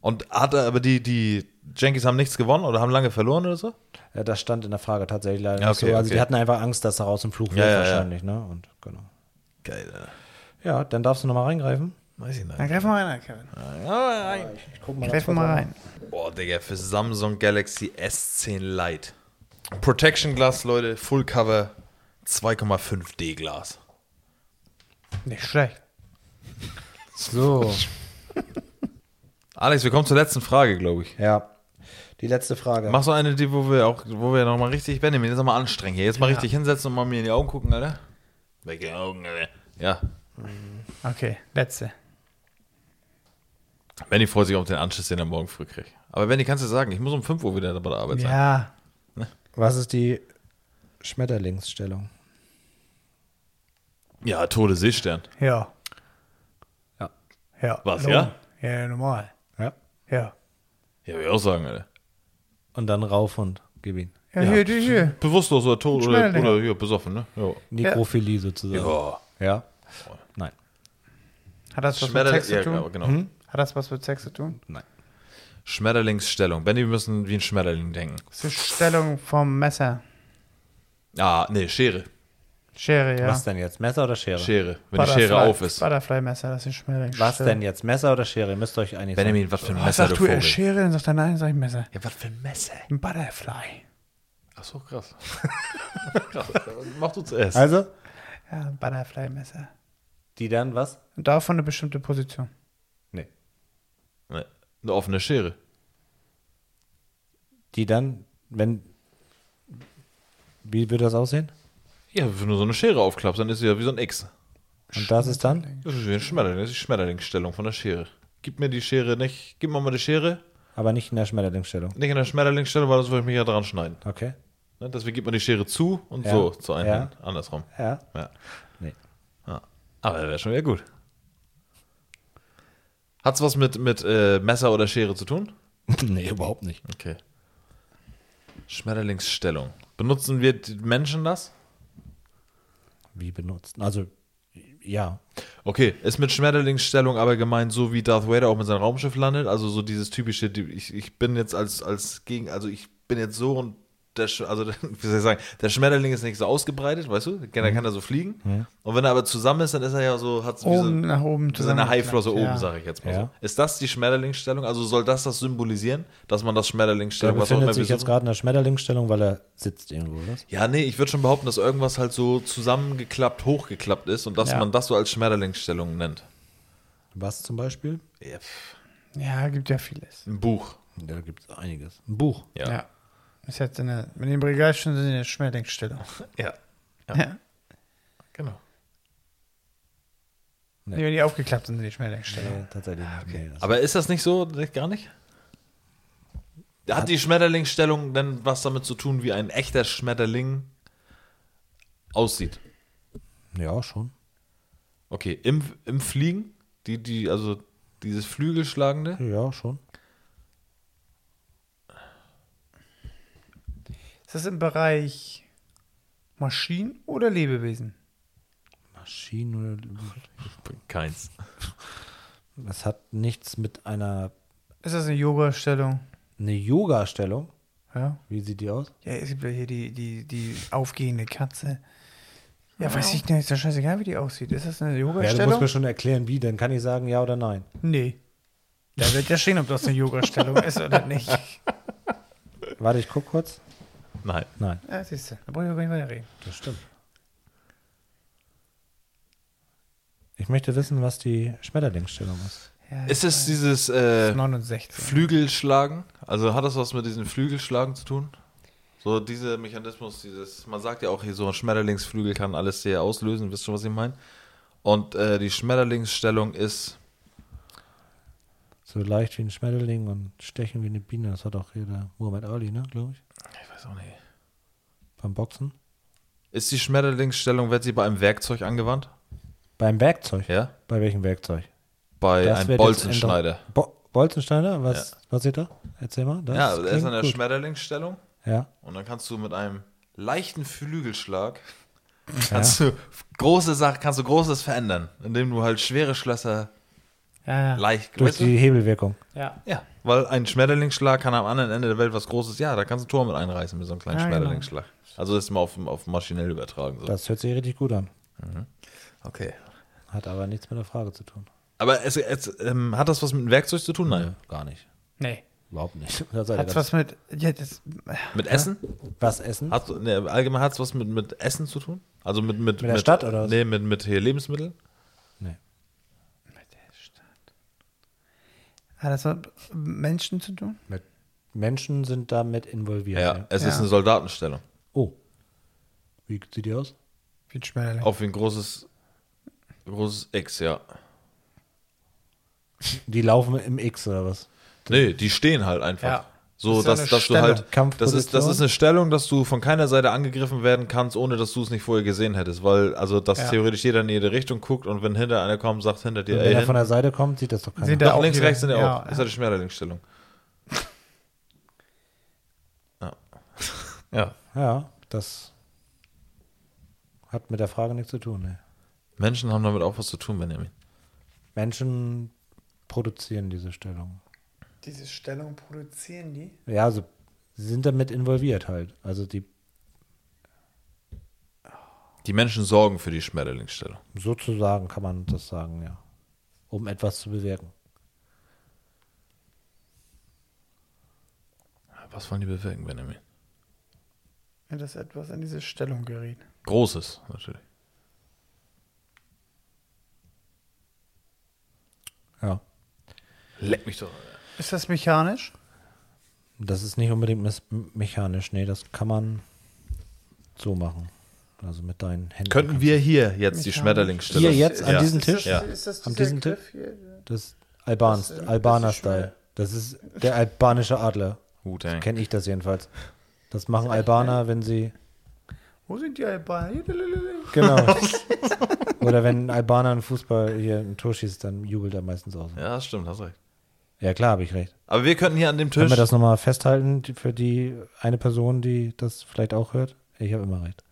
Speaker 3: Und hat er, aber die, die Yankees haben nichts gewonnen oder haben lange verloren oder so?
Speaker 4: ja, Äh, das stand in der Frage tatsächlich leider
Speaker 3: Ja,
Speaker 4: nicht so.
Speaker 3: okay,
Speaker 4: Also
Speaker 3: okay.
Speaker 4: die hatten einfach Angst, dass daraus ein Fluch wird
Speaker 3: ja, ja.
Speaker 4: wahrscheinlich, ne? Und genau.
Speaker 3: Geil, Alter.
Speaker 4: Ja, dann darfst du nochmal reingreifen.
Speaker 3: weiß ich
Speaker 2: Dann
Speaker 3: nicht.
Speaker 2: greif mal rein, Kevin.
Speaker 4: Ich guck mal,
Speaker 2: Greif mal rein.
Speaker 3: Boah, Digga, für Samsung Galaxy S10 Lite. Protection Glas, Leute, Full Cover, 2,5D Glas.
Speaker 2: Nicht schlecht.
Speaker 4: So,
Speaker 3: Alex, wir kommen zur letzten Frage, glaube ich.
Speaker 4: ja. Die letzte Frage.
Speaker 3: Mach so eine, die, wo wir auch, wo wir nochmal richtig, Benjamin, jetzt nochmal anstrengen hier. Jetzt mal richtig hinsetzen und mal mir in die Augen gucken, Alter. Weg die Augen, Alter. Ja,
Speaker 2: Okay, letzte.
Speaker 3: Benny freut sich auf den Anschiss, den er morgen früh kriegt. Aber Benny, kannst du sagen, ich muss um 5 Uhr wieder bei der Arbeit sein.
Speaker 2: Ja,
Speaker 4: Was ist die Schmetterlingsstellung?
Speaker 3: Ja, Tode Seestern.
Speaker 2: ja.
Speaker 4: Ja.
Speaker 2: Ja.
Speaker 3: Was,
Speaker 2: Lohn.
Speaker 3: ja?
Speaker 2: Ja, normal.
Speaker 4: Ja.
Speaker 2: Ja.
Speaker 3: Ja, würde ich auch sagen, Alter.
Speaker 4: Und dann rauf und gib ihn.
Speaker 2: Ja, hier, die, hier.
Speaker 3: Bewusstlos oder tot oder,
Speaker 2: Schmetterling.
Speaker 3: oder ja, besoffen, ne? Ja.
Speaker 4: Nekrophilie sozusagen.
Speaker 3: ja.
Speaker 4: Ja. Nein.
Speaker 2: Hat das was mit
Speaker 3: Schmetterling,
Speaker 2: Sex
Speaker 3: ja,
Speaker 2: zu tun? Hm?
Speaker 3: genau. genau.
Speaker 2: Hat das was mit Sex zu tun?
Speaker 4: Nein.
Speaker 3: Schmetterlingsstellung. Benny, wir müssen wie ein Schmetterling denken.
Speaker 2: Das ist die Stellung vom Messer.
Speaker 3: Ah, nee, Schere.
Speaker 2: Schere, ja.
Speaker 4: Was denn jetzt? Messer oder Schere?
Speaker 3: Schere. Wenn die
Speaker 2: Butterfly-
Speaker 3: Schere auf ist.
Speaker 2: Butterfly-Messer, das ist Schmetterling.
Speaker 4: Was denn jetzt? Messer oder Schere? Ihr müsst euch einig sein.
Speaker 3: Benjamin, was für ein
Speaker 2: Was
Speaker 3: Messer,
Speaker 2: sagst du, er
Speaker 3: Vogel.
Speaker 2: ist Schere? Dann sagt er nein, sag ich Messer.
Speaker 3: Ja, was für ein Messer.
Speaker 2: Ein Butterfly.
Speaker 3: Ach so, krass. krass. Mach du zuerst.
Speaker 4: Also?
Speaker 2: Ja, ein Butterfly-Messer.
Speaker 4: Die dann was?
Speaker 2: Und davon eine bestimmte Position.
Speaker 4: Nee.
Speaker 3: Nee, Ne, Eine offene Schere.
Speaker 4: Die dann, wenn. Wie würde das aussehen?
Speaker 3: Ja, wenn du so eine Schere aufklappst, dann ist sie ja wie so ein X.
Speaker 4: Und das ist dann?
Speaker 3: Das ist wie ein Schmetterling, das ist die Schmetterlingsstellung von der Schere. Gib mir die Schere nicht, gib mir mal die Schere,
Speaker 4: Aber nicht in der Schmetterlingsstellung.
Speaker 3: nicht in der Schmetterlingsstellung, weil sonst würde ich mich ja dran schneiden.
Speaker 4: Okay?
Speaker 3: Ne? Deswegen gibt man die Schere zu und
Speaker 4: Ja.
Speaker 3: so zu einem
Speaker 4: Ja.
Speaker 3: hin. Andersrum.
Speaker 4: Ja.
Speaker 3: Ja.
Speaker 4: Nee.
Speaker 3: ja. Aber das wäre schon wieder gut. Hat's was mit, mit äh, Messer oder Schere zu tun?
Speaker 4: nee, überhaupt nicht.
Speaker 3: Okay. Schmetterlingsstellung. Benutzen wir die Menschen das?
Speaker 4: Wie benutzt? Also, ja.
Speaker 3: Okay, ist mit Schmetterlingsstellung aber gemeint, so wie Darth Vader auch mit seinem Raumschiff landet, also so dieses typische, die- ich, ich bin jetzt als, als gegen, also ich bin jetzt so und der, Sch- also wie soll ich sagen, der Schmetterling ist nicht so ausgebreitet, weißt du, der kann da so fliegen und wenn er aber zusammen ist, dann ist er ja so, hat so,
Speaker 2: Oben nach
Speaker 3: so
Speaker 2: oben
Speaker 3: eine
Speaker 2: zusammen.
Speaker 3: Haiflosse oben,
Speaker 2: ja.
Speaker 3: sage ich jetzt mal so.
Speaker 4: Ja.
Speaker 3: Ist das die Schmetterlingsstellung, also soll das das symbolisieren, dass man das
Speaker 4: Der
Speaker 3: Schmetterlingsstellung, was auch
Speaker 4: befindet
Speaker 3: immer
Speaker 4: sich
Speaker 3: wir
Speaker 4: jetzt
Speaker 3: suchen?
Speaker 4: gerade in der Schmetterlingsstellung, weil er sitzt irgendwo, oder?
Speaker 3: Ja, nee, ich würde schon behaupten, dass irgendwas halt so zusammengeklappt, hochgeklappt ist und dass
Speaker 2: Ja.
Speaker 3: man das so als Schmetterlingsstellung nennt.
Speaker 4: Was zum Beispiel?
Speaker 3: Ja, pff,
Speaker 2: Ja, gibt ja vieles.
Speaker 3: Ein Buch.
Speaker 4: Da gibt es einiges. Ein Buch.
Speaker 2: Ja. Ist jetzt in der, mit dem Regal schon in der Schmetterlingsstellung.
Speaker 3: Ja.
Speaker 2: Ja.
Speaker 3: Genau.
Speaker 2: Nee, wenn die aufgeklappt sind, sind die schnell hergestellt.
Speaker 4: Nee, tatsächlich nicht. Nee, das-
Speaker 3: Aber ist das nicht so? Gar nicht? Hat die Schmetterlingsstellung denn was damit zu tun, wie ein echter Schmetterling aussieht?
Speaker 4: ja, schon.
Speaker 3: Okay, im, im Fliegen, die, die, also dieses Flügelschlagende.
Speaker 4: Ja, schon.
Speaker 2: Ist das im Bereich Maschinen oder Lebewesen?
Speaker 4: Maschinen
Speaker 3: Keins.
Speaker 4: oder. Es hat nichts mit einer.
Speaker 2: Ist das eine Yoga-Stellung?
Speaker 4: Eine Yoga-Stellung.
Speaker 2: Ja.
Speaker 4: Wie sieht die aus?
Speaker 2: Ja, es gibt ja hier die, die, die aufgehende Katze. Ja, weiß ich nicht, ist doch scheißegal, wie die aussieht. Ist das eine
Speaker 4: Ja, du musst
Speaker 2: Yoga-Stellung?
Speaker 4: mir schon erklären, wie. Dann kann ich sagen, ja oder nein.
Speaker 2: nee. Da wird ja stehen, ob das eine Yoga-Stellung ist oder nicht.
Speaker 4: Warte, ich guck kurz.
Speaker 3: Nein.
Speaker 4: Nein.
Speaker 2: Ja, siehst du, da brauche ich auch gar nicht weiter reden.
Speaker 4: Das stimmt. Ich möchte wissen, was die Schmetterlingsstellung ist.
Speaker 2: Ja,
Speaker 3: Ist es dieses äh,
Speaker 4: Genau.
Speaker 2: 69.
Speaker 3: Flügelschlagen? Also hat das was mit diesen Flügelschlagen zu tun? So dieser Mechanismus, dieses, man sagt ja auch hier so, ein Schmetterlingsflügel kann alles sehr auslösen, wisst schon, was ich meine? Und äh, die Schmetterlingsstellung ist,
Speaker 4: So leicht wie ein Schmetterling und stechen wie eine Biene. Das hat auch jeder Muhammad Ali, ne, glaube ich.
Speaker 3: ich weiß auch nicht,
Speaker 4: Beim Boxen.
Speaker 3: ist die Schmetterlingsstellung, wird sie bei einem Werkzeug angewandt?
Speaker 4: Beim Werkzeug.
Speaker 3: Ja?
Speaker 4: Bei welchem Werkzeug?
Speaker 3: Bei
Speaker 4: Das
Speaker 3: einem
Speaker 4: wird jetzt
Speaker 3: Äh, Bolzenschneider.
Speaker 4: ändern. Bo Bolzenschneider? Was passiert da? Erzähl mal. Das
Speaker 3: Ja, er ist
Speaker 4: klingt
Speaker 3: in der
Speaker 4: gut.
Speaker 3: Schmetterlingsstellung
Speaker 4: Ja.
Speaker 3: und dann kannst du mit einem leichten Flügelschlag kannst du große Sachen, kannst du Großes verändern, indem du halt schwere Schlösser
Speaker 2: Ja, ja.
Speaker 3: leicht
Speaker 4: Durch
Speaker 3: weißt du?
Speaker 4: die Hebelwirkung.
Speaker 2: ja.
Speaker 3: Ja, weil ein Schmetterlingsschlag kann am anderen Ende der Welt was Großes. Ja, da kannst du ein Tor mit einreißen mit so einem kleinen
Speaker 2: Ja, genau.
Speaker 3: Schmetterlingsschlag. Also das ist mal auf, auf maschinell übertragen. So.
Speaker 4: Das hört sich richtig gut an.
Speaker 3: Okay.
Speaker 4: Hat aber nichts mit der Frage zu tun.
Speaker 3: Aber es, es, ähm, hat das was mit einem Werkzeug zu tun? Nein.
Speaker 4: Gar nicht.
Speaker 2: Nee.
Speaker 4: Überhaupt nicht. Da seid ihr
Speaker 2: Hat's was
Speaker 4: ganz-
Speaker 2: mit. Ja, das,
Speaker 3: Mit Essen?
Speaker 4: was essen?
Speaker 3: Hat, nee, allgemein hat es was mit, mit Essen zu tun? Also mit, mit, mit
Speaker 4: der Stadt oder was?
Speaker 3: Nee, mit, mit hier Lebensmitteln.
Speaker 4: Nee.
Speaker 2: hat Ah, das was mit Menschen zu tun?
Speaker 4: Mit Menschen sind damit involviert.
Speaker 3: Ja,
Speaker 4: ja.
Speaker 3: es ist
Speaker 2: Ja.
Speaker 3: eine Soldatenstellung.
Speaker 4: Oh. Wie sieht die aus?
Speaker 2: Viel Schmetterling.
Speaker 3: Auf wie ein großes, großes X, ja.
Speaker 4: Die laufen im X oder was?
Speaker 3: Nee, die stehen halt einfach.
Speaker 2: Ja.
Speaker 3: So,
Speaker 2: Das
Speaker 3: dass,
Speaker 2: ist ja
Speaker 3: dass du
Speaker 2: eine
Speaker 3: halt.
Speaker 4: Stellung.
Speaker 3: Das ist, das ist eine Stellung, dass du von keiner Seite angegriffen werden kannst, ohne dass du es nicht vorher gesehen hättest. Weil, also, dass
Speaker 2: Ja.
Speaker 3: theoretisch jeder in jede Richtung guckt und wenn hinter einer kommt, sagt hinter dir,
Speaker 4: Und
Speaker 3: ey,
Speaker 4: wenn er von
Speaker 3: hin,
Speaker 4: der Seite kommt, sieht das doch keiner.
Speaker 2: Sieht er-
Speaker 3: doch,
Speaker 2: auch
Speaker 3: links,
Speaker 2: wieder.
Speaker 3: rechts sind ja
Speaker 2: Ja,
Speaker 3: auch. Das ist halt die Schmetterlingsstellung. Ja. ja.
Speaker 4: ja, das hat mit der Frage nichts zu tun. Ne?
Speaker 3: Menschen haben damit auch was zu tun, Benjamin.
Speaker 4: Menschen produzieren diese Stellung.
Speaker 2: Diese Stellung produzieren die?
Speaker 4: Ja, also sie sind damit involviert halt. Also die
Speaker 3: Die Menschen sorgen für die Schmetterlingsstellung.
Speaker 4: sozusagen kann man das sagen, ja. Um etwas zu bewirken.
Speaker 3: Was wollen die bewirken, Benjamin?
Speaker 2: Ja, dass etwas an diese Stellung gerät.
Speaker 3: Großes, natürlich.
Speaker 4: Ja.
Speaker 3: Leck mich doch.
Speaker 2: Ist das mechanisch?
Speaker 4: Das ist nicht unbedingt mes- mechanisch, nee, das kann man so machen. Also mit deinen Händen.
Speaker 3: Könnten wir hier jetzt die
Speaker 2: Mechanisch.
Speaker 3: Schmetterlingsstellung.
Speaker 4: Hier jetzt an
Speaker 3: ja.
Speaker 4: diesem Tisch?
Speaker 3: Ja.
Speaker 2: Ist das
Speaker 4: An
Speaker 2: dieser
Speaker 4: diesem
Speaker 2: Griff hier?
Speaker 4: Das Alban,
Speaker 2: Das, ähm, das ist
Speaker 4: Albaner-Style. Das ist der albanische Adler.
Speaker 3: Gut,
Speaker 4: So
Speaker 3: ey.
Speaker 4: kenne ich das jedenfalls. Das machen Albaner, wenn sie.
Speaker 2: Wo sind die Albaner?
Speaker 4: Genau. Oder wenn ein Albaner einen Fußball hier ein Tor schießt, dann jubelt er meistens auch. so.
Speaker 3: Ja, stimmt, hast recht.
Speaker 4: Ja, klar, habe ich recht.
Speaker 3: Aber wir könnten hier an dem
Speaker 4: Können
Speaker 3: Tisch.
Speaker 4: wir das nochmal festhalten die- für die eine Person, die das vielleicht auch hört? Ich habe immer recht.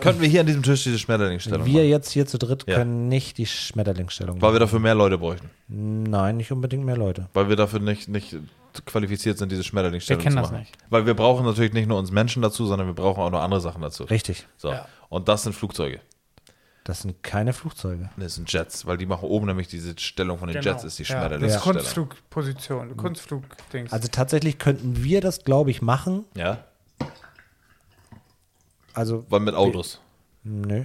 Speaker 3: Könnten wir hier an diesem Tisch diese Schmetterlingsstellung
Speaker 4: Wir
Speaker 3: machen?
Speaker 4: jetzt hier zu dritt
Speaker 3: Ja.
Speaker 4: können nicht die Schmetterlingsstellung
Speaker 3: Weil wir
Speaker 4: machen.
Speaker 3: dafür mehr Leute bräuchten.
Speaker 4: Nein, nicht unbedingt mehr Leute.
Speaker 3: Weil wir dafür nicht, nicht qualifiziert sind, diese Schmetterlingsstellung
Speaker 2: Wir kennen
Speaker 3: zu
Speaker 2: das
Speaker 3: machen.
Speaker 2: nicht.
Speaker 3: Weil wir brauchen natürlich nicht nur uns Menschen dazu, sondern wir brauchen auch noch andere Sachen dazu.
Speaker 4: Richtig.
Speaker 3: So.
Speaker 2: Ja.
Speaker 3: Und das sind Flugzeuge.
Speaker 4: Das sind keine Flugzeuge.
Speaker 3: Das sind Jets, weil die machen oben nämlich diese Stellung von den
Speaker 2: Genau.
Speaker 3: Jets, ist die
Speaker 2: Das ist
Speaker 3: Schmetterlingsstellung.
Speaker 2: Kunstflugposition, Kunstflugdings.
Speaker 4: Also tatsächlich könnten wir das, glaube ich, machen.
Speaker 3: Ja,
Speaker 4: Also,
Speaker 3: weil mit Autos.
Speaker 4: nö.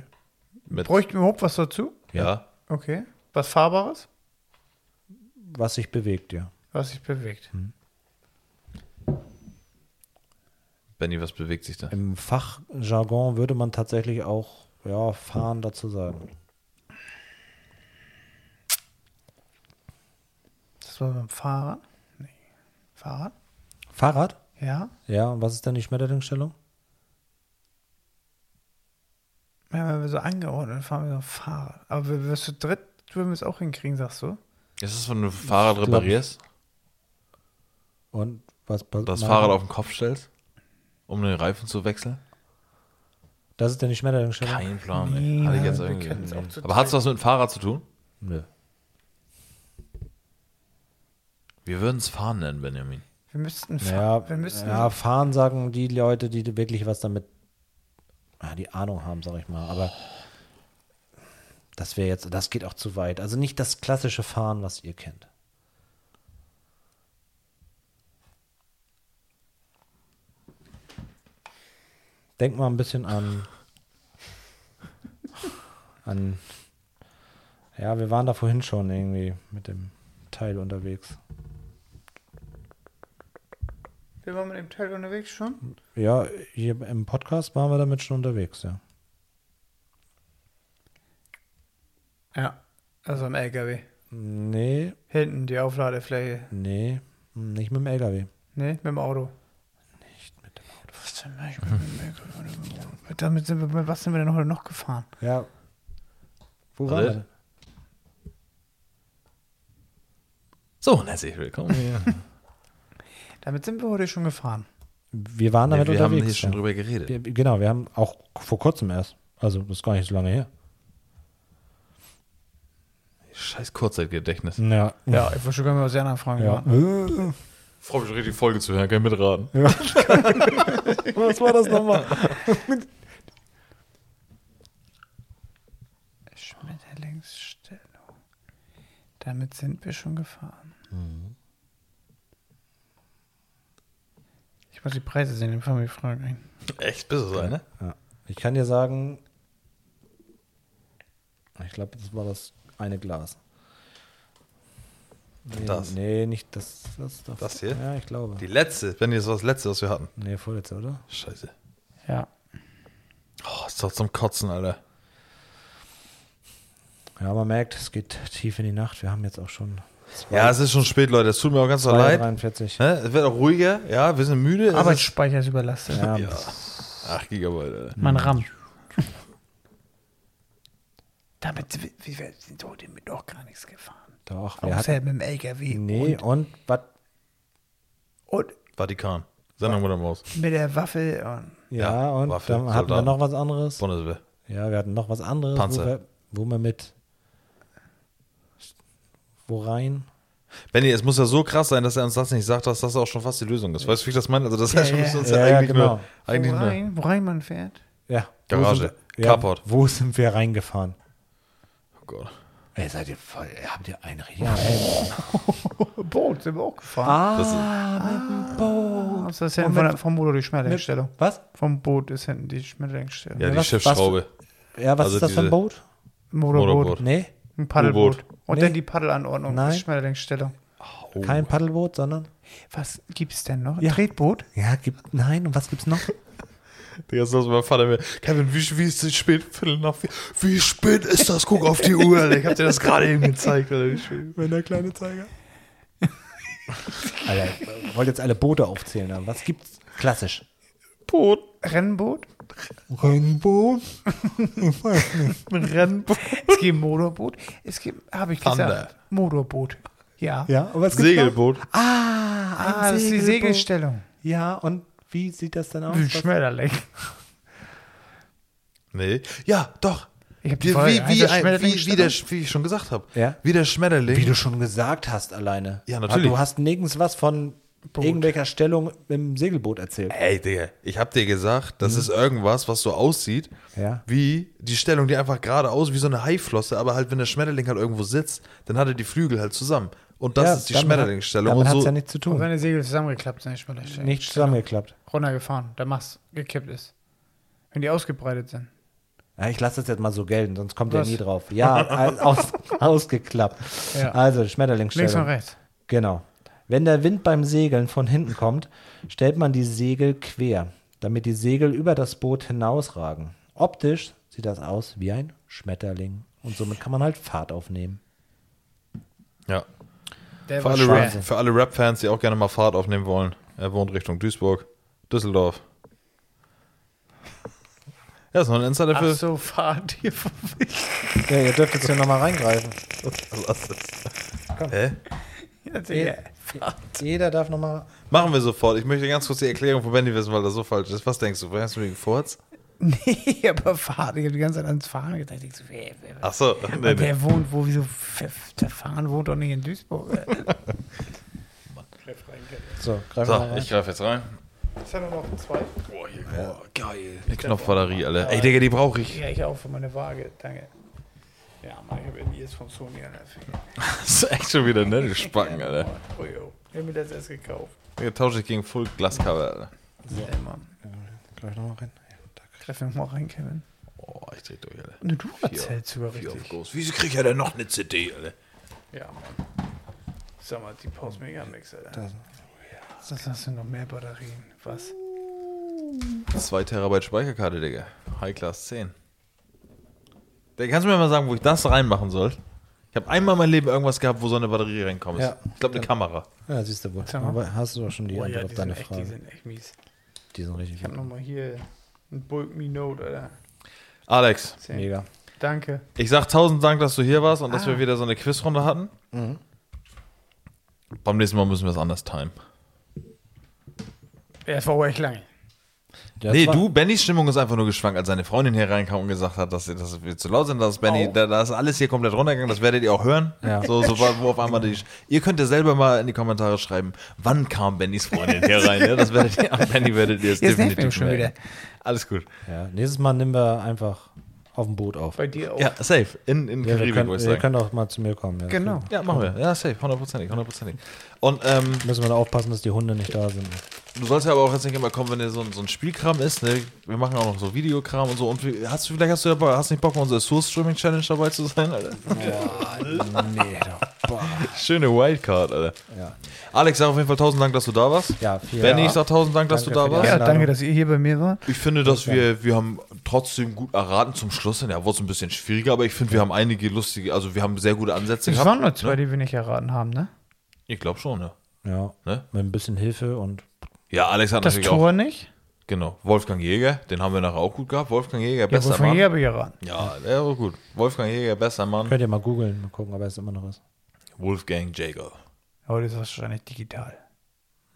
Speaker 3: Mit,
Speaker 2: Bräuchten wir überhaupt was dazu?
Speaker 3: ja.
Speaker 2: Okay. Was Fahrbares?
Speaker 4: Was sich bewegt, ja.
Speaker 2: Was sich bewegt.
Speaker 3: Benny, was bewegt sich da?
Speaker 2: Ähm,
Speaker 4: Im Fachjargon würde man tatsächlich auch ja, fahren dazu sagen.
Speaker 2: Das war beim Fahrrad? Nee. Fahrrad?
Speaker 4: Fahrrad?
Speaker 2: Ja.
Speaker 4: Ja, und was ist denn die Schmetterlingsstellung?
Speaker 2: Ja, wenn wir so angeordnet fahren, wir so Fahrrad. Aber wenn wir zu dritt würden wir es auch hinkriegen, sagst du?
Speaker 3: Ist es, wenn du ein Fahrrad
Speaker 4: glaub-
Speaker 3: reparierst,
Speaker 4: Und was passiert?
Speaker 3: das Fahrrad auf den Kopf stellst, um den Reifen zu wechseln?
Speaker 4: Das ist denn die Schmetterlingsstellung?
Speaker 3: Kein Plan,
Speaker 2: Nee,
Speaker 3: ey. Hatte ich jetzt
Speaker 2: wir
Speaker 3: irgendwie.
Speaker 2: können's auch zu
Speaker 3: Aber hat es was mit dem Fahrrad zu tun?
Speaker 4: Nö.
Speaker 3: Wir würden es fahren nennen, Benjamin.
Speaker 2: Wir müssten fahren.
Speaker 4: Ja,
Speaker 2: wir müssten
Speaker 4: ja, fahren sagen die Leute, die wirklich was damit, ja, die Ahnung haben, sag ich mal. Aber das wäre jetzt, das geht auch zu weit. Also nicht das klassische Fahren, was ihr kennt. Denk mal ein bisschen an, an, ja, wir waren da vorhin schon irgendwie mit dem Teil unterwegs.
Speaker 2: Wir waren mit dem Teil unterwegs schon.
Speaker 4: Ja, hier im Podcast waren wir damit schon unterwegs, ja.
Speaker 2: Ja. Also im LKW.
Speaker 4: Nee,
Speaker 2: Hinten die Aufladefläche.
Speaker 4: nee, nicht mit dem LKW.
Speaker 2: Ne, mit dem Auto.
Speaker 4: Nicht mit dem Auto.
Speaker 2: Was denn? Ich bin mit dem LKW oder mit dem Auto. Damit sind wir, mit was sind wir denn heute noch gefahren?
Speaker 4: Ja. Wo
Speaker 3: Was
Speaker 4: war
Speaker 3: ist?
Speaker 4: denn?
Speaker 3: So, und herzlich willkommen. hier.
Speaker 2: Damit sind wir heute schon gefahren.
Speaker 4: Wir waren damit
Speaker 3: wir haben
Speaker 4: unterwegs.
Speaker 3: hier schon
Speaker 4: ja.
Speaker 3: drüber geredet.
Speaker 4: wir, genau, wir haben auch vor kurzem erst. Also, das ist gar nicht so lange her.
Speaker 3: Scheiß Kurzzeitgedächtnis.
Speaker 4: Ja.
Speaker 2: Ja, ich wollte schon gerne mal aus anderen Fragen
Speaker 4: ja.
Speaker 2: ja.
Speaker 4: Äh,
Speaker 3: Freue mich schon richtig, die Folge zu hören. Kann ich mitraten.
Speaker 4: Was war das nochmal?
Speaker 2: Schmetterlingsstellung. Damit sind wir schon gefahren. Mhm. Ich muss die Preise sehen, dann fangen wir die Fragen ein.
Speaker 3: Echt? Bist du so einer?
Speaker 4: Ja. Ich kann dir sagen, ich glaube, das war das eine Glas. Nee,
Speaker 3: Das.
Speaker 4: Nee, nicht das. Das,
Speaker 3: Das hier?
Speaker 4: Ja, ich glaube.
Speaker 3: Die letzte. Benny, das war das letzte, was wir hatten.
Speaker 4: nee, vorletzte, oder?
Speaker 3: Scheiße.
Speaker 2: Ja.
Speaker 3: Oh, ist doch zum Kotzen, Alter.
Speaker 4: Ja, man merkt, es geht tief in die Nacht. Wir haben jetzt auch schon zwei,
Speaker 3: Ja, es ist schon spät, Leute. Es tut mir auch ganz so
Speaker 4: zwei,
Speaker 3: leid.
Speaker 4: 43.
Speaker 3: Ne? Es wird auch ruhiger. Ja, wir sind müde. Es ist-
Speaker 2: Arbeitsspeicher ist überlastet.
Speaker 4: Ja,
Speaker 3: Ja. 8 Gigabyte, Alter.
Speaker 2: Mein RAM. Damit sind wir, wir wir sind heute mit doch gar nichts gefahren.
Speaker 4: Doch, wir
Speaker 2: Außer
Speaker 4: hatten,
Speaker 2: mit dem LKW.
Speaker 4: nee,
Speaker 2: Und,
Speaker 4: und was?
Speaker 2: und
Speaker 3: Vatikan. Sendung mit der Maus.
Speaker 2: mit der Waffe. Und
Speaker 4: Ja,
Speaker 3: Ja,
Speaker 4: und
Speaker 3: Waffe,
Speaker 4: dann hatten wir
Speaker 3: Soldaten.
Speaker 4: noch was anderes.
Speaker 3: Bundeswehr.
Speaker 4: Ja, wir hatten noch was anderes,
Speaker 3: Panzer.
Speaker 4: Wo, wir, wo wir mit wo rein?
Speaker 3: Benny, es muss ja so krass sein, dass er uns das nicht sagt, dass das auch schon fast die Lösung ist. Weißt du, wie ich das meine? Also, das
Speaker 2: Ja,
Speaker 3: heißt, wir
Speaker 2: ja.
Speaker 3: müssen uns ja,
Speaker 4: Ja, ja,
Speaker 3: eigentlich
Speaker 4: genau.
Speaker 3: nur. Eigentlich nur.
Speaker 2: worein, worein man fährt.
Speaker 4: Ja,
Speaker 3: Garage,
Speaker 4: Wo sind wir,
Speaker 3: Carport.
Speaker 4: Ja, wo sind wir reingefahren?
Speaker 3: Oh Gott.
Speaker 4: Ey, seid ihr voll, habt ihr einen richtig?
Speaker 2: Boot sind wir auch gefahren.
Speaker 4: Ah,
Speaker 3: Das ist-
Speaker 4: mit dem Boot.
Speaker 2: das ist hinten
Speaker 4: Und mit-
Speaker 2: von, vom Boot die Schmetterlingsstellung.
Speaker 4: Was?
Speaker 2: Vom Boot ist hinten die Schmetterlingsstellung.
Speaker 3: Ja, die
Speaker 4: was-
Speaker 3: Schiffsschraube.
Speaker 4: Ja, was
Speaker 3: Also
Speaker 4: ist das für ein
Speaker 3: diese-
Speaker 4: Boot?
Speaker 2: Ein Motorboot.
Speaker 3: Motorboot.
Speaker 4: Nee,
Speaker 2: Ein Paddelboot.
Speaker 3: U-Boot.
Speaker 2: Und
Speaker 4: Nee.
Speaker 2: dann die Paddelanordnung.
Speaker 4: Nein.
Speaker 2: Die Schmetterlingsstellung.
Speaker 3: Oh.
Speaker 4: kein Paddelboot, sondern
Speaker 2: Was gibt's denn noch?
Speaker 4: Ja.
Speaker 2: Tretboot?
Speaker 4: Ja, gibt nein, und was gibt's noch?
Speaker 3: Digga, das ist mein Vater mir. Kevin, wie, wie ist es spät? Viertel nach vier. Wie spät ist das? Guck auf die Uhr, Alter. Ich hab dir das gerade eben gezeigt, Alter. Wie spät.
Speaker 4: Wenn der kleine Zeiger. Alter, ich wollte jetzt alle Boote aufzählen, aber was gibt's klassisch?
Speaker 3: Boot.
Speaker 2: Rennboot?
Speaker 4: Rennboot?
Speaker 2: Ein Rennboot. Es gibt ein Motorboot. Es gibt, habe ich
Speaker 3: Thunder.
Speaker 2: gesagt, Motorboot. Ja.
Speaker 4: Ja, und was gibt's
Speaker 3: Segelboot.
Speaker 4: Noch? Ah, ein
Speaker 2: Ah, das ist die
Speaker 4: Segelboot.
Speaker 2: Segelstellung.
Speaker 4: Ja, und wie sieht das dann aus?
Speaker 2: Wie ein
Speaker 4: Was-
Speaker 2: Schmetterling.
Speaker 3: Nee. Ja, doch.
Speaker 2: Ich hab die
Speaker 3: wie,
Speaker 2: Folge-
Speaker 3: wie,
Speaker 2: heißt
Speaker 3: wie,
Speaker 2: das
Speaker 3: ein,
Speaker 2: Schmetterling
Speaker 3: wie, wie, der, Sch- wie ich schon gesagt habe.
Speaker 4: Ja.
Speaker 3: Wie der Schmetterling.
Speaker 4: wie du schon gesagt hast alleine.
Speaker 3: Ja, natürlich.
Speaker 4: Du hast nirgends was von irgendwelcher Stellung im Segelboot erzählt.
Speaker 3: Ey, Digga, ich hab dir gesagt, das ist irgendwas, was so aussieht,
Speaker 4: Mhm. Ja.
Speaker 3: wie die Stellung, die einfach geradeaus, wie so eine Haiflosse, aber halt, wenn der Schmetterling halt irgendwo sitzt, dann hat er die Flügel halt zusammen. Und das
Speaker 4: Ja,
Speaker 3: ist die
Speaker 4: damit-
Speaker 3: Schmetterlingsstellung.
Speaker 4: Damit
Speaker 3: Und
Speaker 4: hat's
Speaker 3: so,
Speaker 4: ja nichts zu
Speaker 2: Und
Speaker 4: tun.
Speaker 2: wenn die Segel zusammengeklappt sind, die Schmetterlingsstellung.
Speaker 4: Nicht zusammengeklappt.
Speaker 2: Runtergefahren, der Mast gekippt ist. Wenn die ausgebreitet sind.
Speaker 4: Ja, ich lasse das jetzt mal so gelten, sonst kommt ihr
Speaker 2: Was?
Speaker 4: nie drauf. Ja, al- aus, ausgeklappt.
Speaker 2: Ja.
Speaker 4: Also,
Speaker 2: Links und
Speaker 4: Schmetterlingsstellung.
Speaker 2: rechts.
Speaker 4: Genau. Wenn der Wind beim Segeln von hinten kommt, stellt man die Segel quer. damit die Segel über das Boot hinausragen. Optisch sieht das aus wie ein Schmetterling und somit kann man halt Fahrt aufnehmen.
Speaker 3: Ja.
Speaker 2: Der
Speaker 3: Für
Speaker 2: war
Speaker 3: alle, Rap,
Speaker 2: schwer.
Speaker 3: für alle Rap-Fans, die auch gerne mal Fahrt aufnehmen wollen. Er wohnt Richtung Duisburg, Düsseldorf. Ja, ist noch ein Insider
Speaker 2: Ach
Speaker 3: für.
Speaker 2: so, fahrt hier vorbei.
Speaker 4: Ja, ihr dürft jetzt hier nochmal reingreifen.
Speaker 3: Lass es. Hä?
Speaker 2: Ja, Digga.
Speaker 4: Jeder darf nochmal.
Speaker 3: Machen wir sofort. Ich möchte ganz kurz die Erklärung von Benny wissen, weil das so falsch ist. Was denkst du? Hast du wegen Furz?
Speaker 2: Nee, aber fahrt. Ich habe die ganze Zeit ans Fahren gedacht. Ich denk so, wer, wer, wer,
Speaker 3: Achso, nee, nee.
Speaker 2: wer wohnt wo? Wieso? Wer- Der Fahren wohnt doch nicht in Duisburg. Äh, ey.
Speaker 4: So, greifen wir mal
Speaker 3: So,
Speaker 4: rein.
Speaker 3: ich greife jetzt rein.
Speaker 2: Jetzt haben wir noch zwei.
Speaker 3: Boah, geil. Die Knopfbatterie, Alter. Ey, Digga, die brauche ich.
Speaker 2: Ja, ich auch für meine Waage. Danke. Ja, Mann, ich habe in die ist von Sony. Alter.
Speaker 3: Das ist echt schon wieder nette Spacken, Alter.
Speaker 2: Oh, yo. Ich habe mir das erst gekauft.
Speaker 3: Hier tausche ich gegen Full Glaskabel, Alter.
Speaker 2: So. Ey, Mann.
Speaker 4: Greif nochmal rein. Ja, danke.
Speaker 2: Treffen wir mal rein, Kevin.
Speaker 3: Boah, ich dreh durch, Alter.
Speaker 2: Ne, du erzählst sogar
Speaker 3: Wie auf
Speaker 2: richtig.
Speaker 3: groß. Wieso krieg ich ja denn noch eine CD, Alter?
Speaker 2: Ja, Mann. Sag mal, die Pause Mega Mix, Alter. Das hast du noch mehr Batterien. Was?
Speaker 3: 2 Terabyte Speicherkarte, Digga. High Class 10. Digga, kannst du mir mal sagen, wo ich das reinmachen soll? Ich habe einmal in meinem Leben irgendwas gehabt, wo so eine Batterie reinkommt.
Speaker 4: Ja.
Speaker 3: Ich glaube, eine Kamera.
Speaker 4: Ja, siehst du wohl.
Speaker 2: Sag mal.
Speaker 4: Aber hast du doch schon die
Speaker 2: Oh
Speaker 4: Antwort
Speaker 2: ja,
Speaker 4: auf
Speaker 2: die sind,
Speaker 4: deine
Speaker 2: echt, die
Speaker 4: Frage.
Speaker 2: sind echt mies.
Speaker 4: Die sind richtig
Speaker 2: Ich hab nochmal hier ein Bulk Me Note, Alter.
Speaker 3: Alex,
Speaker 2: Zehn.
Speaker 4: mega.
Speaker 2: Danke.
Speaker 3: ich sag tausend Dank, dass du hier warst und dass
Speaker 2: Ah.
Speaker 3: wir wieder so eine Quizrunde hatten.
Speaker 4: Mhm.
Speaker 3: Beim nächsten Mal müssen wir es anders timen.
Speaker 2: Ja, es war auch echt lange.
Speaker 4: Ja,
Speaker 3: Nee,
Speaker 4: zwar-
Speaker 3: du, Bennys Stimmung ist einfach nur geschwankt, als seine Freundin hier reinkam und gesagt hat, dass, dass wir zu laut sind, dass Benny,
Speaker 2: Oh.
Speaker 3: da, da ist alles hier komplett runtergegangen, das werdet ihr auch hören.
Speaker 4: Ja.
Speaker 3: So, so war- wo auf einmal die, ihr könnt ja selber mal in die Kommentare schreiben, wann kam Bennys Freundin hier rein, ne? Das werdet ihr, an Benny werdet ihr es
Speaker 2: Jetzt nervt
Speaker 3: definitiv
Speaker 2: mich schon
Speaker 3: merken.
Speaker 2: wieder.
Speaker 3: Alles gut.
Speaker 4: Ja, nächstes Mal nehmen wir einfach auf dem Boot auf.
Speaker 2: Bei dir auch.
Speaker 3: Ja, safe. In, in
Speaker 4: Ja, wir
Speaker 3: Karibik,
Speaker 4: können,
Speaker 3: würde ich
Speaker 4: wir
Speaker 3: sagen.
Speaker 4: können auch mal zu mir kommen. Ja,
Speaker 2: Genau.
Speaker 3: Ja, machen wir. Ja, safe. Hundertprozentig, hundertprozentig. Und, ähm,
Speaker 4: Müssen wir da aufpassen, dass die Hunde nicht da sind.
Speaker 3: Du sollst ja aber auch jetzt nicht immer kommen, wenn dir so, ein- so ein Spielkram ist, ne? Wir machen auch noch so Videokram und so. Und wir- hast du, vielleicht hast du ja Bock- hast nicht Bock, bei unserer Source Streaming Challenge dabei zu sein, Alter?
Speaker 4: nee, doch. Boah.
Speaker 3: Schöne Wildcard, Alter.
Speaker 4: Ja.
Speaker 3: Alex, sag auf jeden Fall tausend Dank, dass du da warst.
Speaker 4: Ja, vielen
Speaker 3: Benny,
Speaker 4: Dank.
Speaker 3: ich sag tausend Dank, dass
Speaker 4: Danke
Speaker 3: du
Speaker 4: für
Speaker 3: da
Speaker 4: die
Speaker 3: warst.
Speaker 2: Ja,
Speaker 4: Einladung.
Speaker 2: danke, dass ihr hier bei mir wart.
Speaker 3: Ich finde, dass wir, wir haben trotzdem gut erraten zum Schluss. hin. Ja, wurde es ein bisschen schwieriger, aber ich finde, wir haben einige lustige, also wir haben sehr gute Ansätze
Speaker 2: Es
Speaker 3: gehabt.
Speaker 2: waren nur zwei, die wir nicht erraten haben, ne?
Speaker 3: Ich glaube schon, ja.
Speaker 4: Ja,
Speaker 3: Ne?
Speaker 4: mit ein bisschen Hilfe und
Speaker 3: Ja, Alex hat
Speaker 2: Das
Speaker 3: natürlich
Speaker 2: Tor nicht?
Speaker 3: auch. Genau. Wolfgang Jäger, den haben wir nachher auch gut gehabt. Wolfgang Jäger,
Speaker 2: Ja,
Speaker 3: bester
Speaker 2: wovon
Speaker 3: Mann.
Speaker 2: hier habe ich erraten.
Speaker 3: Ja, der war gut. Wolfgang Jäger, bester Mann.
Speaker 4: könnt ihr mal googeln, mal gucken, ob er es immer noch ist.
Speaker 3: Wolfgang Jäger.
Speaker 2: Aber Oh, das ist wahrscheinlich digital.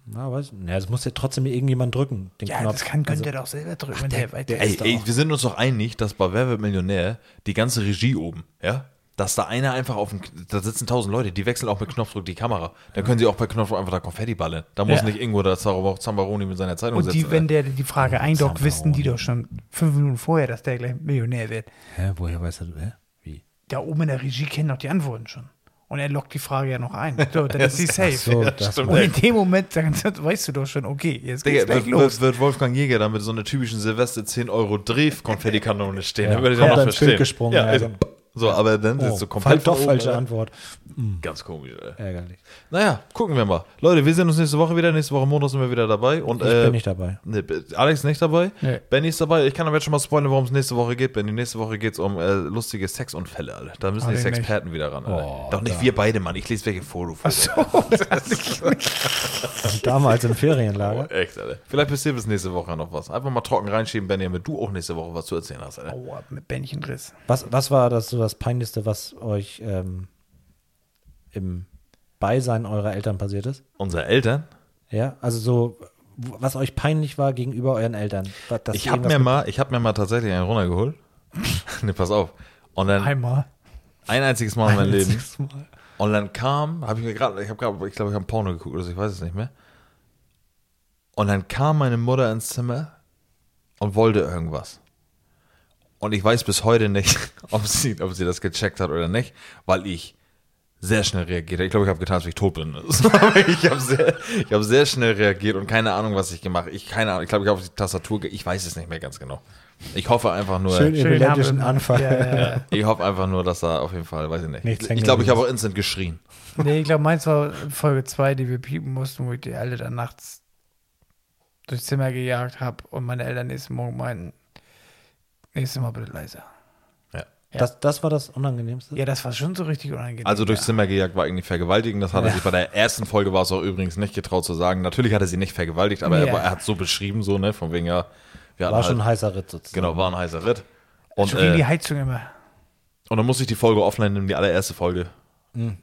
Speaker 4: Na, weiß ich. Ja, das muss ja trotzdem irgendjemand drücken, den
Speaker 2: Ja,
Speaker 4: Knopf.
Speaker 2: das kann, könnt ihr doch selber drücken. wenn Also der, weiter
Speaker 3: Ey,
Speaker 2: ist
Speaker 3: ey,
Speaker 2: doch-
Speaker 3: wir sind uns doch einig, dass bei Wer wird Millionär die ganze Regie oben, ja? Dass da einer einfach auf dem, K- da sitzen tausend Leute, die wechseln auch mit Knopfdruck die Kamera. Da können sie auch bei Knopfdruck einfach da Konfetti ballern. Da muss
Speaker 2: Ja.
Speaker 3: nicht irgendwo der Zaro- Zambaroni mit seiner Zeitung
Speaker 2: Und die,
Speaker 3: sitzen.
Speaker 2: wenn der die Frage eindockt, wüssten die doch schon fünf Minuten vorher, dass der gleich Millionär wird.
Speaker 4: Hä, woher weiß er? Hä? Wie?
Speaker 2: Da oben in der Regie kennen doch die Antworten schon. Und er lockt die Frage ja noch ein. So, dann ist sie safe.
Speaker 4: So, das
Speaker 3: stimmt.
Speaker 2: Und in dem Moment dann, weißt du doch schon, okay, jetzt geht's
Speaker 3: Digga,
Speaker 2: gleich
Speaker 3: wird,
Speaker 2: los.
Speaker 3: wird, wird Wolfgang Jäger da mit so einer typischen Silvester 10 Euro Dreh Konfettikanone stehen?
Speaker 4: Ja,
Speaker 3: dann würde ich
Speaker 4: kommt
Speaker 3: auch noch
Speaker 4: dann ins Bild
Speaker 3: verstehen.
Speaker 4: gesprungen,
Speaker 3: ja,
Speaker 4: ja,
Speaker 3: also,
Speaker 4: dann-
Speaker 3: so, aber dann
Speaker 4: oh,
Speaker 3: ist so
Speaker 4: fall
Speaker 3: komplett
Speaker 4: doch
Speaker 3: oben,
Speaker 4: falsche
Speaker 3: Alter.
Speaker 4: Antwort.
Speaker 3: Ganz komisch, Alter.
Speaker 4: Ärgerlich.
Speaker 3: Naja, gucken wir mal. Leute, wir sehen uns nächste Woche wieder. Nächste Woche Montag sind wir wieder dabei. Und,
Speaker 4: Ich
Speaker 3: äh,
Speaker 4: bin nicht dabei.
Speaker 3: Nee, B- Alex ist nicht dabei.
Speaker 2: Nee.
Speaker 3: Benny ist dabei. Ich kann aber jetzt schon mal spoilern, worum es nächste Woche geht. Benny, nächste Woche geht es um äh, lustige Sexunfälle, alle. Da müssen die
Speaker 2: den
Speaker 3: Sexperten wieder ran.
Speaker 4: Oh,
Speaker 3: Alter. Doch nicht wir beide, Mann. Ich lese welche Foto vor.
Speaker 4: Damals im Ferienlager.
Speaker 3: Echt, Alter. Vielleicht passiert bis nächste Woche noch was. Einfach mal trocken reinschieben, Benny, damit du auch nächste Woche was zu erzählen hast, Alter.
Speaker 2: Aua, mit Bändchenriss.
Speaker 4: Was, was war das so das Peinlichste, was euch ähm, im Beisein eurer Eltern passiert ist?
Speaker 3: Unsere Eltern.
Speaker 4: Ja, also so, w- was euch peinlich war gegenüber euren Eltern. wa- dass
Speaker 3: Ich habe
Speaker 4: irgendwas
Speaker 3: mir, mal- ich hab mir mal tatsächlich einen runtergeholt. ne, pass auf. Und dann
Speaker 2: Einmal.
Speaker 3: ein einziges Mal in meinem Leben.
Speaker 2: Mal.
Speaker 3: Und dann kam, habe ich mir gerade, ich habe gerade, ich glaube, ich habe Porno geguckt oder so, ich weiß es nicht mehr. Und dann kam meine Mutter ins Zimmer und wollte irgendwas. Und ich weiß bis heute nicht, ob sie, ob sie das gecheckt hat oder nicht, weil ich sehr schnell reagiert habe. Ich glaube, ich habe getan, als ob ich tot bin. ich habe sehr, ich habe sehr schnell reagiert und keine Ahnung, was ich gemacht habe. Ich, keine Ahnung, ich glaube, ich habe auf die Tastatur, ge ich weiß es nicht mehr ganz genau. Ich hoffe einfach nur.
Speaker 4: Schön
Speaker 2: Schön
Speaker 4: epileptischen
Speaker 2: haben wir-
Speaker 4: Anfall.
Speaker 2: Ja, ja, ja.
Speaker 3: Ich hoffe einfach nur, dass da auf jeden Fall, weiß ich nicht.
Speaker 4: Nichts hängen
Speaker 3: ich glaube, ich habe auch
Speaker 4: geblieben
Speaker 3: instant geschrien.
Speaker 2: Nee, ich glaube, meins war Folge 2, die wir piepen mussten, wo ich die alle dann nachts durchs Zimmer gejagt habe und meine Eltern nächsten Morgen meinten, nächstes Mal bitte leiser.
Speaker 3: Ja.
Speaker 4: Das, das war das Unangenehmste.
Speaker 2: Ja, das war schon so richtig unangenehm.
Speaker 3: Also durchs Zimmer gejagt war eigentlich vergewaltigen. Das hat er sich bei der ersten Folge war es auch übrigens nicht getraut zu sagen. Natürlich hat er sie nicht vergewaltigt, aber
Speaker 2: Ja.
Speaker 3: er, war- er hat so beschrieben, so, ne, von wegen, ja, wir hatten
Speaker 4: War schon ein
Speaker 3: halt,
Speaker 4: heißer Ritt sozusagen.
Speaker 3: genau, war ein heißer Ritt. Und,
Speaker 2: Schon gegen
Speaker 3: äh,
Speaker 2: die Heizung immer.
Speaker 3: und dann musste ich die Folge offline nehmen, die allererste Folge.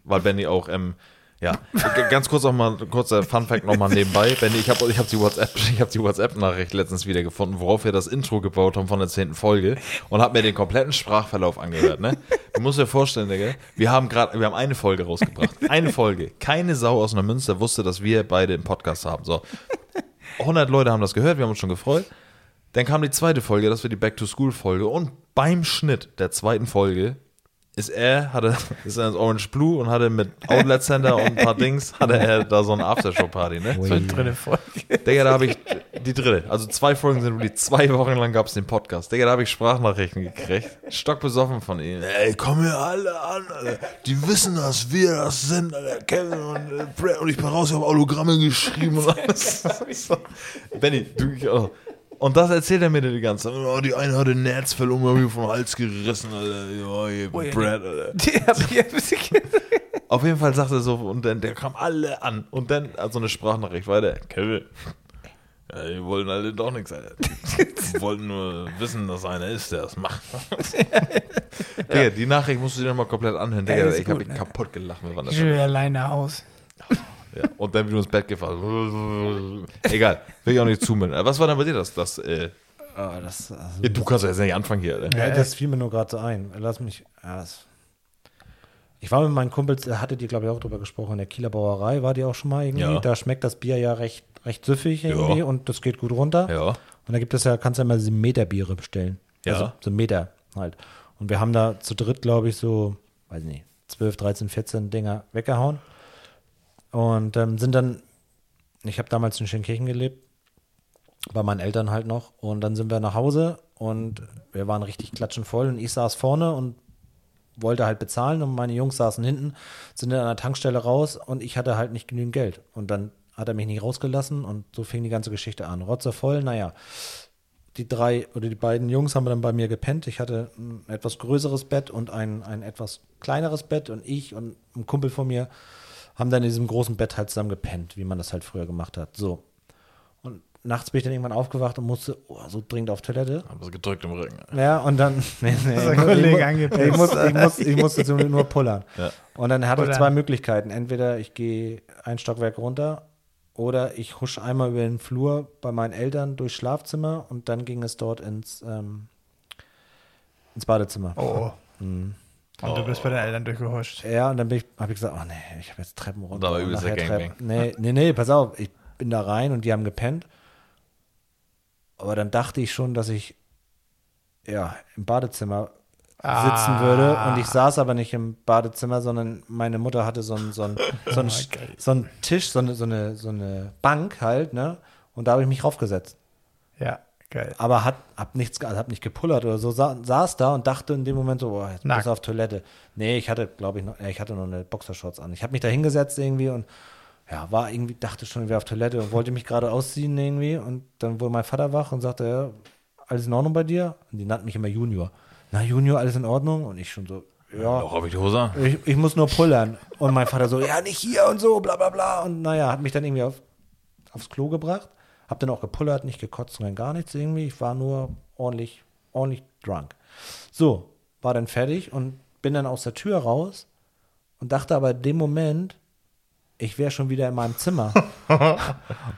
Speaker 3: Weil Benny auch, ähm, ja, G- ganz kurz nochmal, kurzer Funfact nochmal nebenbei. Benny, ich habe ich hab die WhatsApp, ich habe die WhatsApp-Nachricht letztens wieder gefunden, worauf wir das Intro gebaut haben von der zehnten Folge und habe mir den kompletten Sprachverlauf angehört, ne? Du musst dir vorstellen, Digga, wir haben gerade, wir haben eine Folge rausgebracht. Eine Folge. Keine Sau aus einer Münster wusste, dass wir beide einen Podcast haben. So. 100 Leute haben das gehört, wir haben uns schon gefreut. Dann kam die zweite Folge, das war die Back-to-School-Folge. Und beim Schnitt der zweiten Folge ist er, hatte, ist er ins Orange Blue und hatte mit Outlet Center und ein paar Dings, hatte er da so eine Aftershow-Party, ne?
Speaker 2: So eine dritte Folge.
Speaker 3: Digga, da habe ich die dritte. Also zwei Folgen sind die zwei Wochen lang gab es den Podcast. Digga, da habe ich Sprachnachrichten gekriegt. Stockbesoffen von ihnen. Ey, komm hier alle an, Alter. Die wissen, dass wir das sind, Alter. Kevin und äh, Brad und ich bin raus, ich habe Autogramme geschrieben und alles. so. Benny, du ich auch. Und das erzählt er mir dann die ganze Zeit. Oh, die eine hat den Netzfell um mir vom Hals gerissen, Alter. Oh, hier, Brad, Alter.
Speaker 2: Die hab ich ein bisschen
Speaker 3: Auf jeden Fall sagt er so, und dann der kam alle an. Und dann so also eine Sprachnachricht weiter. Kevin. Ja, die wollen alle doch nichts, Alter. Die wollten nur wissen, dass einer ist, der das macht. Digga, die Nachricht musst du dir nochmal komplett anhören. Digga,
Speaker 2: Ja, ist
Speaker 3: ich habe mich
Speaker 2: gut, ne?
Speaker 3: kaputt gelacht. Mir war das
Speaker 2: Ich will alleine aus.
Speaker 3: ja. Und dann wieder ins Bett gefahren. Egal, will ich auch nicht zumelden. Was war denn bei dir das? das äh,
Speaker 4: Ah, das, also,
Speaker 3: du kannst ja jetzt nicht anfangen hier, ne? Alter.
Speaker 4: Ja, das fiel mir nur gerade so ein. Lass mich. Ja, das- ich war mit meinen Kumpels, da hattet ihr, glaube ich, auch drüber gesprochen, in der Kieler Brauerei war die auch schon mal irgendwie.
Speaker 3: Ja.
Speaker 4: Da schmeckt das Bier ja recht, recht süffig irgendwie und das geht gut runter.
Speaker 3: Ja.
Speaker 4: Und da gibt es ja, kannst du ja mal diese Meterbiere bestellen.
Speaker 3: Ja.
Speaker 4: Also so Meter halt. Und wir haben da zu dritt, glaube ich, so, weiß nicht, 12, 13, 14 Dinger weggehauen. Und ähm, sind dann, ich habe damals in Schenkirchen gelebt, bei meinen Eltern halt noch. Und dann sind wir nach Hause und wir waren richtig klatschenvoll. Und ich saß vorne und wollte halt bezahlen und meine Jungs saßen hinten, sind dann an der Tankstelle raus und ich hatte halt nicht genügend Geld. Und dann hat er mich nicht rausgelassen und so fing die ganze Geschichte an. Rotzer voll, naja. Die drei oder die beiden Jungs haben dann bei mir gepennt. Ich hatte ein etwas größeres Bett und ein, ein etwas kleineres Bett und ich und ein Kumpel von mir haben dann in diesem großen Bett halt zusammen gepennt, wie man das halt früher gemacht hat. So. Und nachts bin ich dann irgendwann aufgewacht und musste oh, so dringend auf Toilette.
Speaker 3: Hab das gedrückt im Rücken.
Speaker 4: Ja, und dann. Nee, nee,
Speaker 2: hat der
Speaker 4: ich mu-
Speaker 2: Kollege
Speaker 4: ich mu-
Speaker 2: angepisst.
Speaker 4: Ich, muss, ich, muss, ich musste so nur pullern.
Speaker 3: Ja.
Speaker 4: Und dann hatte ich
Speaker 2: Pullern.
Speaker 4: zwei Möglichkeiten. Entweder ich gehe ein Stockwerk runter oder ich husch einmal über den Flur bei meinen Eltern durchs Schlafzimmer und dann ging es dort ins, ähm, ins Badezimmer.
Speaker 2: Oh.
Speaker 3: Hm.
Speaker 2: Und du bist bei den Eltern durchgehuscht.
Speaker 4: Ja, und dann bin ich, habe ich gesagt, oh nee, ich habe jetzt Treppen runter.
Speaker 3: da war
Speaker 4: und
Speaker 3: übelster
Speaker 4: nachher
Speaker 3: Gangbang.
Speaker 4: Treppen. Nee, nee, nee, pass auf, ich bin da rein und die haben gepennt. Aber dann dachte ich schon, dass ich ja im Badezimmer sitzen würde und ich saß aber nicht im Badezimmer, sondern meine Mutter hatte so einen so einen, so einen, so einen Tisch, so eine, so eine so eine Bank halt, ne? Und da habe ich mich raufgesetzt
Speaker 2: Ja, geil.
Speaker 4: aber hat hab nichts, ge- also hab nicht gepullert oder so, sa saß da und dachte in dem Moment so, boah, jetzt
Speaker 2: Nackt.
Speaker 4: muss auf Toilette. Nee, ich hatte, glaube ich, noch, ja, ich hatte noch eine Boxershorts an. Ich habe mich da hingesetzt irgendwie und ja, war irgendwie, dachte schon, ich wäre auf Toilette und wollte mich gerade ausziehen irgendwie und dann wurde mein Vater wach und sagte, ja, alles in Ordnung bei dir? Und die nannten mich immer Junior. Na, Junior, alles in Ordnung? Und ich schon so, ja,
Speaker 3: Doch, hab ich die Hose an.
Speaker 4: ich, ich muss nur pullern. Und mein Vater so, ja, nicht hier und so, bla bla bla. Und naja, hat mich dann irgendwie auf, aufs Klo gebracht. Hab dann auch gepullert, nicht gekotzt, sondern gar nichts irgendwie. Ich war nur ordentlich, ordentlich drunk. So, war dann fertig und bin dann aus der Tür raus und dachte aber in dem Moment, ich wäre schon wieder in meinem Zimmer.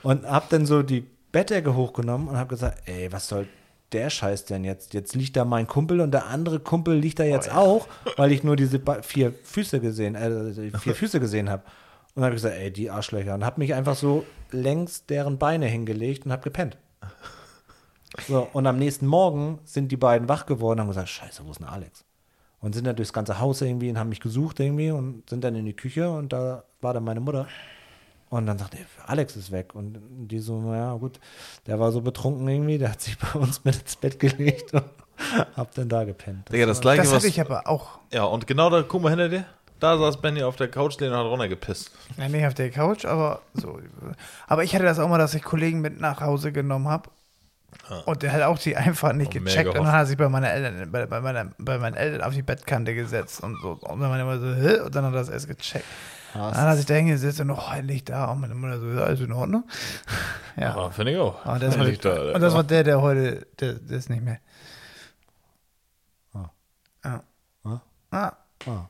Speaker 4: und hab dann so die Bettdecke hochgenommen und hab gesagt, ey, was soll der Scheiß denn jetzt? Jetzt liegt da mein Kumpel und der andere Kumpel liegt da jetzt auch, weil ich nur diese ba- vier Füße gesehen, äh, die vier Füße gesehen habe. Und dann hab ich gesagt, ey, die Arschlöcher. Und hab mich einfach so längs deren Beine hingelegt und hab gepennt. So, und am nächsten Morgen sind die beiden wach geworden und haben gesagt, scheiße, wo ist denn Alex? Und sind dann durchs ganze Haus irgendwie und haben mich gesucht irgendwie und sind dann in die Küche und da war dann meine Mutter. Und dann sagte er, Alex ist weg. Und die so, naja, gut, der war so betrunken irgendwie, der hat sich bei uns mit ins Bett gelegt und hab dann da gepennt.
Speaker 3: Digga, das gleiche,
Speaker 2: Das
Speaker 3: was.
Speaker 2: hatte ich aber auch.
Speaker 3: Ja, und genau da, guck mal hinter dir. Da saß Benny auf der Couchlehne und hat runtergepisst.
Speaker 2: Ja, nicht auf der Couch, aber so. Aber ich hatte das auch mal, dass ich Kollegen mit nach Hause genommen habe. Und der hat auch die Einfahrt nicht
Speaker 3: Ah. Und mehr
Speaker 2: gecheckt. Und dann
Speaker 3: gehofft.
Speaker 2: hat er sich bei, meiner Eltern, bei, bei, meiner, bei meinen Eltern auf die Bettkante gesetzt und so. Und dann meine Mutter so, Hä? Und dann hat er das erst gecheckt. dann hat er sich da hingesetzt und oh, endlich da. Und meine Mutter so, ja, alles in Ordnung. Ja.
Speaker 3: Ah, finde ich auch.
Speaker 2: Aber das war,
Speaker 3: Finde ich da, äh,
Speaker 2: und das war der, der heute, der, der ist nicht mehr. Ah.
Speaker 4: Ah.
Speaker 2: Ah.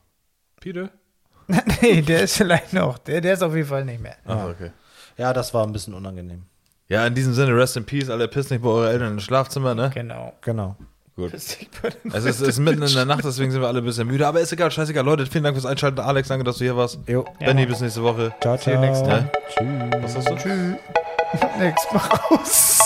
Speaker 3: Peter?
Speaker 2: nee, der ist vielleicht noch. Der, der ist auf jeden Fall nicht mehr.
Speaker 3: Ah, okay.
Speaker 4: Ja, das war ein bisschen unangenehm.
Speaker 3: Ja, in diesem Sinne, rest in peace, Alter, pisst nicht bei euren Eltern ins Schlafzimmer, ne?
Speaker 2: Genau.
Speaker 4: Genau.
Speaker 3: Gut. Es ist, es ist mitten in der Nacht, deswegen sind wir alle ein bisschen müde. Aber ist egal, scheißegal. Leute, vielen Dank fürs Einschalten. Alex, danke, dass du hier warst.
Speaker 4: Jo.
Speaker 3: Benny, bis nächste Woche.
Speaker 4: Ciao, ciao.
Speaker 2: See you next time.
Speaker 3: Was hast du? Tschüss.
Speaker 2: Nix, mach raus.